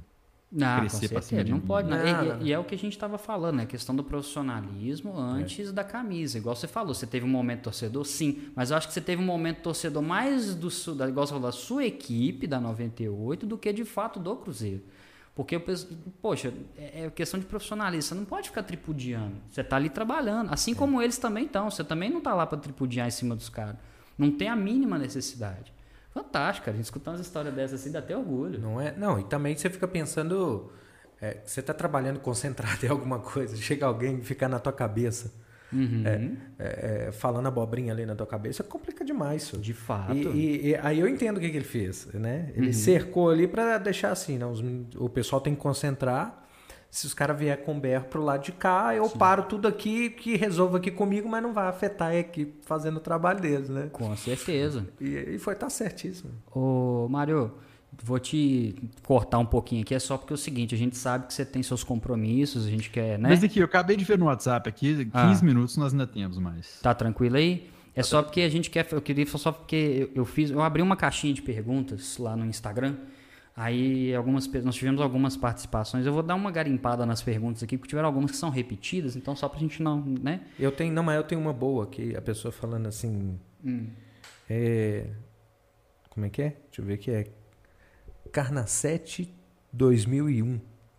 Não, Ah, com crescer pra cima certeza, de não mim. pode. não. E- Não, e- não. E, é o que a gente estava falando, né? A questão do É. profissionalismo antes da camisa. Igual você falou, você teve um momento torcedor, sim. Mas eu acho que você teve um momento torcedor mais do, su- da, igual você falou, da sua equipe, da 98, do que de fato do Cruzeiro. Porque, eu penso, poxa, é é questão de profissionalismo. Você não pode ficar tripudiando. Você está ali trabalhando. Assim É. como eles também estão. Você também não está lá para tripudiar em cima dos caras. Não tem a mínima necessidade. Fantástico, cara. A gente escutando uma história dessa assim dá até orgulho. Não é? Não, e também você fica pensando. é, que você tá trabalhando concentrado *laughs* em alguma coisa, chega alguém e fica na tua cabeça, Uhum. é, é, falando abobrinha ali na tua cabeça, complica demais isso. De fato. E, e- e aí eu entendo o que, que ele fez, né? Ele Uhum. cercou ali pra deixar assim, não, os men- o pessoal tem que concentrar. Se os caras vier com berro pro lado de cá, eu paro tudo aqui, que resolva aqui comigo, mas não vai afetar a equipe fazendo o trabalho deles, né? Com certeza. E, e foi, tá certíssimo. Ô, Mário, vou te cortar um pouquinho aqui, é só porque é o seguinte, a gente sabe que você tem seus compromissos, a gente quer, né? Mas aqui, eu acabei de ver no WhatsApp aqui, 15 Ah. minutos nós ainda temos mais. Tá tranquilo aí? É só porque a gente quer. Eu queria só porque eu, eu fiz. Eu abri uma caixinha de perguntas lá no Instagram. Aí algumas pe- nós tivemos algumas participações. Eu vou dar uma garimpada nas perguntas aqui, porque tiveram algumas que são repetidas, então só pra gente não, né? *laughs* Eu tenho, não, mas eu tenho uma boa que a pessoa falando assim. Hum. é, como é que é? Deixa eu ver aqui. É Carnacete 2001.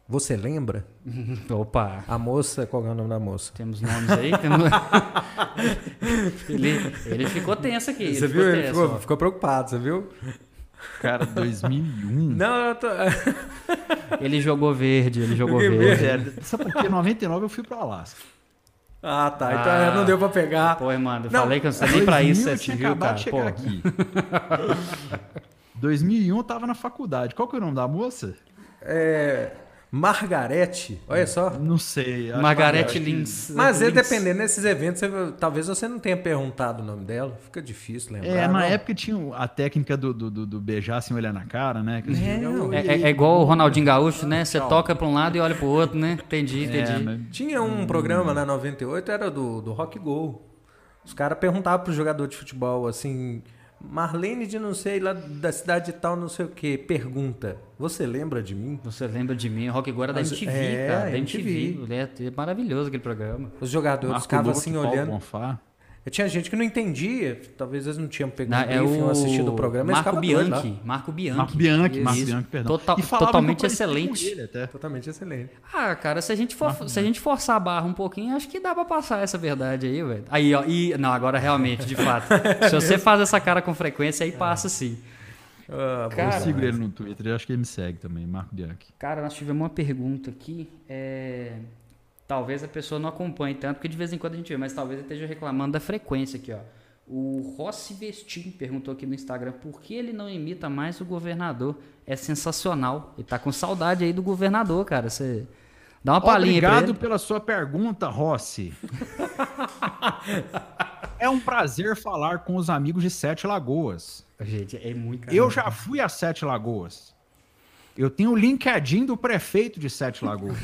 Você lembra? Opa! A moça, qual é o nome da moça? Temos nomes aí? Temos... *laughs* ele, ele ficou tenso aqui. ele Você viu? Ele tenso, ficou, ó. ficou preocupado, você viu? Cara, 2001. Não, eu tô. *laughs* Ele jogou verde, ele jogou Joguei verde. Velho, sabe por quê? 99 eu fui pra Alasca. Ah, tá. Então Ah. não deu pra pegar. Pô, mano, eu Não, falei que eu não sei Tá nem pra 2000 isso, eu você tinha viu, acabado cara? de chegar Pô, aqui. 2001 eu tava na faculdade. Qual que é o nome da moça? É, Margarete, olha só. Não sei. acho Margarete que- Lins. Mas é Lins. dependendo desses eventos, você- talvez você não tenha perguntado o nome dela. Fica difícil né? lembrar. É, não? na época tinha a técnica do, do, do- do beijar sem olhar na cara, né? Que eles jogavam- É, é- é igual o Ronaldinho Gaúcho, né? Você toca pra um lado e olha pro outro, né? Entendi, entendi. É, mas- Tinha um Hum. programa na 98, era do, do Rock Go. Os caras perguntavam pro jogador de futebol assim. Marlene de não sei, lá da cidade de tal, não sei o que, pergunta: Você lembra de mim? Você lembra de mim? Rock Agora da Mas- MTV, é, cara. Da MTV. MTV. É maravilhoso aquele programa. Os jogadores Marco ficavam Luque, assim Paulo olhando. Bonfá. Tinha gente que não entendia, talvez eles não tinham Na- pegado é briefing ou o assistido o programa. eles Marco ficavam doidos lá. Bianchi. Marco Bianchi. Marco Bianchi, Marco Isso. Bianchi, perdão. Total- E falava que eu totalmente parecia com excelente. ele até. Totalmente excelente. Ah, cara, se a, gente for, se a gente forçar a barra um pouquinho, acho que dá pra passar essa verdade aí, velho. Aí, ó, e. Não, agora realmente, de *laughs* fato. se você faz essa cara com frequência, aí passa sim. eu sigo ele no Twitter, eu acho que ele me segue também, Marco Bianchi. Cara, nós tivemos uma pergunta aqui. é, Talvez a pessoa não acompanhe tanto, porque de vez em quando a gente vê, mas talvez ele esteja reclamando da frequência aqui, ó. O Rossi Vestim perguntou aqui no Instagram por que ele não imita mais o governador. É sensacional. Ele tá com saudade aí do governador, cara. Você dá uma palhinha aí pra Obrigado ele. pela sua pergunta, Rossi. *laughs* é um prazer falar com os amigos de Sete Lagoas. Gente, é muito. Eu já fui a Sete Lagoas. Eu tenho o LinkedIn do prefeito de Sete Lagoas.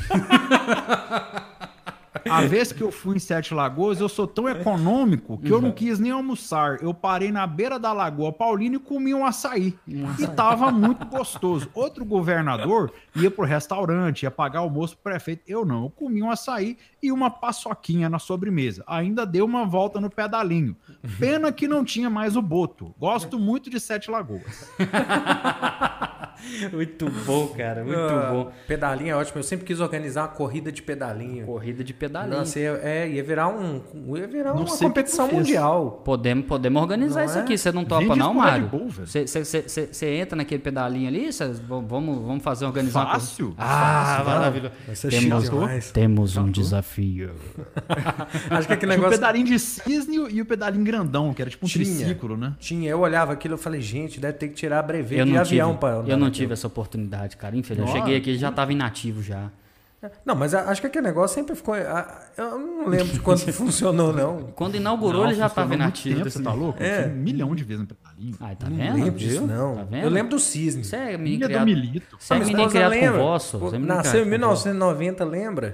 A vez que eu fui em Sete Lagoas, eu sou tão econômico que eu não quis nem almoçar. Eu parei na beira da Lagoa Paulina e comi um açaí. E tava muito gostoso. Outro governador ia pro restaurante, ia pagar almoço pro prefeito. Eu não. Eu comi um açaí e uma paçoquinha na sobremesa. Ainda dei uma volta no pedalinho. Pena que não tinha mais o boto. Gosto muito de Sete Lagoas. Muito bom, cara. Muito Ah, bom. Pedalinho é ótimo. Eu sempre quis organizar uma corrida de pedalinho. Corrida de pedalinho. Nossa, ia- é, ia virar, um, ia virar Não uma sei o que competição tu fez. mundial. Podemos, podemos organizar Não isso é? aqui. Você não topa, Vende não, isso pro Red Mário? Bull, velho. Você entra naquele pedalinho ali? cê- v- vamos, vamos fazer organizar uma coisa. Fácil. Ah, maravilhoso. Vai ser Temos, chique demais. temos um desafio. Acho que aquele Tinha o negócio pedalinho *laughs* de um cisne e o pedalinho grandão, que era tipo um Tinha. triciclo, né? tinha. Eu olhava aquilo e falei, gente, deve ter que tirar a brevet Eu de não, avião tive, pra andar eu não naquilo. tive essa oportunidade, cara. Infelizmente. Eu Nossa. cheguei aqui e já tava inativo já. Não, mas a- acho que aquele negócio sempre ficou. a- Ah, Eu não lembro *laughs* de *laughs* quando Tá funcionou, não. Quando inaugurou, ele já tava inativo. Você tá louco? É. Eu fui Um milhão de vezes no pedalinho. Ai, tá não vendo? lembro disso, viu? não. Tá vendo? Eu lembro do cisne. Você é Filha menino do criado. Milito. Você é minha menino esposa criado com lembra. vosso. você é menino Nasceu criado em com 1990, lembra?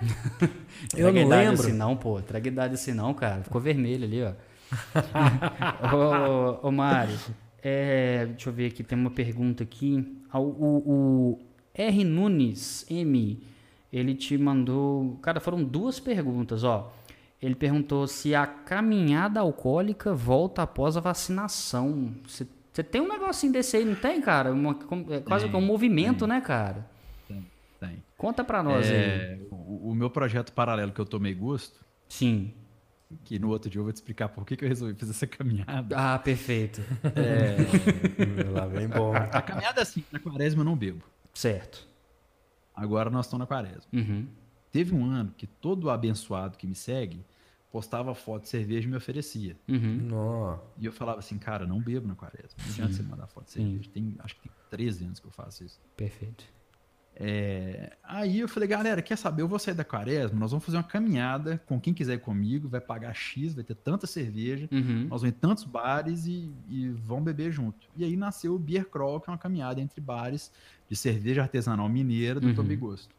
vosso. Eu Traga não idade lembro. assim não, pô. Traga idade assim não, cara. Ficou vermelho ali, *laughs* ó. ô, ô, Mário, é, deixa eu ver aqui. Tem uma pergunta aqui. Ah, O, o- o R. Nunes M. Ele te mandou... Cara, foram duas perguntas, ó. Ele perguntou se a caminhada alcoólica volta após a vacinação. Você você tem um negocinho desse aí, não tem, cara? Uma- como- é quase Tem, que um movimento, né, cara? Tem. Conta pra nós aí. É, o, o meu projeto paralelo que eu tomei gosto, Sim. que no outro dia eu vou te explicar por que, que eu resolvi fazer essa caminhada. Ah, perfeito. Tá Lá vem *laughs* bom. A caminhada é assim, na quaresma eu não bebo. Certo. Agora nós estamos na quaresma. Uhum. Teve um ano que todo abençoado que me segue postava foto de cerveja e me oferecia. Uhum. Nó. E eu falava assim, cara, não bebo na quaresma. Não adianta você mandar foto de Sim. cerveja. Tem, acho que tem 13 anos que eu faço isso. Perfeito. É, Aí eu falei, galera, quer saber? Eu vou sair da quaresma, nós vamos fazer uma caminhada com quem quiser ir comigo, vai pagar X, vai ter tanta cerveja, Uhum. nós vamos em tantos bares e, e vão beber junto. E aí nasceu o Beer Crawl, que é uma caminhada entre bares de cerveja artesanal mineira do Uhum. Tommy Gosto.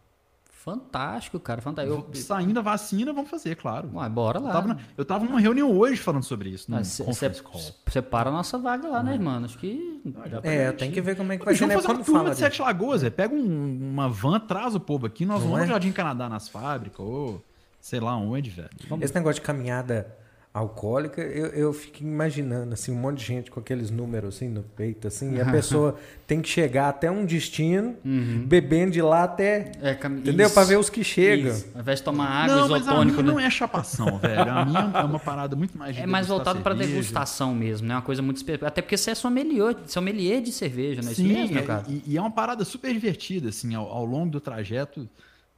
Fantástico, cara. Fantástico. Eu... Saindo a vacina, vamos fazer, claro. Ué, bora Eu lá. Ah, tava, na- eu tava numa reunião hoje falando sobre isso, num conference call. Você para a nossa vaga lá, né, irmão? Acho que. dá pra- É, tem que ver como é que vai Bicho, ser, vamos né? fazer uma Quando turma fala de Sete Lagoas, velho. Pega um- uma van, traz o povo aqui, nós Não vamos é? no Jardim Canadá nas fábricas, ou sei lá onde, velho. Esse negócio de caminhada alcoólica, eu, eu fico imaginando assim, um monte de gente com aqueles números assim no peito, assim, *laughs* e a pessoa tem que chegar até um destino, bebendo de lá até. É, cam- Entendeu? Uhum. Isso, Pra ver os que chegam. isso. Ao invés de tomar água mas a isotônica, minha né? não é *laughs* chapação, velho. A minha é uma parada muito mais de É mais degustar voltado pra cerveja. degustação mesmo, né? Uma coisa muito específica. Até porque você é sommelier, sommelier de cerveja, não é Sim, isso mesmo, é- cara? E, e é uma parada super divertida, assim, ao, ao longo do trajeto.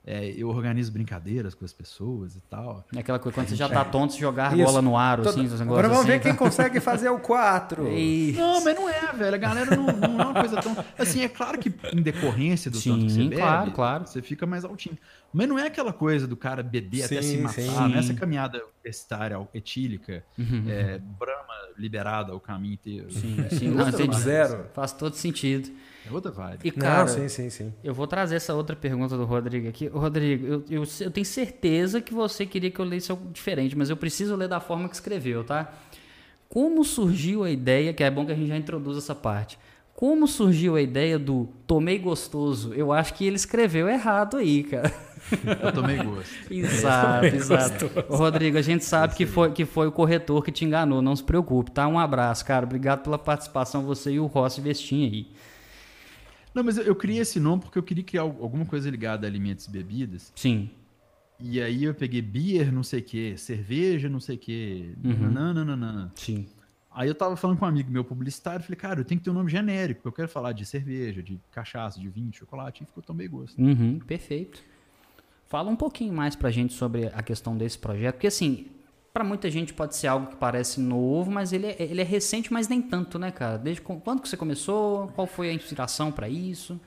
é, eu organizo brincadeiras com as pessoas e tal. É Aquela coisa, quando você já tá tonto, você jogar a Isso. bola no ar, Toda- assim, esses negócios Agora vamos assim, ver quem consegue fazer o *laughs* 4. Ei. Não, mas não é, velho. A galera não, não é uma coisa *laughs* tão. Assim, é claro que em decorrência do Sim, tanto que você bebe, claro, claro. você fica mais altinho. Mas não é aquela coisa do cara beber até se Sim, matar. sim. Nessa caminhada universitária, etílica, Uhum. é, Brahma liberada ao caminho inteiro. *laughs* Sim, sim. Eu Não, gosto entendi. do zero. Faz todo sentido. É outra vibe. E, Não, cara, sim, sim, sim. eu vou trazer essa outra pergunta do Rodrigo aqui. Ô, Rodrigo, eu, eu, eu tenho certeza que você queria que eu lesse algo diferente, mas eu preciso ler da forma que escreveu, tá? Como surgiu a ideia, que é bom que a gente já introduz essa parte. Como surgiu a ideia do tomei gostoso? Eu acho que ele escreveu errado aí, cara. Eu tomei gosto. *laughs* Exato, exato. Ô, Rodrigo, a gente sabe que foi, que foi o corretor que te enganou, não se preocupe, tá? Um abraço, cara. Obrigado pela participação, você e o Rossi Vestinha aí. Não, mas eu, eu criei esse nome porque eu queria criar al- alguma coisa ligada a alimentos e bebidas. Sim. E aí eu peguei beer, não sei o quê, cerveja, não sei o quê. Uhum. nananana. Sim. Aí eu tava falando com um amigo meu publicitário, falei, cara, eu tenho que ter um nome genérico, eu quero falar de cerveja, de cachaça, de vinho, de chocolate, e ficou tomei gosto. Uhum, perfeito. Fala um pouquinho mais pra gente sobre a questão desse projeto, porque assim, pra muita gente pode ser algo que parece novo, mas ele é, ele é recente, mas nem tanto, né, cara? Desde quan- quando que você começou? Qual foi a inspiração pra isso?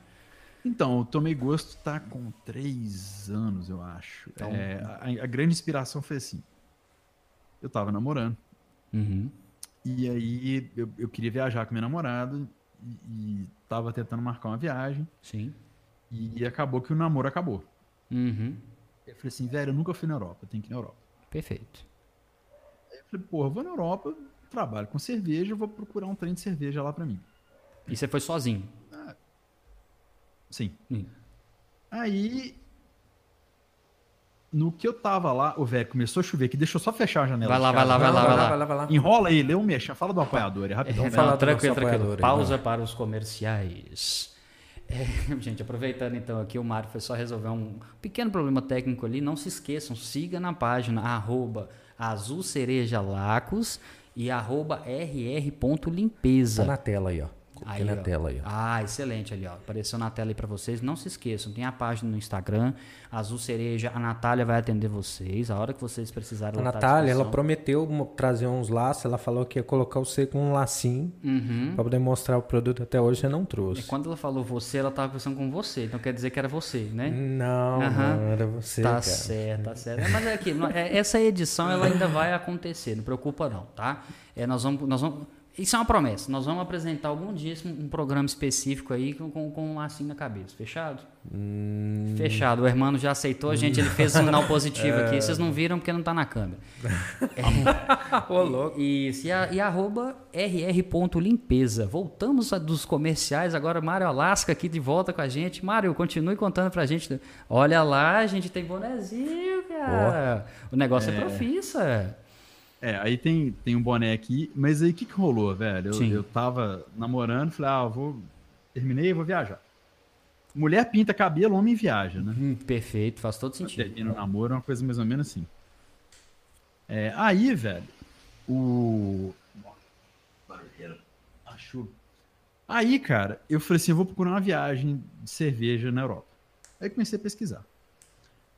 Então, o Tomei Gosto tá com três anos, eu acho. Então- É, a, a grande inspiração foi assim, eu tava namorando, Uhum. e aí eu, eu queria viajar com minha namorada, e tava tentando marcar uma viagem Sim. e acabou que o namoro acabou. Uhum. Eu falei assim, velho, eu nunca fui na Europa, eu tenho que ir na Europa. Perfeito. Aí eu falei, porra, eu vou na Europa, trabalho com cerveja, eu vou procurar um trem de cerveja lá pra mim. E você foi sozinho? Sim. Sim. Aí, no que eu tava lá, o velho começou a chover aqui, deixa eu só fechar a janela. Vai de lá, vai casa. lá, vai lá, vai lá. vai lá, vai lá. Enrola aí, lê um mexer, fala do apoiador, é rapidão. É, né? fala fala, do tranquilo, nosso tranquilo. apoiador então. aí, Pausa para os comerciais. É, *laughs* gente, aproveitando então aqui, o Mário foi só resolver um pequeno problema técnico ali. Não se esqueçam, siga na página arroba Azul Cereja Lacos e arroba Tá rr.limpeza. na tela aí, ó. Coloquei Aí, na ó. tela aí, ó. Ah, excelente ali, ó. Apareceu na tela aí pra vocês. Não se esqueçam, tem a página no Instagram, Azul Cereja. A Natália vai atender vocês. A hora que vocês precisarem, A ela tá à Natália, ela disposição. prometeu mo- trazer uns laços, ela falou que ia colocar você com um lacinho Uhum. pra poder mostrar o produto, até hoje você não E trouxe. quando ela falou você, ela tava pensando com você, então quer dizer que era você, Hum, né? Não, Aham. não, era você, tá cara. certo, tá certo. É, Mas é aquilo, é- essa edição ela ainda vai acontecer, não preocupa não, tá? É, nós vamos, nós vamos, isso é uma promessa, nós vamos apresentar algum dia esse- um programa específico aí com, com, com um lacinho na cabeça, fechado? Hum. Fechado, o hermano já aceitou, gente, ele fez um sinal positivo aqui, É. vocês não viram porque não tá na câmera. Ô, louco. Isso, e, a, e arroba rr.limpeza. Voltamos a- dos comerciais, agora Mário Alasca aqui de volta com a gente. Mário, continue contando pra gente. Olha lá, a gente tem bonezinho, cara. O negócio é, profissa. É, aí tem, tem um boné aqui, mas aí o que, que rolou, velho? Eu, Sim. eu tava namorando, falei, ah, eu vou. Terminei, eu vou viajar. Mulher pinta cabelo, homem viaja, né? Hum, perfeito, faz todo sentido. Termina o namoro, é uma coisa mais ou menos assim. É, aí, velho, o. Barulheiro. A chuva. Aí, cara, eu falei assim: eu vou procurar uma viagem de cerveja na Europa. Aí comecei a pesquisar.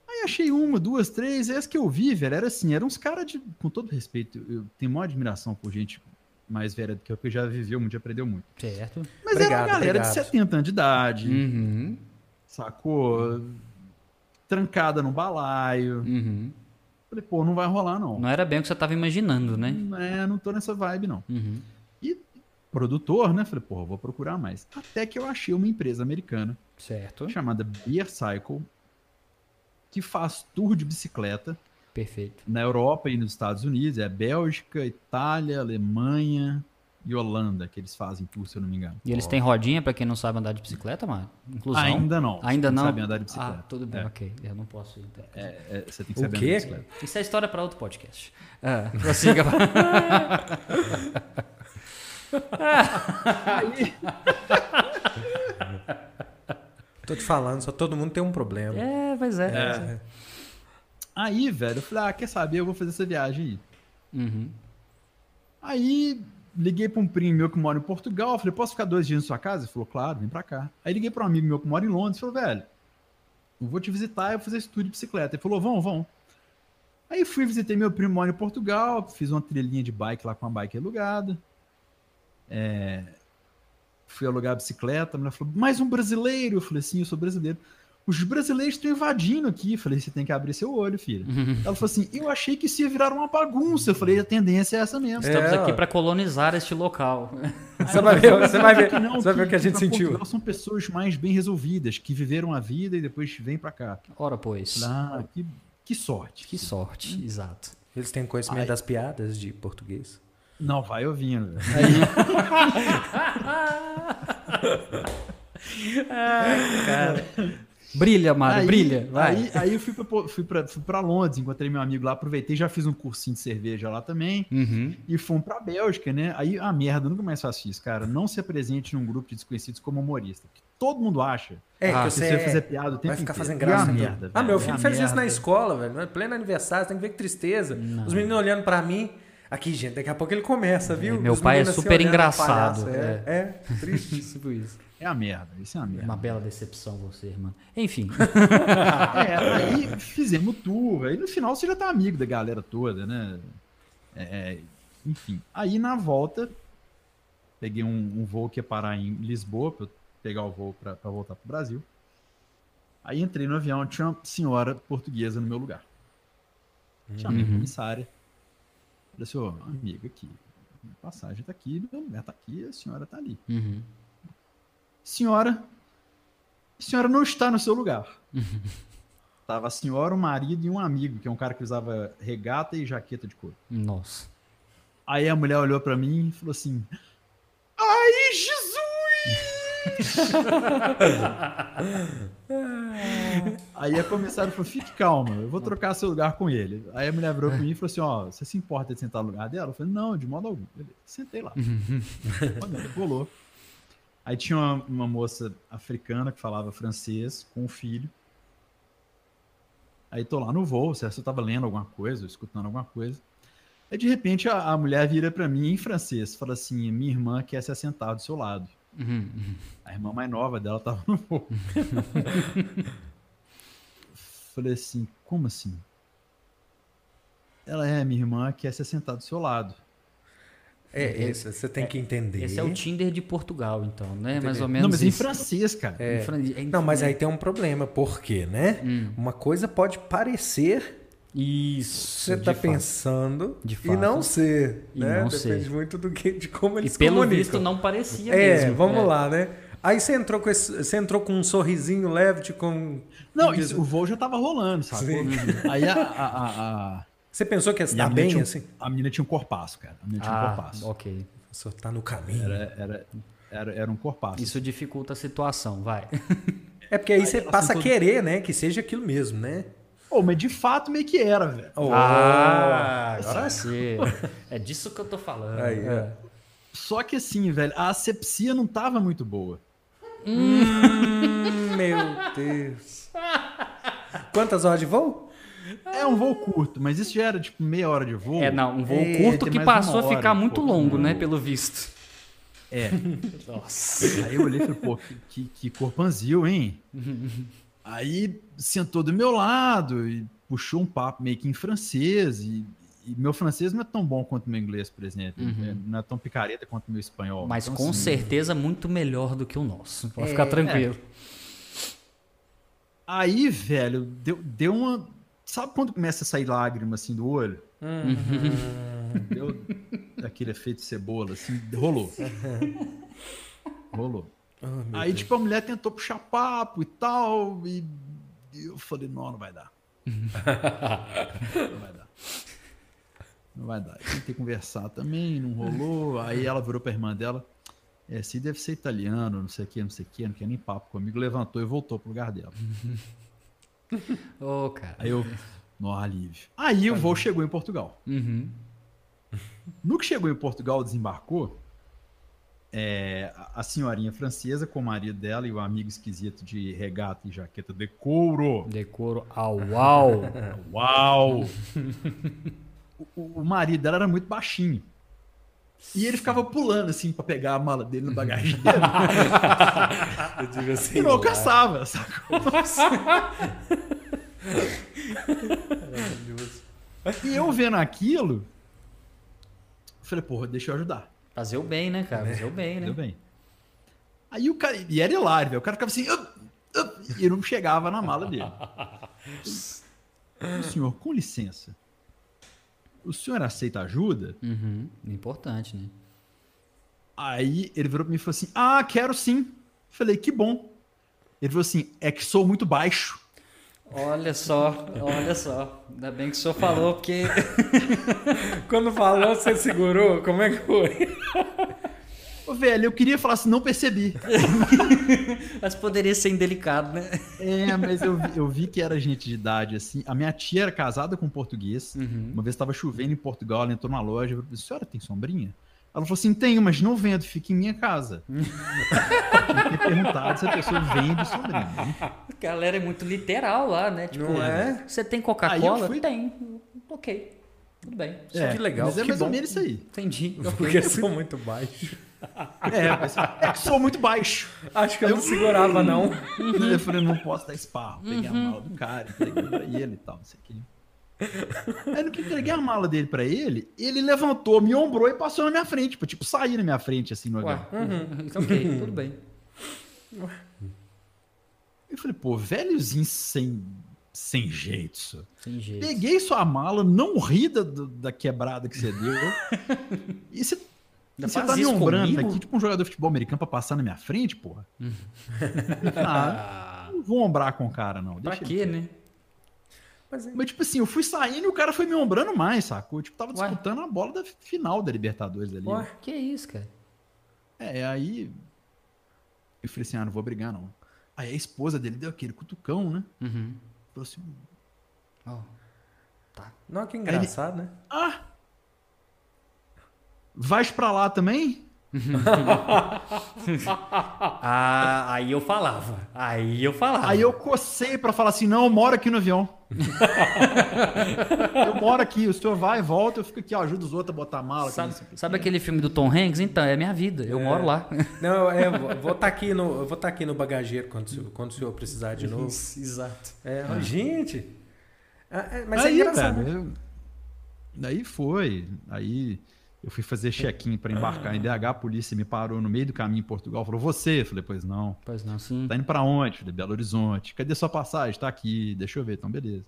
Aí achei uma, duas, três. Aí as que eu vi, velho, era assim: eram uns caras de. Com todo respeito, eu- eu tenho maior admiração por gente mais velha do que eu, que já viveu muito, já aprendeu muito. Certo. Mas era Obrigado, uma galera de obrigado. Hum. 70 anos de idade, Uhum, sacou? Trancada no balaio. uhum. Falei, pô, não vai rolar, não. Não era bem o que você tava imaginando, né? Não, é, não tô nessa vibe, não. Uhum. Produtor, né? Falei, pô, eu vou procurar mais. Até que eu achei uma empresa americana Certo. chamada Beer Cycle, que faz tour de bicicleta Perfeito. na Europa e nos Estados Unidos. É Bélgica, Itália, Alemanha e Holanda que eles fazem tour, se eu não me engano. E eles têm rodinha pra quem não sabe andar de bicicleta, Mário? Inclusão. Ainda não. Ainda Você tem que não? Saber andar de Ah, bicicleta. tudo bem, É, ok. Eu não posso ir. então. é, você tem que O saber quê? andar de bicicleta. Isso é história para outro podcast. Ah, prossiga. *laughs* *laughs* Tô te falando, só todo mundo tem um problema. é, pois é. Aí, velho, eu falei, ah, quer saber? Eu vou fazer essa viagem aí. Uhum. Aí liguei pra um primo meu que mora em Portugal, falei, posso ficar dois dias na sua casa? Ele falou, claro, vem pra cá. Aí liguei pra um amigo meu que mora em Londres, falou, velho, eu vou te visitar, eu vou fazer estudo de bicicleta. Ele falou, vão, vão. Aí fui, visitei meu primo que mora em Portugal, fiz uma trilhinha de bike lá com uma bike alugada. É, Fui alugar a bicicleta, a mulher falou, mais um brasileiro. Eu falei, sim, eu sou brasileiro. Os brasileiros estão invadindo aqui. Eu falei, você tem que abrir seu olho, filho. Ela falou assim, eu achei que isso ia virar uma bagunça. Eu falei, a tendência é essa mesmo. Estamos É, aqui ó. para colonizar este local. *laughs* *laughs* Você vai ver, você vai ver, você vai ver o que a gente pra sentiu. Portugal são pessoas mais bem resolvidas, que viveram a vida e depois vêm pra cá. Ora, pois. Ah, que, que sorte. Que sorte. Exato. Eles têm conhecimento das piadas de português. Não, vai ouvindo. velho. Brilha, Mário, Aí- brilha. Vai. Aí, aí eu fui pra, po- fui, pra, fui pra Londres, encontrei meu amigo lá, aproveitei, já fiz um cursinho de cerveja lá também. Uhum. E fomos pra Bélgica, né? Aí, a merda, eu nunca mais faço isso, cara. Não se apresente num grupo de desconhecidos como humorista. porque Todo mundo acha É, Ah, que que você, você vai fazer é- piada o tempo vai ficar inteiro. fazendo É graça. uma então. merda, ah, velho, meu é filho uma fez isso na merda. escola, velho. É Pleno aniversário, tem que ver que tristeza. Os meninos olhando pra mim. Aqui, gente, daqui a pouco ele começa, viu? meu Os pai é meninos assim super olhando, engraçado, palhaço, É, é. triste. *laughs* Tipo isso. É a merda, isso é uma merda. Uma bela decepção você, irmão. *laughs* Enfim. É, aí fizemos tour. Aí no final você já tá amigo da galera toda, né? É, enfim. Aí na volta, peguei um, um voo que ia parar em Lisboa, pra eu pegar o voo pra, pra voltar pro Brasil. Aí entrei no avião, tinha uma senhora portuguesa no meu lugar. Chamei a comissária. Falei assim, ô, amiga aqui, minha passagem tá aqui, meu lugar tá aqui, a senhora tá ali. Uhum. senhora, a senhora não está no seu lugar. Tava a senhora, o marido e um amigo, que é um cara que usava regata e jaqueta de couro. Nossa. Aí a mulher olhou pra mim e falou assim: Ai, Jesus! Aí a comissária falou: Fique calma, eu vou trocar seu lugar com ele. Aí a mulher virou pra mim e falou assim: Ó, você se importa de sentar no lugar dela? Eu falei: Não, de modo algum. Beleza, sentei lá. Olha, rolou. Aí tinha uma, uma moça africana que falava francês com um filho. Aí tô lá no voo, certo? Eu tava lendo alguma coisa, escutando alguma coisa. Aí de repente a, a mulher vira para mim em francês, fala assim: minha irmã quer se assentar do seu lado. Uhum. A irmã mais nova dela tava no *laughs* voo. Falei assim, como assim? Ela é minha irmã quer se assentar do seu lado. É, esse, você tem que entender. Esse Uhum. é o Tinder de Portugal, então, né? Mais ou menos. Não, mas em isso. É. francês, cara. É, Em Fran- em- Não, mas aí tem um problema, porque, né? Hum. Uma coisa pode parecer Isso. é- você de tá fato. pensando De e fato. não ser, E né? não Depende ser. muito do que, de como E eles pelo comunicam. visto não parecia é, mesmo. vamos É. lá, né? Aí você entrou com esse- você entrou com um sorrisinho leve, tipo, com Não, isso, o voo já tava rolando, sabe? Sim. Aí a, a, a, a- você pensou que *laughs* ia e a estar menina bem tinha um, assim? A menina tinha um corpaço, cara. A menina tinha um Ah, corpaço. ok. Só tá no caminho. Era, era, era, era um corpaço. Isso dificulta a situação, vai. É porque aí, assim, você ela passa a sentou- querer, né? Que seja aquilo mesmo, né? Pô, mas de fato meio que era, velho. Oh, agora *laughs* sim. É disso que eu tô falando. Aí, ó. É. Só que assim, velho, a asepsia não tava muito boa. Hum, Meu Deus. Quantas horas de voo? É um voo curto, mas isso já era tipo meia hora de voo. É, não, um voo É, curto tem que mais uma passou a hora, ficar um muito pouco, longo, um né? voo. Pelo visto. *laughs* É. Nossa. Aí eu olhei e falei, pô, que, que, que *laughs* corpanzil, hein? Aí sentou do meu lado e puxou um papo meio que em francês. E, e meu francês não é tão bom quanto meu inglês, por exemplo. É, Não é tão picareta quanto meu espanhol. Uhum. Mas Então, com assim, certeza muito melhor do que o nosso. É. Pode ficar tranquilo. Aí, velho, deu, deu uma. Sabe quando começa a sair lágrima assim do olho? Deu aquele efeito cebola, assim, rolou. Rolou. Aí, tipo, a mulher tentou puxar papo e tal, e eu falei, não, não vai dar. não vai dar. Não vai dar. Eu tentei conversar também, não rolou. Aí ela virou pra irmã dela, é, se deve ser italiano, não sei o que, não sei o que, não quer nem papo comigo. Levantou e voltou pro lugar dela. Ô, cara. Aí eu, no alívio. Aí o voo chegou em Portugal. Uhum. No que chegou em Portugal, desembarcou, é, a- a senhorinha francesa com o marido dela e o amigo esquisito de regata e jaqueta de couro. Decoro au *laughs* au. Uau! o, o- o marido dela era muito baixinho. E ele ficava pulando assim pra pegar a mala dele no bagageiro Eu assim, devia e ser. não alcançava, sacou? E eu vendo aquilo, falei, porra, deixa eu ajudar. Fazer o bem, né, cara? Fazer o bem, né? Deu bem. Aí o cara. E era hilário, velho. O cara ficava assim. "Up, up", e não chegava na mala dele. O senhor, com licença. O senhor aceita ajuda? Uhum. Importante, né? Aí ele virou pra mim e falou assim: Ah, quero sim. Falei, que bom. Ele falou assim: é que sou muito baixo. Olha só, olha só. Ainda bem que o senhor falou, porque. *laughs* *laughs* Quando falou, você segurou? Como é que foi? *laughs* Ô, velho, eu queria falar assim, não percebi. Mas poderia ser indelicado, né? É, mas eu, vi- eu vi que era gente de idade, assim. A minha tia era casada com um português. Uhum. Uma vez estava chovendo em Portugal, ela entrou numa loja e falou: "A senhora tem sombrinha? Ela falou assim: tenho, mas não vendo, fica em minha casa. *laughs* Eu fiquei perguntado se a pessoa vende sombrinha. né? A galera é muito literal lá, né? Tipo, Não é? você tem Aí eu Coca-Cola? fui- Tem. Ok. Tudo bem. É, que legal, Mas é que mais ou bom. menos isso aí. Entendi. Porque eu sou muito baixo. É, mas é que sou muito baixo. Acho que eu não segurava, não. Uhum. Né? Eu falei, não posso dar esparro. Peguei a mala do cara, entreguei pra ele e tal, não sei o que. Aí no que entreguei a mala dele pra ele, ele levantou, me ombrou e passou na minha frente. Tipo, sair na minha frente, assim, no avião. Ué, ok, tudo bem. Eu falei, pô, velhozinho sem, sem jeito, senhor. Sem jeito. Peguei sua mala, não ri da, do- da quebrada que você deu. e você Ainda E você faz tá me isso ombrando comigo? Uhum. aqui, tipo um jogador de futebol americano pra passar na minha frente, porra? ah, não vou ombrar com o cara, não. Pra Deixa ele quê, quieto. né? Mas, é- Mas, tipo assim, eu fui saindo e o cara foi me ombrando mais, sacou? Tipo, tava Ué. disputando a bola da final da Libertadores ali. né? Pô, que isso, cara? É, aí. Eu falei assim, ah, não vou brigar, não. Aí a esposa dele deu aquele cutucão, né? Uhum. Falou assim, Ó. não, que engraçado, né? ah! Vais pra lá também? Ah, aí eu falava. Aí eu falava. Aí eu cocei pra falar assim, não, eu moro aqui *laughs* no avião. eu moro aqui, o senhor vai, volta, eu fico aqui, ó, ajuda os outros a botar a mala. aqui, Sabe, não sei o quê. sabe aquele filme do Tom Hanks? Então, é minha vida. Eu moro lá. Não, é, vou- vou estar aqui no, eu vou tá aqui no bagageiro quando, o senhor- quando o senhor precisar de *laughs* novo. Exato. É, gente. Ah, é, mas é aí, engraçado. velho, eu- Daí foi. Aí eu fui fazer check-in pra embarcar em DH, a polícia me parou no meio do caminho em Portugal, falou, você? Eu falei, pois não. *laughs* Pois não, sim. Tá indo pra onde? Eu Falei, Belo Horizonte. Cadê sua passagem? Tá aqui, deixa eu ver. Então, beleza.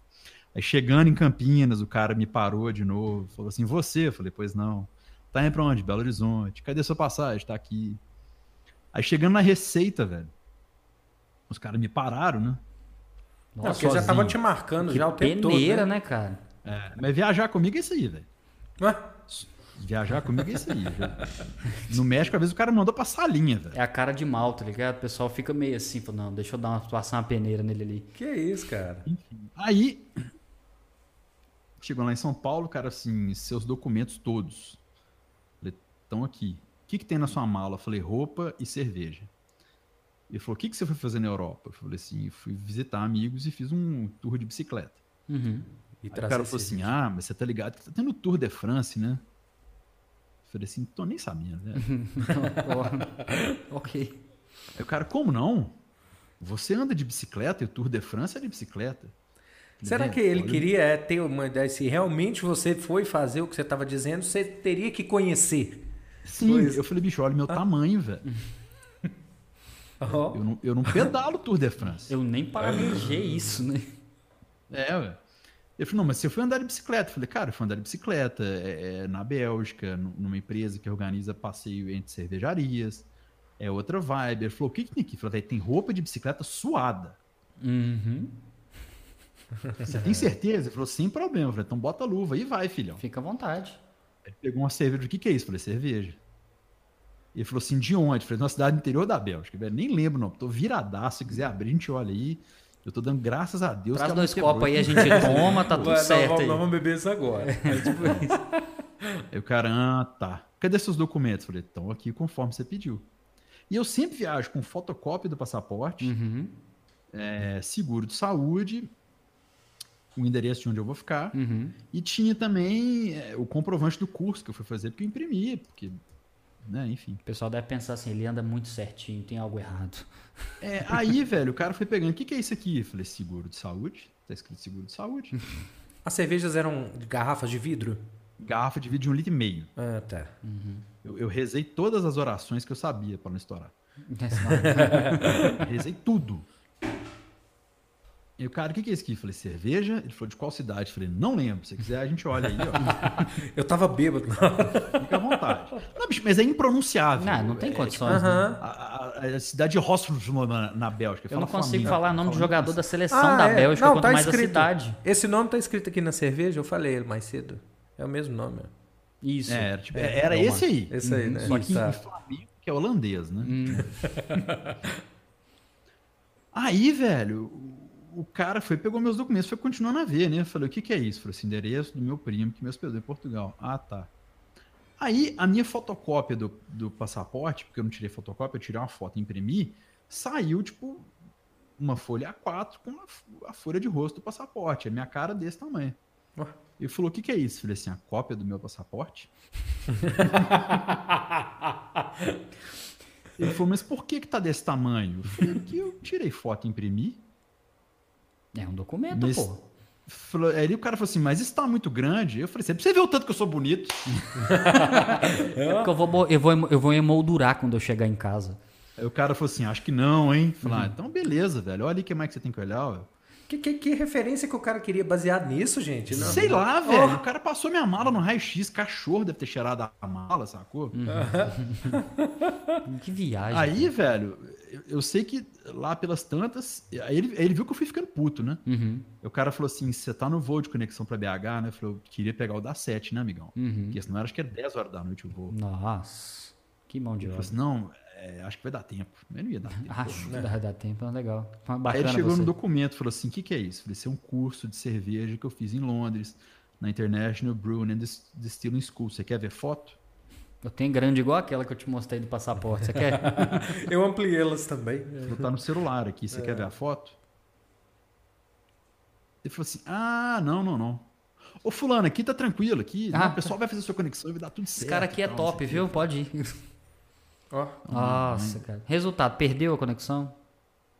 Aí chegando em Campinas, o cara me parou de novo, falou assim, você? Eu falei, pois não. Tá indo pra onde? Belo Horizonte. Cadê sua passagem? Tá aqui. Aí chegando na Receita, velho, os caras me pararam, né? Não, Nossa, porque já sozinho. tava te marcando já o tempo todo. peneira, né, cara? É, mas viajar comigo é isso aí, velho. Ah, Viajar comigo é isso aí. velho. No México, às vezes, o cara mandou pra salinha, velho. É a cara de mal, tá ligado? O pessoal fica meio assim, fala, não, deixa eu dar uma, passar uma peneira nele ali. que isso, cara. Aí, chegou lá em São Paulo, cara, assim, seus documentos todos. Estão aqui. O que, que tem na sua mala? Eu falei, roupa e cerveja. Ele falou, o que, que você foi fazer na Europa? Eu falei assim, fui visitar amigos e fiz um tour de bicicleta. Uhum. E Aí o cara falou assim, ah, mas você tá ligado que tá tendo Tour de France, né? Eu falei assim, tô nem sabendo, né? Então, *laughs* ó, ok. Aí o cara, como não? Você anda de bicicleta e o Tour de France é de bicicleta. Será Né? que ele Olha, queria é, ter uma ideia? Se realmente você foi fazer o que você estava dizendo, você teria que conhecer. Sim, Pois. eu falei, bicho, olha o meu tamanho, velho. Ó, Eu não, eu não pedalo Tour de France. Eu nem parabenizei isso, né? É, velho. Ele falou, não, mas você foi andar de bicicleta. Eu falei, cara, eu fui andar de bicicleta é, é na Bélgica, nu- numa empresa que organiza passeio entre cervejarias. É outra vibe. Ele falou, o que, que tem aqui? Eu falei, "Véi, tem roupa de bicicleta suada. Uhum. Você tem certeza? Ele falou, sem problema. Eu falei, então bota a luva e vai, filhão. Fica à vontade. Ele pegou uma cerveja. O que, que é isso? Eu falei, cerveja. E ele falou assim, de onde? Eu falei, na cidade interior da Bélgica. Velho, nem lembro, não. Tô viradaço. Se quiser abrir, a gente olha aí. Eu tô dando graças a é Traz Deus. que ela não dois quebrou copos aí, a aqui. gente *laughs* toma, tá ué, tudo nós certo vamos- aí. nós vamos beber isso agora. Aí o cara, ah, tá. Cadê seus documentos? Eu Falei, estão aqui conforme você pediu. E eu sempre viajo com fotocópia do passaporte, Uhum. é, seguro de saúde, o endereço de onde eu vou ficar, Uhum. e tinha também é, o comprovante do curso que eu fui fazer, porque eu imprimi, porque, né, enfim. O pessoal deve pensar assim, ele anda muito certinho, tem algo errado. É, aí, velho, o cara foi pegando, o que, que é isso aqui? Eu falei, seguro de saúde, tá escrito seguro de saúde. As cervejas eram de garrafas de vidro? Garrafa de vidro de um litro e meio. Ah, tá. Eu, eu rezei todas as orações que eu sabia pra não estourar. é Rezei tudo. E o cara, o que, que é isso aqui? Eu falei, cerveja? Ele falou, de qual cidade? Eu falei, não lembro. Se quiser, a gente olha aí, ó. Eu tava bêbado. Fica à vontade. Não, bicho, mas é *laughs* impronunciável. não, não tem É, condições. né? Aham. A, a- a cidade de Rostrum na, na Bélgica. Eu um não Fala consigo Flamengo. falar nome de Fala- jogador da seleção Ah, da é. Bélgica, Não, quanto tá mais escrito. a cidade. Esse nome tá escrito aqui na cerveja, eu falei ele mais cedo. É o mesmo nome. ó. Isso. É, era, tipo, era É, esse aí. Esse aí, né? Hum. Só que Tá. o Flamengo, que é holandês, né? *laughs* Aí, velho, o o cara foi, pegou meus documentos, foi continuando a ver, né? Eu falei, o que, que é isso? Falei assim, endereço do meu primo que me hospedou em Portugal. Ah, tá. Aí, a minha fotocópia do, do passaporte, porque eu não tirei fotocópia, eu tirei uma foto e imprimi, saiu, tipo, uma folha A4 com a, f- a folha de rosto do passaporte, a minha cara desse tamanho. Ué. Ele falou, o que, que é isso? Eu Falei assim, a cópia do meu passaporte? Ele falou, mas por que que tá desse tamanho? Eu falei, porque eu tirei foto e imprimi. É um documento, Mas- pô. Falou- aí o cara falou assim, mas isso tá muito grande. Eu falei, assim, "É pra você vê o tanto que eu sou bonito. É porque eu vou, bo- eu, vou, emo- eu vou emoldurar quando eu chegar em casa. Aí o cara falou assim, acho que não, hein? Eu Falei, ah, então beleza, velho. Olha aí o que mais que você tem que olhar, ó. Que, que, que referência que o cara queria baseado nisso, gente? Não. Sei lá, velho. O cara passou minha mala no raio-x, cachorro deve ter cheirado a mala, sacou? Que viagem. Aí, velho, eu- eu sei que lá pelas tantas, aí ele, ele viu que eu fui ficando puto, né? Uhum, O cara falou assim: você tá no voo de conexão pra BH, né? Eu falei, eu queria pegar o da 7, né, amigão? uhum. Porque senão era, acho que era 10 horas da noite o voo. Nossa, que mão de Ele obra. falou assim: não, é, acho que vai dar tempo. Mas não *laughs* ia dar tempo. Acho que dá, dá tempo, é legal. Bacana Aí ele chegou você. no documento falou assim: o que, que é isso? Eu Falei, isso é um curso de cerveja que eu fiz em Londres, na International Brewing and Dis- Distilling School. Você quer ver foto? Eu tenho grande igual aquela que eu te mostrei do passaporte. Você *laughs* quer? Eu ampliei elas também. É. Ele falou, tá no celular aqui, você quer ver a foto? Ele falou assim: ah, não, não, não. Ô, Fulano, aqui tá tranquilo, aqui Ah. não, o pessoal vai fazer sua conexão e vai dar tudo certo. Esse cara aqui Uhum. é e tal, não sei top, o quê. viu? Pode ir. Ó, Nossa, cara. Resultado, perdeu a conexão?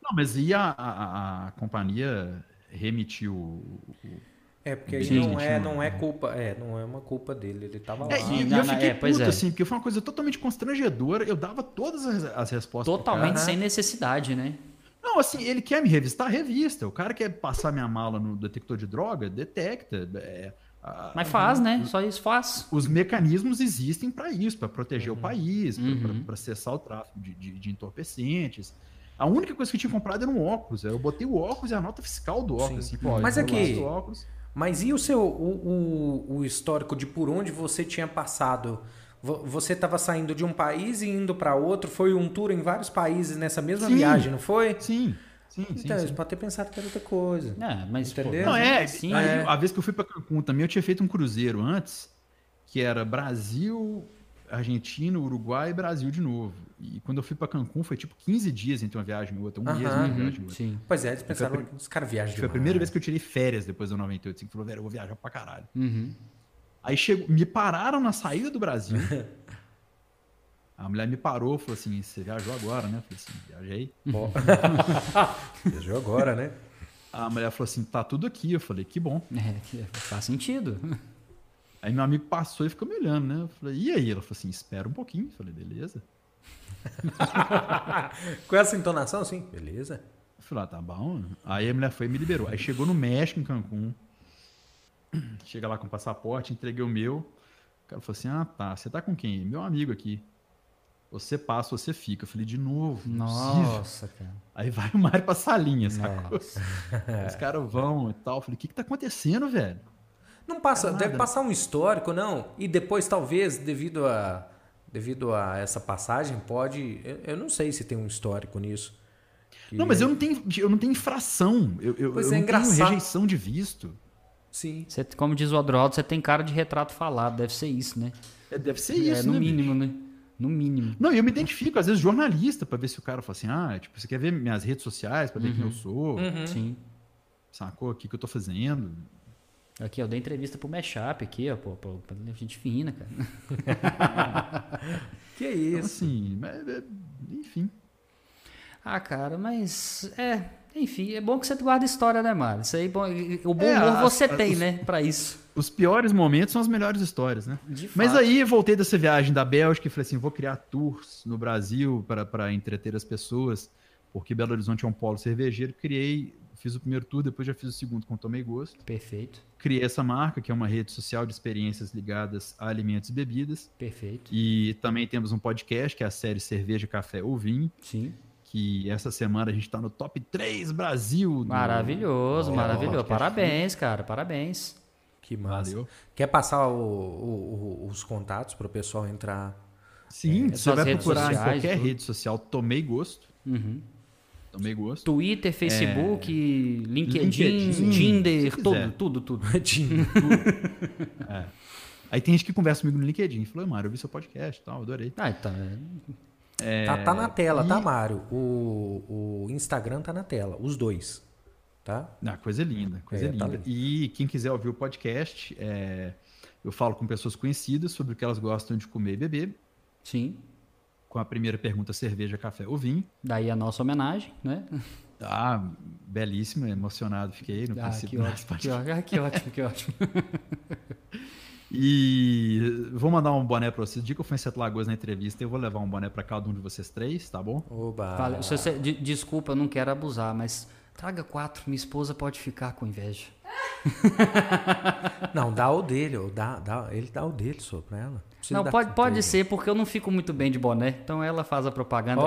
Não, mas e a, a- a- a companhia remitiu. o- o- É, porque aí Gente, não é, mano. não é culpa. É, não é uma culpa dele. Ele tava lá. É, e, não, e não, eu fiquei é, pois puto, é. assim, porque foi uma coisa totalmente constrangedora. Eu dava todas as, as respostas. pro Totalmente cara. sem necessidade, né? Não, assim, ele quer me revistar, revista. O cara quer passar minha mala no detector de droga, detecta. É, a- Mas faz, né? Só isso faz. os mecanismos existem para isso, para proteger Uhum. o país, para cessar o tráfico de, de- de entorpecentes. A única coisa que eu tinha comprado era um óculos. Eu botei o óculos e a nota fiscal do óculos. Sim. Assim, pô, Mas eu é aqui- gosto do óculos. Mas e o seu o, o, o histórico de por onde você tinha passado? Vo- Você estava saindo de um país e indo para outro? Foi um tour em vários países nessa mesma Sim. viagem, não foi? Sim, sim, sim. então, sim. eles podem ter pensado que era outra coisa. É, mas. pô, Entendeu? Não, é. Sim, aí, é. A vez que eu fui pra Cancún também, eu tinha feito um cruzeiro antes, que era Brasil, Argentina, Uruguai e Brasil de novo. E quando eu fui pra Cancún, foi tipo 15 dias entre uma viagem e outra, um Aham. mês entre uma Uhum, viagem e outra. Sim. Pois é, eles pensaram, Foi a os caras viajam Foi a demais. primeira vez que eu tirei férias depois do 98. Assim, que falou, velho, eu vou viajar pra caralho. Uhum. Aí chegou, me pararam na saída do *laughs* Brasil. A mulher me parou, falou assim: você viajou agora, né? Eu falei assim: viajei. Bom. Viajou agora, né? A mulher falou assim: tá tudo aqui. Eu falei: que bom. É, que faz É sentido. Aí meu amigo passou e ficou me olhando, né? Eu falei, e aí? Ela falou assim, espera um pouquinho. Eu falei, beleza. Com essa entonação, sim. Beleza. Eu falei, ah, tá bom. Aí a mulher foi e me liberou. Aí chegou no México, em Cancún. *clears throat* Chega lá com o passaporte, entreguei o meu. O cara falou assim, ah, tá, você tá com quem? Meu amigo aqui. Você passa, você fica. Eu falei, de novo, não é possível. Nossa, cara. Aí vai o Mário pra salinha, sacou? Nossa. Os caras vão e tal. Eu falei, o que que tá acontecendo, velho? Não passa, Nada. deve passar um histórico, não. E depois, talvez, devido a, devido a essa passagem, pode. Eu, eu não sei se tem um histórico nisso. Não, mas eu não tenho, eu não tenho infração. Eu, eu, Pois eu é, não engraçado. tenho rejeição de visto. Sim. Você, como diz o Adroaldo, você tem cara de retrato falado. Deve ser isso, né? É, deve ser é, isso, no né, bicho? mínimo, né? No mínimo. Não, e eu me identifico, às vezes, jornalista, pra ver se o cara fala assim, ah, tipo, você quer ver minhas redes sociais, pra ver quem eu sou, Sim. sacou? O que, que eu tô fazendo? Aqui, eu dei entrevista pro Meshup aqui, ó, pô, pô, pô, gente fina, cara. Que é Então, isso. assim, mas, é, enfim. Ah, cara, mas é, enfim, é bom que você guarda história, né, Mário? Isso aí, bom, o bom É, humor as- você as- tem, os- né, pra isso. Os piores momentos são as melhores histórias, né? De Mas fato. aí, voltei dessa viagem da Bélgica e falei assim, vou criar tours no Brasil pra- pra entreter as pessoas, porque Belo Horizonte é um polo cervejeiro. Criei, fiz o primeiro tour, depois já fiz o segundo com Tomei Gosto. Perfeito, Criei essa marca, que é uma rede social de experiências ligadas a alimentos e bebidas. perfeito, E também temos um podcast, que é a série Cerveja, Café ou Vinho, sim. que essa semana a gente está no top 3 Brasil. do- Maravilhoso, Ó, maravilhoso. podcast Parabéns, cara, parabéns. Que Vinho. massa. Valeu. Quer passar o- o- o- os contatos para o pessoal entrar? Sim, você É, suas vai redes procurar em sociais, qualquer tudo. rede social Tomei Gosto. Uhum. Tomei Gosto. Twitter, Facebook, É. LinkedIn, LinkedIn, se Tinder, quiser. tudo, tudo, tudo. *laughs* Aí tem gente que conversa comigo no LinkedIn. Falou, "Ô, Mário, eu vi seu podcast e tal, adorei. Ah, então, Tá, tá na tela, É. e- tá, Mário? O, o Instagram tá na tela, os dois. Tá? Ah, coisa linda, coisa É, tá linda. lindo. E quem quiser ouvir o podcast, é, eu falo com pessoas conhecidas sobre o que elas gostam de comer e beber. sim. Com a primeira pergunta, cerveja, café ou vinho. Daí a nossa homenagem, né? Ah, belíssimo, emocionado fiquei no Ah, que princípio. desse ótimo, que podcast. ótimo, ah, que ótimo, que *laughs* ótimo. E vou mandar um boné pra vocês. O dia que eu for em Sete Lagoas na entrevista, eu vou levar um boné pra cada um de vocês três, tá bom? Oba. Valeu. Se você- de- desculpa, eu não quero abusar, mas Traga quatro, minha esposa pode ficar com inveja. Não, dá o dele, ou dá, dá, ele dá o dele só pra ela. Precisa Não, dar pode, tudo pode dele. ser, porque eu não fico muito bem de boné. Então ela faz a propaganda. É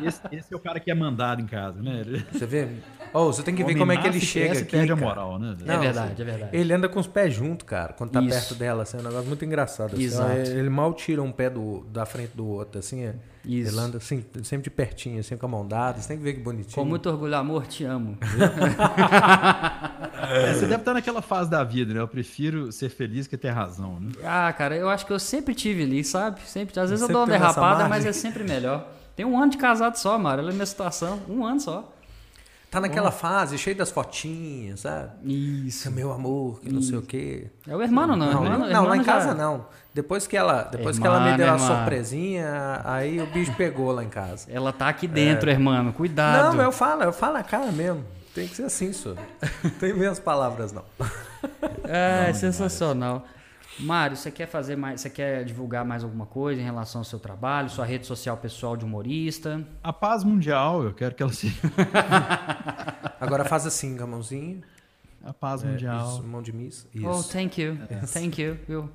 Ó. Esse, esse é o cara que é mandado em casa, né? Ele- Você vê? Ô, você tem que ver Homem como é que ele nasce, chega cresce e aqui. perde a cara. moral, né? velho? é Não, verdade, é verdade. Ele anda com os pés juntos, cara, quando tá Isso. perto dela. Assim, é um negócio muito engraçado. assim, Exato. ó, ele mal tira um pé do, da frente do outro, assim. é. Isso. Ele anda assim, sempre de pertinho, assim, com a mão dada. Você tem que ver que bonitinho. Com muito orgulho, amor, te amo. É, você deve estar naquela fase da vida, né? Eu prefiro ser feliz que ter razão, né? Ah, cara, eu acho que eu sempre tive ali, sabe? Sempre, às vezes eu Sempre dou uma teve essa derrapada, mas margem. é sempre melhor. Tem um ano de casado só, Mário. Olha a minha situação. Um ano só. Tá naquela fase, cheio das fotinhas, sabe? Isso. Isso, meu amor, que não sei o quê. É o irmão, não. Não, irmão, não, irmão lá em já- casa não. Depois que ela, depois que ela Irmã, me deu né, a irmã? surpresinha, aí o bicho pegou lá em casa. Ela tá aqui dentro, irmão. Cuidado. É. Não, eu falo, eu falo a cara mesmo. Tem que ser assim, senhor. Tem minhas palavras, não. É, sensacional. Mário, você quer fazer mais, você quer divulgar mais alguma coisa em relação ao seu trabalho, sua rede social pessoal de humorista? A paz mundial, eu quero que ela seja *laughs* Agora faz assim com a mãozinha. é, a paz mundial. Isso, mão de missa. Oh, Isso. thank you. Thank you. viu?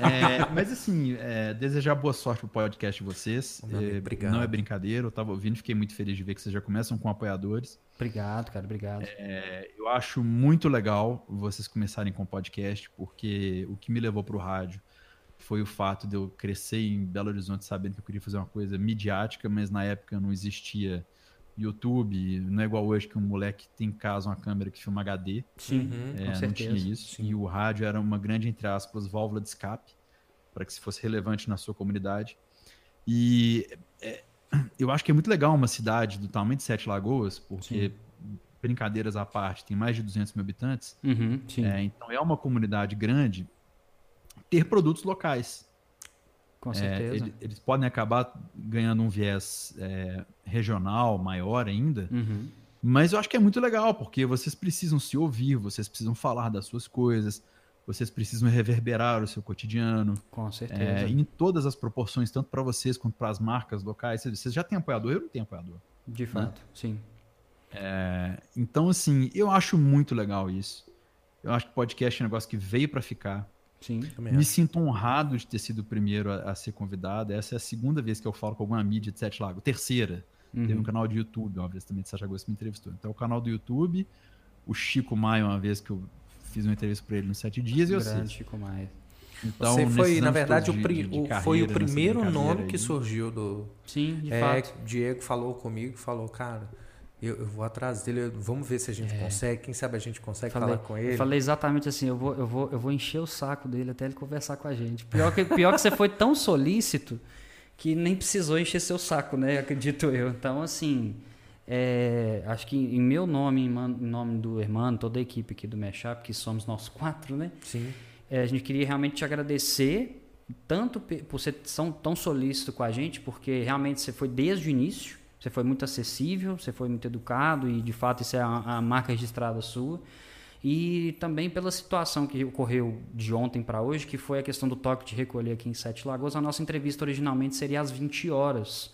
É, mas assim, é, desejar boa sorte pro podcast de vocês. Meu amigo, É, obrigado. Não é brincadeira, eu tava ouvindo, fiquei muito feliz de ver que vocês já começam com apoiadores. Obrigado, cara, obrigado. É, eu acho muito legal vocês começarem com podcast, porque o que me levou pro rádio foi o fato de eu crescer em Belo Horizonte sabendo que eu queria fazer uma coisa midiática, mas na época não existia YouTube, não é igual hoje que um moleque tem em casa uma câmera que filma HD. Sim, É, com não certeza. tinha isso. E o rádio era uma grande, entre aspas, válvula de escape para que se fosse relevante na sua comunidade. E é, eu acho que é muito legal uma cidade do tamanho de Sete Lagoas, porque, brincadeiras à parte, tem mais de 200 mil habitantes. Uhum, sim, É, então é uma comunidade grande ter produtos locais. com É, certeza. ele- eles podem acabar ganhando um viés é, regional maior ainda, Uhum. mas eu acho que é muito legal, porque vocês precisam se ouvir, vocês precisam falar das suas coisas, vocês precisam reverberar o seu cotidiano Com é, certeza. em todas as proporções, tanto para vocês quanto para as marcas locais. Vocês vocês já têm apoiador? Eu não tenho apoiador. Né? De fato, sim. É, então, assim, eu acho muito legal isso. Eu acho que podcast é um negócio que veio para ficar. Sim. Também Me acho. sinto honrado de ter sido o primeiro a, a ser convidado. Essa é a segunda vez que eu falo com alguma mídia de Sete Lagos. Terceira. Uhum. Teve um canal de YouTube, uma vez também de Sete Lagos que me entrevistou. Então, o canal do YouTube, o Chico Maia, uma vez que eu fiz uma entrevista para ele nos Sete Dias, e eu Grande, sei. Chico Maia. Então, Você foi, nesses na anos verdade, todos o, de- pri- de- de o- carreira, foi o nessa primeiro brincadeira nome aí, que surgiu do. Sim, de É, fato. que o Diego falou comigo, falou, cara, eu, eu vou atrás dele, eu- vamos ver se a gente consegue, quem sabe a gente consegue falar com ele. É. falei exatamente assim, eu vou, eu, vou, eu vou encher o saco dele até ele conversar com a gente. Pior que, pior que você foi tão solícito que nem precisou encher seu saco, né? Acredito eu. Então, assim, é, acho que em meu nome, em man- em nome do Hermano, toda a equipe aqui do Meshup, que somos nós quatro, né? Sim. É, a gente queria realmente te agradecer tanto pe- por ser tão, tão solícito com a gente, porque realmente você foi desde o início, você foi muito acessível, você foi muito educado e de fato isso é a, a marca registrada sua. E também pela situação que ocorreu de ontem para hoje, que foi a questão do toque de recolher aqui em Sete Lagoas. A nossa entrevista originalmente seria às 20 horas.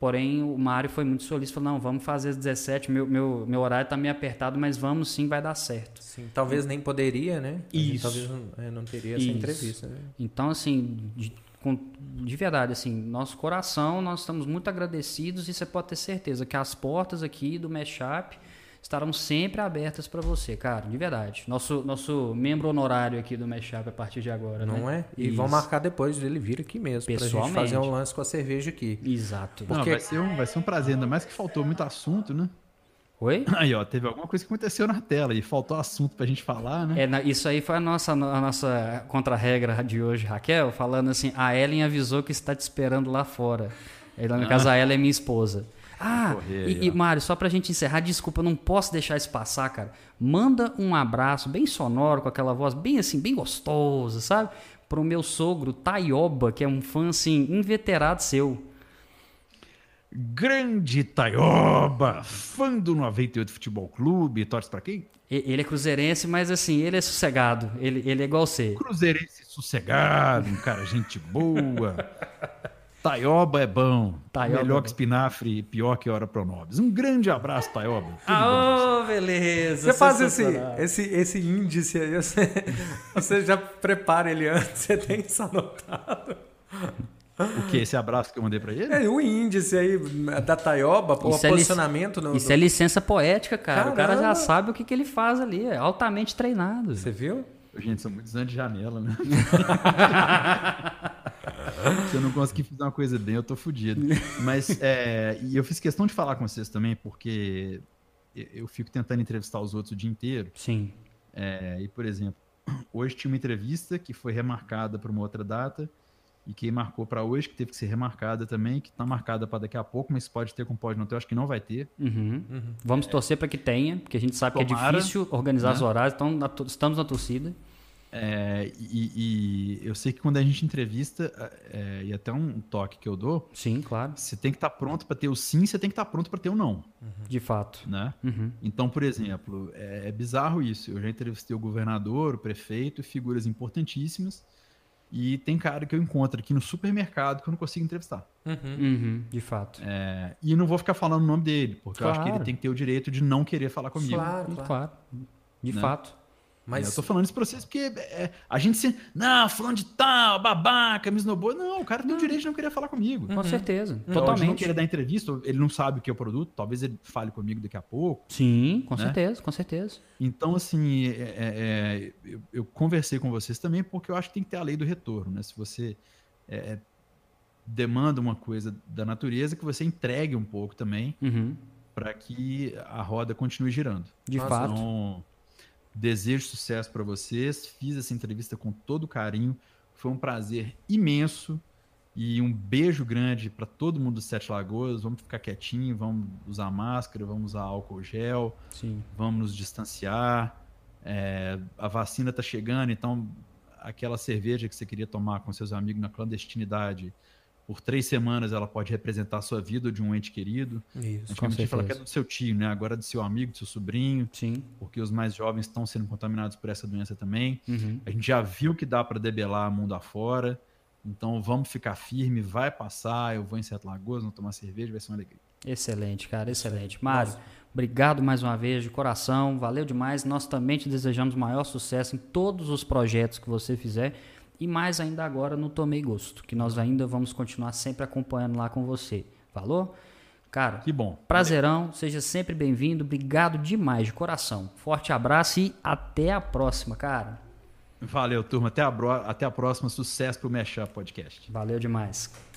Porém, o Mário foi muito solícito, falou: não, vamos fazer às 17, meu, meu, meu horário está meio apertado, mas vamos sim, vai dar certo. Sim, talvez nem poderia, né? A gente Isso. Talvez não, é, não teria essa Isso. entrevista. Né? Então, assim, de, com- de verdade, assim, nosso coração, nós estamos muito agradecidos e você pode ter certeza que as portas aqui do Meshup estarão sempre abertas para você, cara, de verdade. Nosso, nosso membro honorário aqui do Meshup a partir de agora, né? Não é? E vão marcar depois dele vir aqui mesmo, pra gente Pessoalmente. fazer um lance com a cerveja aqui. Exato. Não, Porque- vai, ser um, vai ser um prazer, ainda mais que faltou muito assunto, né? *clears throat* Oi? Aí, ó, teve alguma coisa que aconteceu na tela e faltou assunto pra gente falar, né? É, na- isso aí foi a nossa, a nossa contra-regra de hoje, Raquel, falando assim: a Ellen avisou que está te esperando lá fora. Aí, lá no caso, a Ellen é minha esposa. Ah, correr aí, e, e Mário, só pra gente encerrar, desculpa, eu não posso deixar isso passar, cara. Manda um abraço bem sonoro, com aquela voz bem assim, bem gostosa, sabe? Pro meu sogro, Taioba, que é um fã, assim, inveterado seu. Grande Taioba, fã do 98 Futebol Clube, torce pra quem? E- Ele é cruzeirense, mas assim, ele é sossegado. Ele, ele é igual você. Cruzeirense sossegado, um cara gente boa. Taioba é bom. Taioba é melhor bom. que espinafre e pior que hora pronobis. Um grande abraço, Taioba. Tudo de bom. Ah, ô, beleza. Você faz esse, sensacional. esse, esse índice aí, você, *laughs* você já prepara ele antes, *laughs* você tem isso anotado. O que? Esse abraço que eu mandei pra ele? É, o índice aí da Taioba, pô, o Isso é lic- posicionamento no. Isso é licença poética, cara. O cara já Caramba. sabe o que, que ele faz ali. É altamente treinado. Você viu? Gente, são muitos anos de *laughs* janela, né? Se eu não conseguir fazer uma coisa bem, eu tô fudido. Mas, é, e eu fiz questão de falar com vocês também, porque eu- eu fico tentando entrevistar os outros o dia inteiro. Sim. É, e, por exemplo, hoje tinha uma entrevista que foi remarcada para uma outra data e que marcou para hoje, que teve que ser remarcada também, que está marcada para daqui a pouco, mas pode ter como pode não ter, eu acho que não vai ter. Uhum. Vamos torcer para que tenha, porque a gente sabe que é Tomara, difícil organizar né? os horários, então na to- estamos na torcida. É, e, e eu sei que quando a gente entrevista, é, e até um toque que eu dou, Sim, claro, você tem que estar pronto para ter o sim, você tem que estar pronto para ter o não, de fato. né? Uhum. Então, por exemplo, é, é bizarro isso. Eu já entrevistei o governador, o prefeito, figuras importantíssimas, e tem cara que eu encontro aqui no supermercado que eu não consigo entrevistar. Uhum, de fato. E não vou ficar falando o nome dele, porque eu acho que Claro. ele tem que ter o direito de não querer falar comigo. Claro, claro. Claro, de Né? fato. Mas eu Mas tô falando isso pra vocês porque é, a gente se. Não, falando de tal, babaca, me esnobou. Não, o cara tem o direito de não querer falar comigo. Com certeza, Pode Uhum. não totalmente. querer dar entrevista, ele não sabe o que é o produto, talvez ele fale comigo daqui a pouco. Sim, com Né? certeza, com certeza. Então, assim, é- é- é, eu, eu conversei com vocês também porque eu acho que tem que ter a lei do retorno, né? Se você é, é, demanda uma coisa da natureza, que você entregue um pouco também Uhum, para que a roda continue girando. de Nossa, fato. Então, desejo sucesso para vocês. Fiz essa entrevista com todo carinho. Foi um prazer imenso. E um beijo grande para todo mundo do Sete Lagoas. Vamos ficar quietinho, vamos usar máscara, vamos usar álcool gel, Sim. vamos nos distanciar. É, a vacina tá chegando, então aquela cerveja que você queria tomar com seus amigos na clandestinidade, por três semanas ela pode representar a sua vida ou de um ente querido. isso. Com Antigamente a gente falava certeza. que era do seu tio, né? Agora é do seu amigo, do seu sobrinho Sim. porque os mais jovens estão sendo contaminados por essa doença também. Uhum. A gente já viu que dá para debelar mundo afora. Então vamos ficar firme, vai passar. Eu vou em Sete Lagoas, vou tomar cerveja, vai ser uma alegria. Excelente, cara, excelente. Mário, obrigado mais uma vez, de coração, valeu demais. Nós também te desejamos maior sucesso em todos os projetos que você fizer e mais ainda agora no Tomei Gosto, que nós ainda vamos continuar sempre acompanhando lá com você. Falou? Cara, Que bom. prazerão, seja sempre bem-vindo, obrigado demais, de coração. Forte abraço e até a próxima, cara. Valeu, turma. Até a, bro- até a próxima. Sucesso pro Mechar Podcast. Valeu demais.